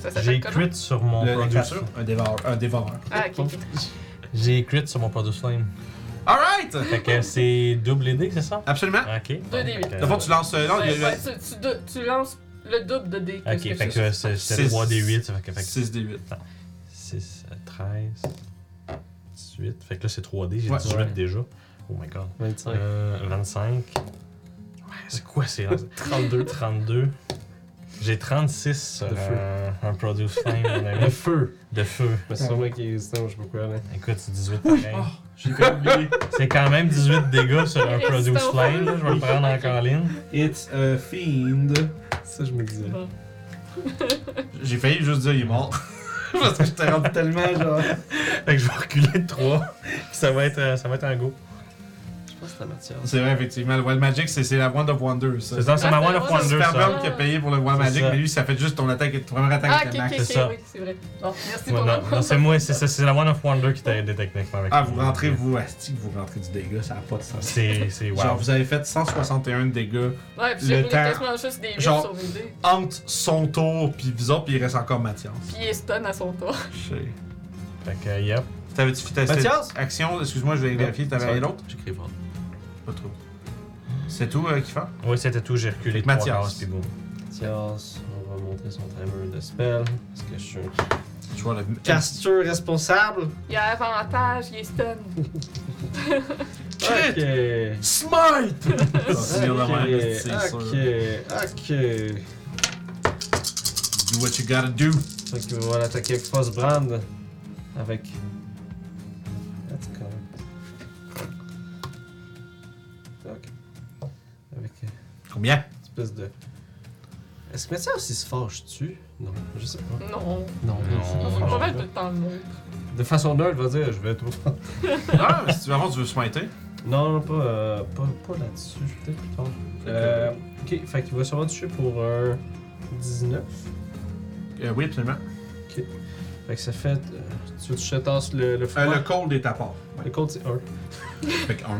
B: Ça s'appelle
C: J'ai
B: comment?
C: crit sur mon
A: Le-
C: Produce-
A: créature, un dévoreur. Un dévoreur.
B: Ah, ok, ok.
C: J'ai crit sur mon Produce Flame.
A: Alright!
C: Fait que c'est double aidé, c'est ça?
A: Absolument.
C: Ok.
B: Deux des huit.
C: Donc, euh,
A: Dans le fond, tu lances. euh, non, il y a
B: Ouais, tu, tu deux- tu lances le double de dés.
C: euh, Ok, fait que c'est- c'est
A: Six.
C: 3D8, ça fait que, fait que
A: 6 des 8.
C: 6, 13, 18. Fait que là, c'est 3D, j'ai
A: Ouais.
C: 18
D: Ouais.
C: déjà. Oh my god.
D: 25.
C: Euh, 25. Ouais, c'est quoi ces 32. 32. J'ai 36 sur
D: De feu.
C: un, un Produce Flame, mon
D: Le
C: ami.
D: feu.
C: De feu.
D: Mais c'est sûrement qu'il est résistant, je sais pas quoi, là.
C: Écoute, c'est 18 pareil.
B: Oh,
A: J'ai fait oublier.
C: C'est quand même 18 dégâts sur un
B: Il est
C: Produce
B: restant.
C: Flame, là, je vais le prendre en colline.
A: It's a fiend.
D: Ça, je me disais.
B: Bon.
A: J'ai failli juste dire il est mort. Parce que je t'ai rendu tellement genre.
C: Fait que je vais reculer de 3. Ça va être, euh, ça va être un go.
D: Je pense que c'est la matière.
A: C'est vrai, effectivement. Le Wild Magic, c'est c'est la Wand of Wonder. ça.
C: C'est ça, c'est
B: Ah,
C: ma
B: c'est
C: One
B: la
C: of
B: Wand of
A: C'est
C: Wonder, ça.
A: Superbum qui a payé pour le Wild
C: C'est
A: Magic,
C: ça.
A: mais lui, ça fait juste ton attaque, ton première attaque
B: Ah,
A: avec
B: ok,
A: le
B: ok,
A: max.
B: ok,
C: c'est ça.
B: oui, c'est vrai. Bon, merci
C: Ouais,
B: pour
C: non, non, c'est moi, c'est ça, c'est la One of Wonder qui t'a aidé techniquement avec
A: Ah,
C: les-
A: vous rentrez, vous, Asti, vous rentrez du dégât, ça n'a pas de sens.
C: C'est, c'est, wow.
A: Genre, vous avez fait 161 de dégâts
B: Ouais, puis
A: Le
B: j'ai roulé
A: temps-
B: quasiment juste des 8
A: Genre-
B: sur mes dés.
A: entre son tour puis vous autres, puis il reste encore Mathias.
B: Puis il est stun à son tour.
A: Shit.
C: Fait que, yep.
A: T'avais-tu fait ta
D: Mathias?
A: cette action? Excuse-moi, je vais vérifier, t'avais
D: ça va.
A: rien d'autre?
E: J'écris pas.
A: Pas trop. C'est tout euh, qui fait?
C: Oui, c'était tout, j'ai reculé
A: Fait que
C: trois
A: Mathias.
C: cases, puis boum.
D: Mathias, on va monter son timer de spell. Parce que je suis un
A: Je vois le.
D: caster responsable.
B: Il a avantage, il est stun.
A: Crit!
D: Ok.
A: Smite! Ça, c'est vraiment un esti, c'est sûr.
D: ok, ok.
A: Do what you gotta do.
D: Fait qu'il va l'attaquer avec Frostbrand. Avec. That's correct. Ok. Avec euh,
A: Combien?
D: une espèce de. Est-ce que Mathias il se fâche-tu Non, je sais pas.
B: Non.
D: Non,
B: On
C: Non.
B: fait pas mal
D: non.
B: tout le temps le monde.
D: De façon neutre, va dire je vais tout.
A: Ah, mais si tu, vraiment, tu veux smiter?
D: Non, non, pas, euh, pas, pas là-dessus. Peut-être plus tard. Euh, ok, fait qu'il va sûrement toucher pour un 19.
A: Euh, oui, absolument.
D: Fait que ça fait. euh, tu veux que je te tasse le, le froid
A: Euh, Le cold est à part.
D: Le code c'est 1.
A: Fait que un.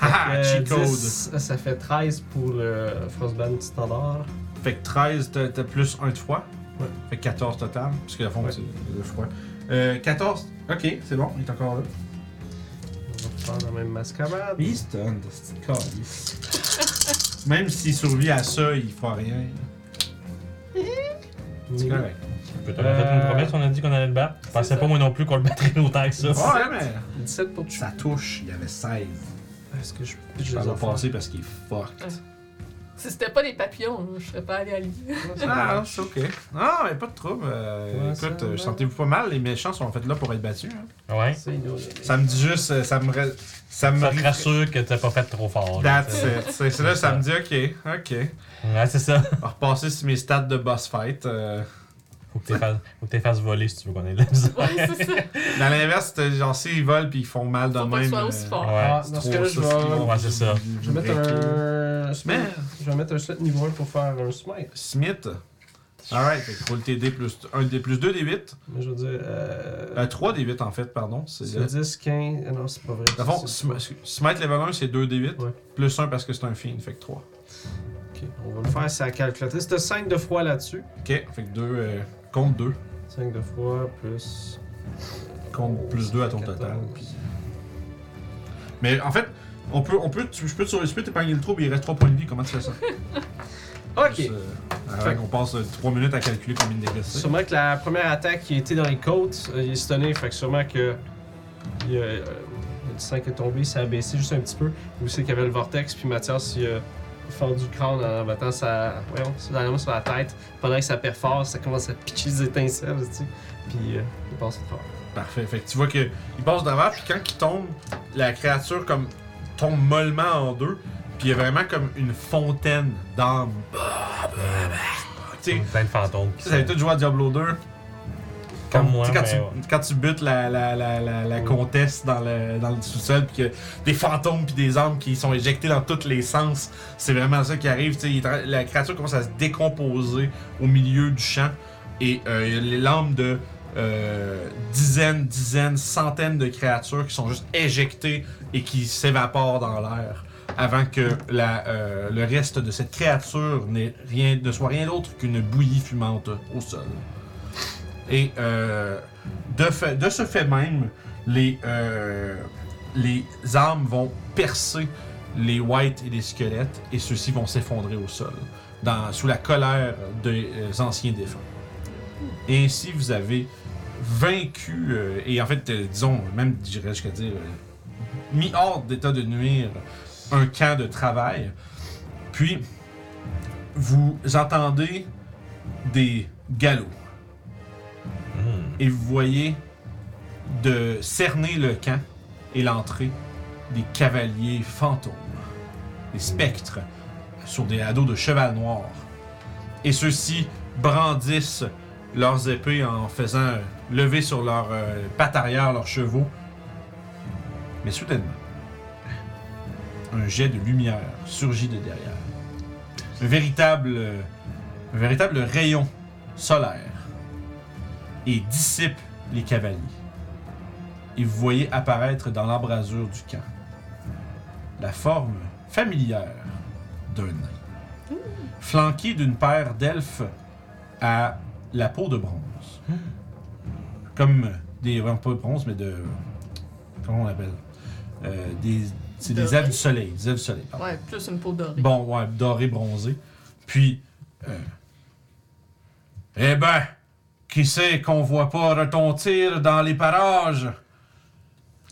A: Haha, Ah, cheat code.
D: Ça fait 13 pour le Frostband standard.
A: Fait que 13, t'as t'as plus 1 de froid.
D: Ouais.
A: Fait que 14 total, puisque la fond,
D: Ouais.
A: c'est le froid. Euh, 14, ok, c'est bon, il est encore là.
D: On va prendre la même mascarade.
A: Il stun, c'est une calice. Même s'il survit à ça, il fera rien. C'est correct.
C: Peut-être qu'on a fait une promesse, on a dit qu'on allait le battre. Je pensais
B: ça.
C: pas, moi non plus, qu'on le battrait autant que ça.
A: Ouais, mais
D: 17 pour tuer.
A: ça touche, il y avait 16.
D: Est-ce que je peux
A: Je vais le passer parce qu'il est fucked.
B: Si c'était pas les papillons, je serais pas allé à lui.
A: Ah, c'est ok. Non, mais pas de trouble. Euh,
D: Ouais,
A: écoute,
D: ça
A: euh,
D: va.
A: sentez-vous pas mal, les méchants sont en fait là pour être battus. hein.
C: Ouais.
D: C'est nous.
A: Ça me dit juste, euh, ça me. ra- Ça me.
C: Ça te rassure que t'as pas fait trop fort. là,
A: That's
C: tu sais.
A: it. C'est c'est là, ça me dit, ok, ok.
C: Ouais, c'est ça.
A: On va repasser sur mes stats de boss fight. euh.
C: Faut que t'es fasses, faut que t'es fasses voler si tu veux qu'on ait de la misère.
B: Ouais, c'est ça.
A: Dans l'inverse, c'était genre, s'ils volent puis ils font mal de
B: Faut pas
A: même.
B: qu'ils soient aussi
A: euh,
B: forts.
C: Ouais.
D: Ah, dans ce cas-là, je vais.
C: Ouais, c'est ça.
D: Je vais mettre un.
A: Mais-
D: Je vais mettre un slot niveau 1 pour faire un smite.
A: Smith. Alright, fait que roule tes D plus 1 D plus 2 D8.
D: Mais je veux dire. Euh,
A: Euh, 3 D8 en fait, pardon. C'est
D: c'est 10, 15. Ah non, c'est pas vrai.
A: Dans le fond,
D: C'est-
A: sm- Smite level 1, c'est 2 D8.
D: Ouais.
A: Plus 1 parce que c'est un fiend, fait que 3.
D: Ok, on va le faire, c'est à calculatrice. T'as 5 de froid là-dessus.
A: Ok, fait que euh, 2. compte 2.
D: 5 de froid plus.
A: Compte plus 2 à ton total.
D: 14.
A: puis- Mais en fait, on peut, on peut, tu- je peux te sauver, je peux t'épargner le trou, mais il reste 3 points de vie. Comment tu fais ça
D: Ok.
A: Juste, euh, Fait qu'on passe 3 minutes à calculer combien de dégâts c'est.
D: Sûrement que la première attaque qui a été dans les côtes, euh, il est stunné, fait que sûrement que. Il y a, euh, le sang qui est tombé, ça a baissé juste un petit peu. Vous savez qu'il y avait le vortex, puis Mathias, il a fendu le crâne en battant sa. Voyons, sur la lame sur la tête. Pendant que ça perfore, ça commence à pitcher des étincelles, tu sais. Puis euh, il passe au travers.
A: Parfait. Fait que tu vois qu'il passe d'avant, puis quand il tombe, la créature comme tombe mollement en deux, puis il y a vraiment comme une fontaine d'âme. Bah, Tu sais,
E: Comme plein de fantômes. qui
A: ça avait tout joué à Diablo 2.
E: Comme moi,
A: tu sais, quand,
E: mais
A: tu,
E: ouais.
A: quand tu butes la, la, la, la, la
D: Oui.
A: comtesse dans le, dans le sous-sol, puis que des fantômes puis des âmes qui sont éjectés dans tous les sens, c'est vraiment ça qui arrive. tu sais, il est tra- la créature commence à se décomposer au milieu du champ, et euh, il y a les lames de euh, dizaines, dizaines, centaines de créatures qui sont juste éjectées et qui s'évaporent dans l'air avant que la, euh, le reste de cette créature n'ait rien, ne soit rien d'autre qu'une bouillie fumante au sol. Et euh, de, fait- de ce fait même, les, euh, les armes vont percer les whites et les squelettes et ceux-ci vont s'effondrer au sol dans, sous la colère des euh, anciens défunts. Et ainsi, vous avez vaincu, euh, et en fait, euh, disons, même, j'irais jusqu'à dire, euh, mis hors d'état de nuire un camp de travail. Puis, vous entendez des galops et vous voyez de cerner le camp et l'entrée des cavaliers fantômes, des spectres sur des ados de cheval noir. Et ceux-ci brandissent leurs épées en faisant euh, lever sur leurs euh, pattes arrière leurs chevaux. Mais soudainement, un jet de lumière surgit de derrière. Un véritable, euh, un véritable rayon solaire et dissipe les cavaliers. Et vous voyez apparaître dans l'embrasure du camp la forme familière d'un nain, flanqué d'une paire d'elfes à la peau de bronze. Comme des. vraiment pas de bronze, mais de. Comment on appelle Euh, des, C'est des
B: Doré.
A: ailes du soleil. Des ailes du soleil, pardon.
B: Ouais, plus une peau dorée.
A: Bon, ouais, doré, bronzé. Puis, euh, eh ben, qui sait qu'on voit pas retentir dans les parages?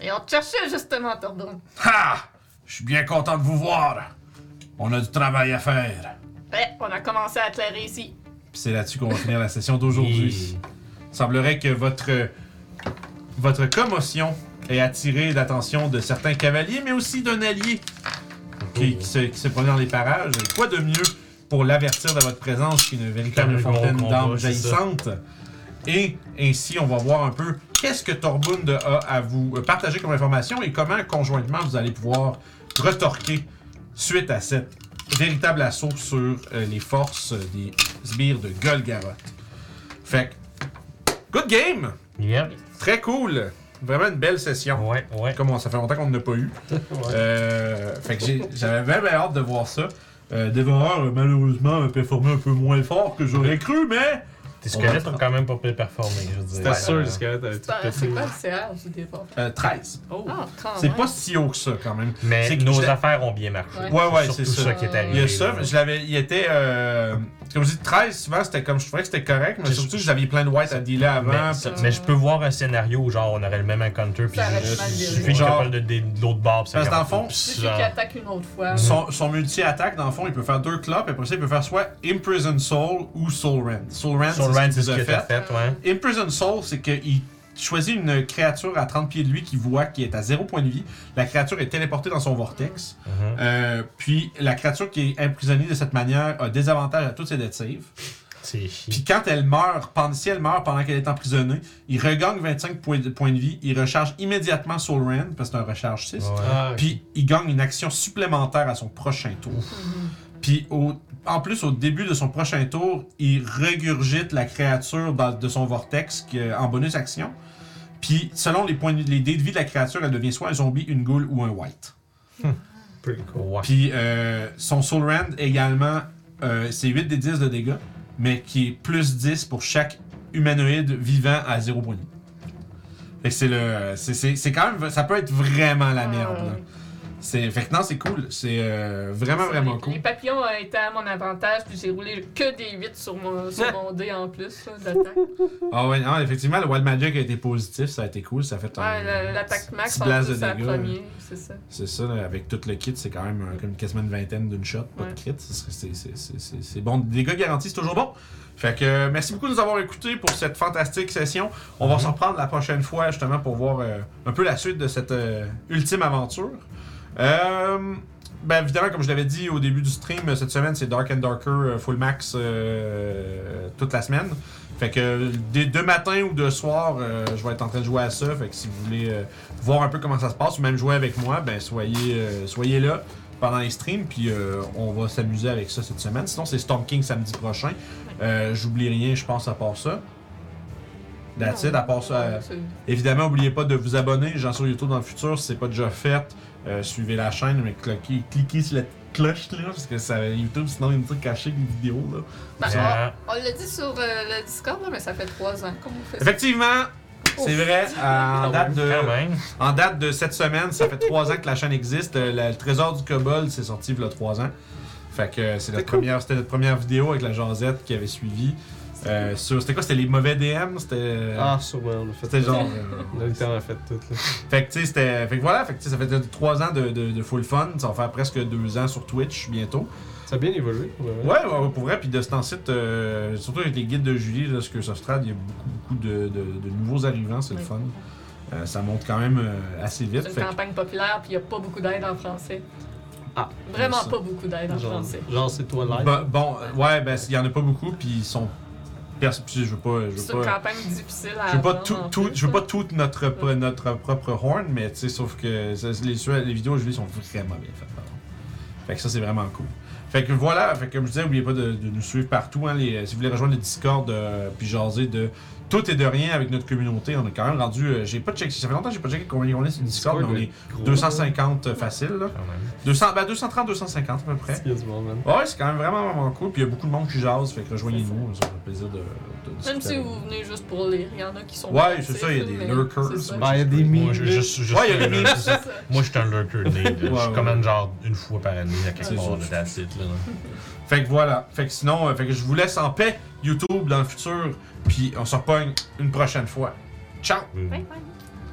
B: Et on te cherchait justement, Tordon.
A: Ha! Je suis bien content de vous voir. On a du travail à faire.
B: Ouais, Eh, on a commencé à éclairer ici.
A: Puis c'est là-dessus qu'on va finir la session
E: Hmm.
A: d'aujourd'hui. Il semblerait que votre, votre commotion ait attiré l'attention de certains cavaliers, mais aussi d'un allié qui, qui se, qui se promenait dans les parages. Et quoi de mieux pour l'avertir de votre présence qu'une véritable
E: Qu'un gros
A: fontaine
E: combat,
A: d'âme
E: c'est ça.
A: jaillissante? Et ainsi, on va voir un peu qu'est-ce que Torbund a à vous euh, partager comme information et comment conjointement vous allez pouvoir retorquer suite à cette véritable assaut sur euh, les forces des sbires de Golgaroth. Fait que, good game!
E: Yep.
A: Très cool! Vraiment une belle session.
E: Ouais, ouais.
A: Comme on- ça fait longtemps qu'on n'a pas eu. Euh, fait que j'ai- j'avais bien, bien hâte de voir ça. Euh, Devoreur, euh, malheureusement, a performé un peu moins fort que j'aurais cru, mais.
E: Tes
A: On
E: squelettes
A: va-
E: ont quand même pas pu performer, je veux dire.
D: C'était sûr, le squelette avait tout
B: C'est c'est
D: pété.
B: quoi le CR du départ?
A: Euh, 13.
D: Oh!
B: Ah, quand
A: C'est
B: même.
A: pas si haut que ça, quand même.
E: Mais
A: C'est que
E: nos
A: je-
E: affaires ont bien marché.
B: Ouais.
A: Ouais, ouais, c'est
E: surtout
A: ça.
E: ça qui est arrivé.
A: Il y a ça,
E: là.
A: mais je l'avais. Il était. euh, Comme je dis, 13, souvent, c'était comme. Je trouvais que c'était correct, mais
E: Je-
A: surtout, j'avais plein de white à dealer avant.
E: mais,
A: puis-
E: ça- mais je peux voir un scénario où genre on aurait le même encounter puis
B: Ça aurait
E: juste
B: mal
E: il
B: viré.
E: suffit que je te
A: Genre-
E: parle de, de- de l'autre barbe. ça
A: Parce que dans le
E: capte.
A: fond,
E: Puis
B: C'est qui
E: genre-
B: attaque une autre fois.
A: Son, son multi-attaque, dans le fond, il peut faire deux clopes, et après ça, il peut faire soit Imprison Soul ou Soul Rend. Soul Rend,
E: Soul Rand,
A: c'est ce qu'il vous a fait.
E: fait, ouais.
A: Imprison Soul, c'est qu'il choisit une créature à 30 pieds de lui qui voit qui est à 0 point de vie. La créature est téléportée dans son vortex.
E: Mhm.
C: Uh-huh.
A: Euh, puis la créature qui est emprisonnée de cette manière a des avantages à toutes ses death saves.
E: C'est
A: Puis
E: chiant.
A: quand elle meurt, pendant, si elle meurt pendant qu'elle est emprisonnée, il regagne 25 points de, points de vie. Il recharge immédiatement Soul Rand, parce que c'est un recharge 6.
D: Ah,
A: Puis il gagne une action supplémentaire à son prochain tour.
B: Euh,
A: Puis au- en plus, au début de son prochain tour, il régurgite la créature dans- de son vortex qui est en bonus action. Puis selon les, points de- les dés de vie de la créature, elle devient soit un zombie, une goule ou un white.
D: pretty cool.
E: Ouais.
A: Puis euh, son Soul Rand également, euh, c'est 8 des 10 de dégâts, mais qui est plus 10 pour chaque humanoïde vivant à 0 point de vie.
B: Ah euh,
A: Fait que c'est le. c'est- C'est c'est quand même. Ça peut être vraiment la merde. là. C'est... Fait que non, c'est cool. C'est euh, vraiment, vraiment cool.
B: Les papillons ont été à mon avantage, puis j'ai roulé que des 8 sur mon, sur mon dé en plus là, d'attaque.
A: Ah ouais, non, effectivement, le Wild Magic a été positif, ça a été cool, ça a fait un.
B: Ouais, la- l'attaque max
A: petit
B: en
A: blast
B: plus,
A: de
B: c'est la
A: dégâts.
B: première, c'est ça.
A: C'est ça, là, avec tout le kit, c'est quand même euh, comme quasiment une vingtaine d'une shot, pas
B: Ouais.
A: de crit. C'est- c'est- c'est- C'est c'est- c'est bon. Des dégâts garantis, c'est toujours bon. Fait que euh, merci beaucoup de nous avoir écoutés pour cette fantastique session. On va se reprendre la prochaine fois justement pour voir euh, un peu la suite de cette euh, ultime aventure. Euh, ben évidemment, comme je l'avais dit au début du stream, euh, cette semaine c'est Dark and Darker euh, full max euh, toute la semaine. Fait que euh, dès deux matins ou deux soirs, euh, je vais être en train de jouer à ça. Fait que si vous voulez euh, voir un peu comment ça se passe ou même jouer avec moi, ben soyez, euh, soyez là pendant les streams, puis euh, on va s'amuser avec ça cette semaine. Sinon, c'est Storm King samedi prochain. Euh, J'oublie rien, je pense, à part ça. That's it, à part ça. euh,
B: C'est-
A: Évidemment, n'oubliez pas de vous abonner, j'en sur YouTube dans le futur, si c'est pas déjà fait. euh, suivez la chaîne, mais cliquez, cliquez sur la cloche là, parce que ça, YouTube, sinon il me dit cacher les vidéos là.
B: Ben,
C: Ah.
B: on, on l'a dit sur euh, le Discord, là, mais ça fait 3 ans qu'on fait ça.
A: Effectivement, c'est vrai, euh, en date de.
C: Quand même.
A: En date de cette semaine, ça fait trois ans que la chaîne existe. Euh, la- le Trésor du Cobol, c'est sorti il y a trois ans. Fait que euh, c'est notre première, c'était notre première vidéo avec la Jazette qui avait suivi. Euh, sur- c'était quoi C'était les mauvais DM C'était.
D: Ah, sûrement, on a fait
A: C'était
D: tout.
A: genre.
D: On a
A: euh,
D: eu le temps, on a fait tout. Là.
A: fait que tu sais, c'était. Fait que voilà, fait que, tu sais, ça fait de- trois ans de, de- de full fun. Ça va faire presque deux ans sur Twitch bientôt.
D: Ça a bien évolué. pour le vrai.
A: Ouais, ouais, ouais, pour vrai. Puis de ce temps-ci, euh, surtout avec les guides de Julie, là, ce que ça se trade, il y a beaucoup, beaucoup de, de- de nouveaux arrivants. C'est le fun. Euh, ça monte quand même euh, assez vite.
B: C'est une
A: fait que-
B: campagne populaire, puis il n'y a pas beaucoup d'aide en français.
D: Ah,
B: Vraiment
A: ça.
B: pas beaucoup d'aide en
D: Genre,
B: français.
D: genre, c'est toi live.
A: Bon, bon, euh, ouais, ben il y en a pas beaucoup, puis ils sont. pers- puis Je veux pas, je
B: C'est
A: veux
B: une
A: pas,
B: campagne difficile à
A: je veux pas
B: vendre,
A: tout,
B: en
A: tout-
B: plus, hein.
A: je veux
B: là.
A: pas tout notre pro- notre propre horn, mais tu sais, sauf que ça, les, su- les vidéos aujourd'hui sont vraiment bien faites. par contre. Fait que ça c'est vraiment cool. Fait que voilà, fait que comme je disais, n'oubliez pas de, de nous suivre partout. Hein, les- si vous voulez rejoindre le Discord, euh, puis jaser de tout et de rien avec notre communauté, on est quand même rendu. euh, j'ai pas checké, ça fait longtemps que j'ai pas checké combien on est sur le Discord, mais on est 250 euh, facile, là.
C: Quand même.
A: 200, ben 230, 250 à peu près.
D: Il y a du monde, man.
A: Ouais, c'est quand même vraiment, vraiment cool. Puis il y a beaucoup de monde qui jase, fait que rejoignez-nous, ça fait plaisir de, de discuter.
B: Même si
A: avec
B: vous venez juste pour lire, il y en a qui sont.
A: Ouais,
B: pas
A: c'est
B: actifs,
A: ça, il y a des
B: mais
A: lurkers,
B: c'est ça.
A: c'est
D: Bah, il y a des mimes.
C: Moi, je,
D: là.
C: juste, juste
A: Ouais, il y a
C: un
A: des
C: lurker.
A: mimes.
B: C'est ça.
C: Moi, je suis un lurker né. là.
A: Ouais,
C: je suis
A: ouais.
C: commande genre une fois par année à
A: C'est
C: quelque part
A: sûr.
C: de tacite. Là.
A: Fait que voilà. Fait que sinon, euh, fait que je vous laisse en paix, YouTube, dans le futur. Puis on se repogne une prochaine fois. Ciao!
C: Mm.
F: Bye bye.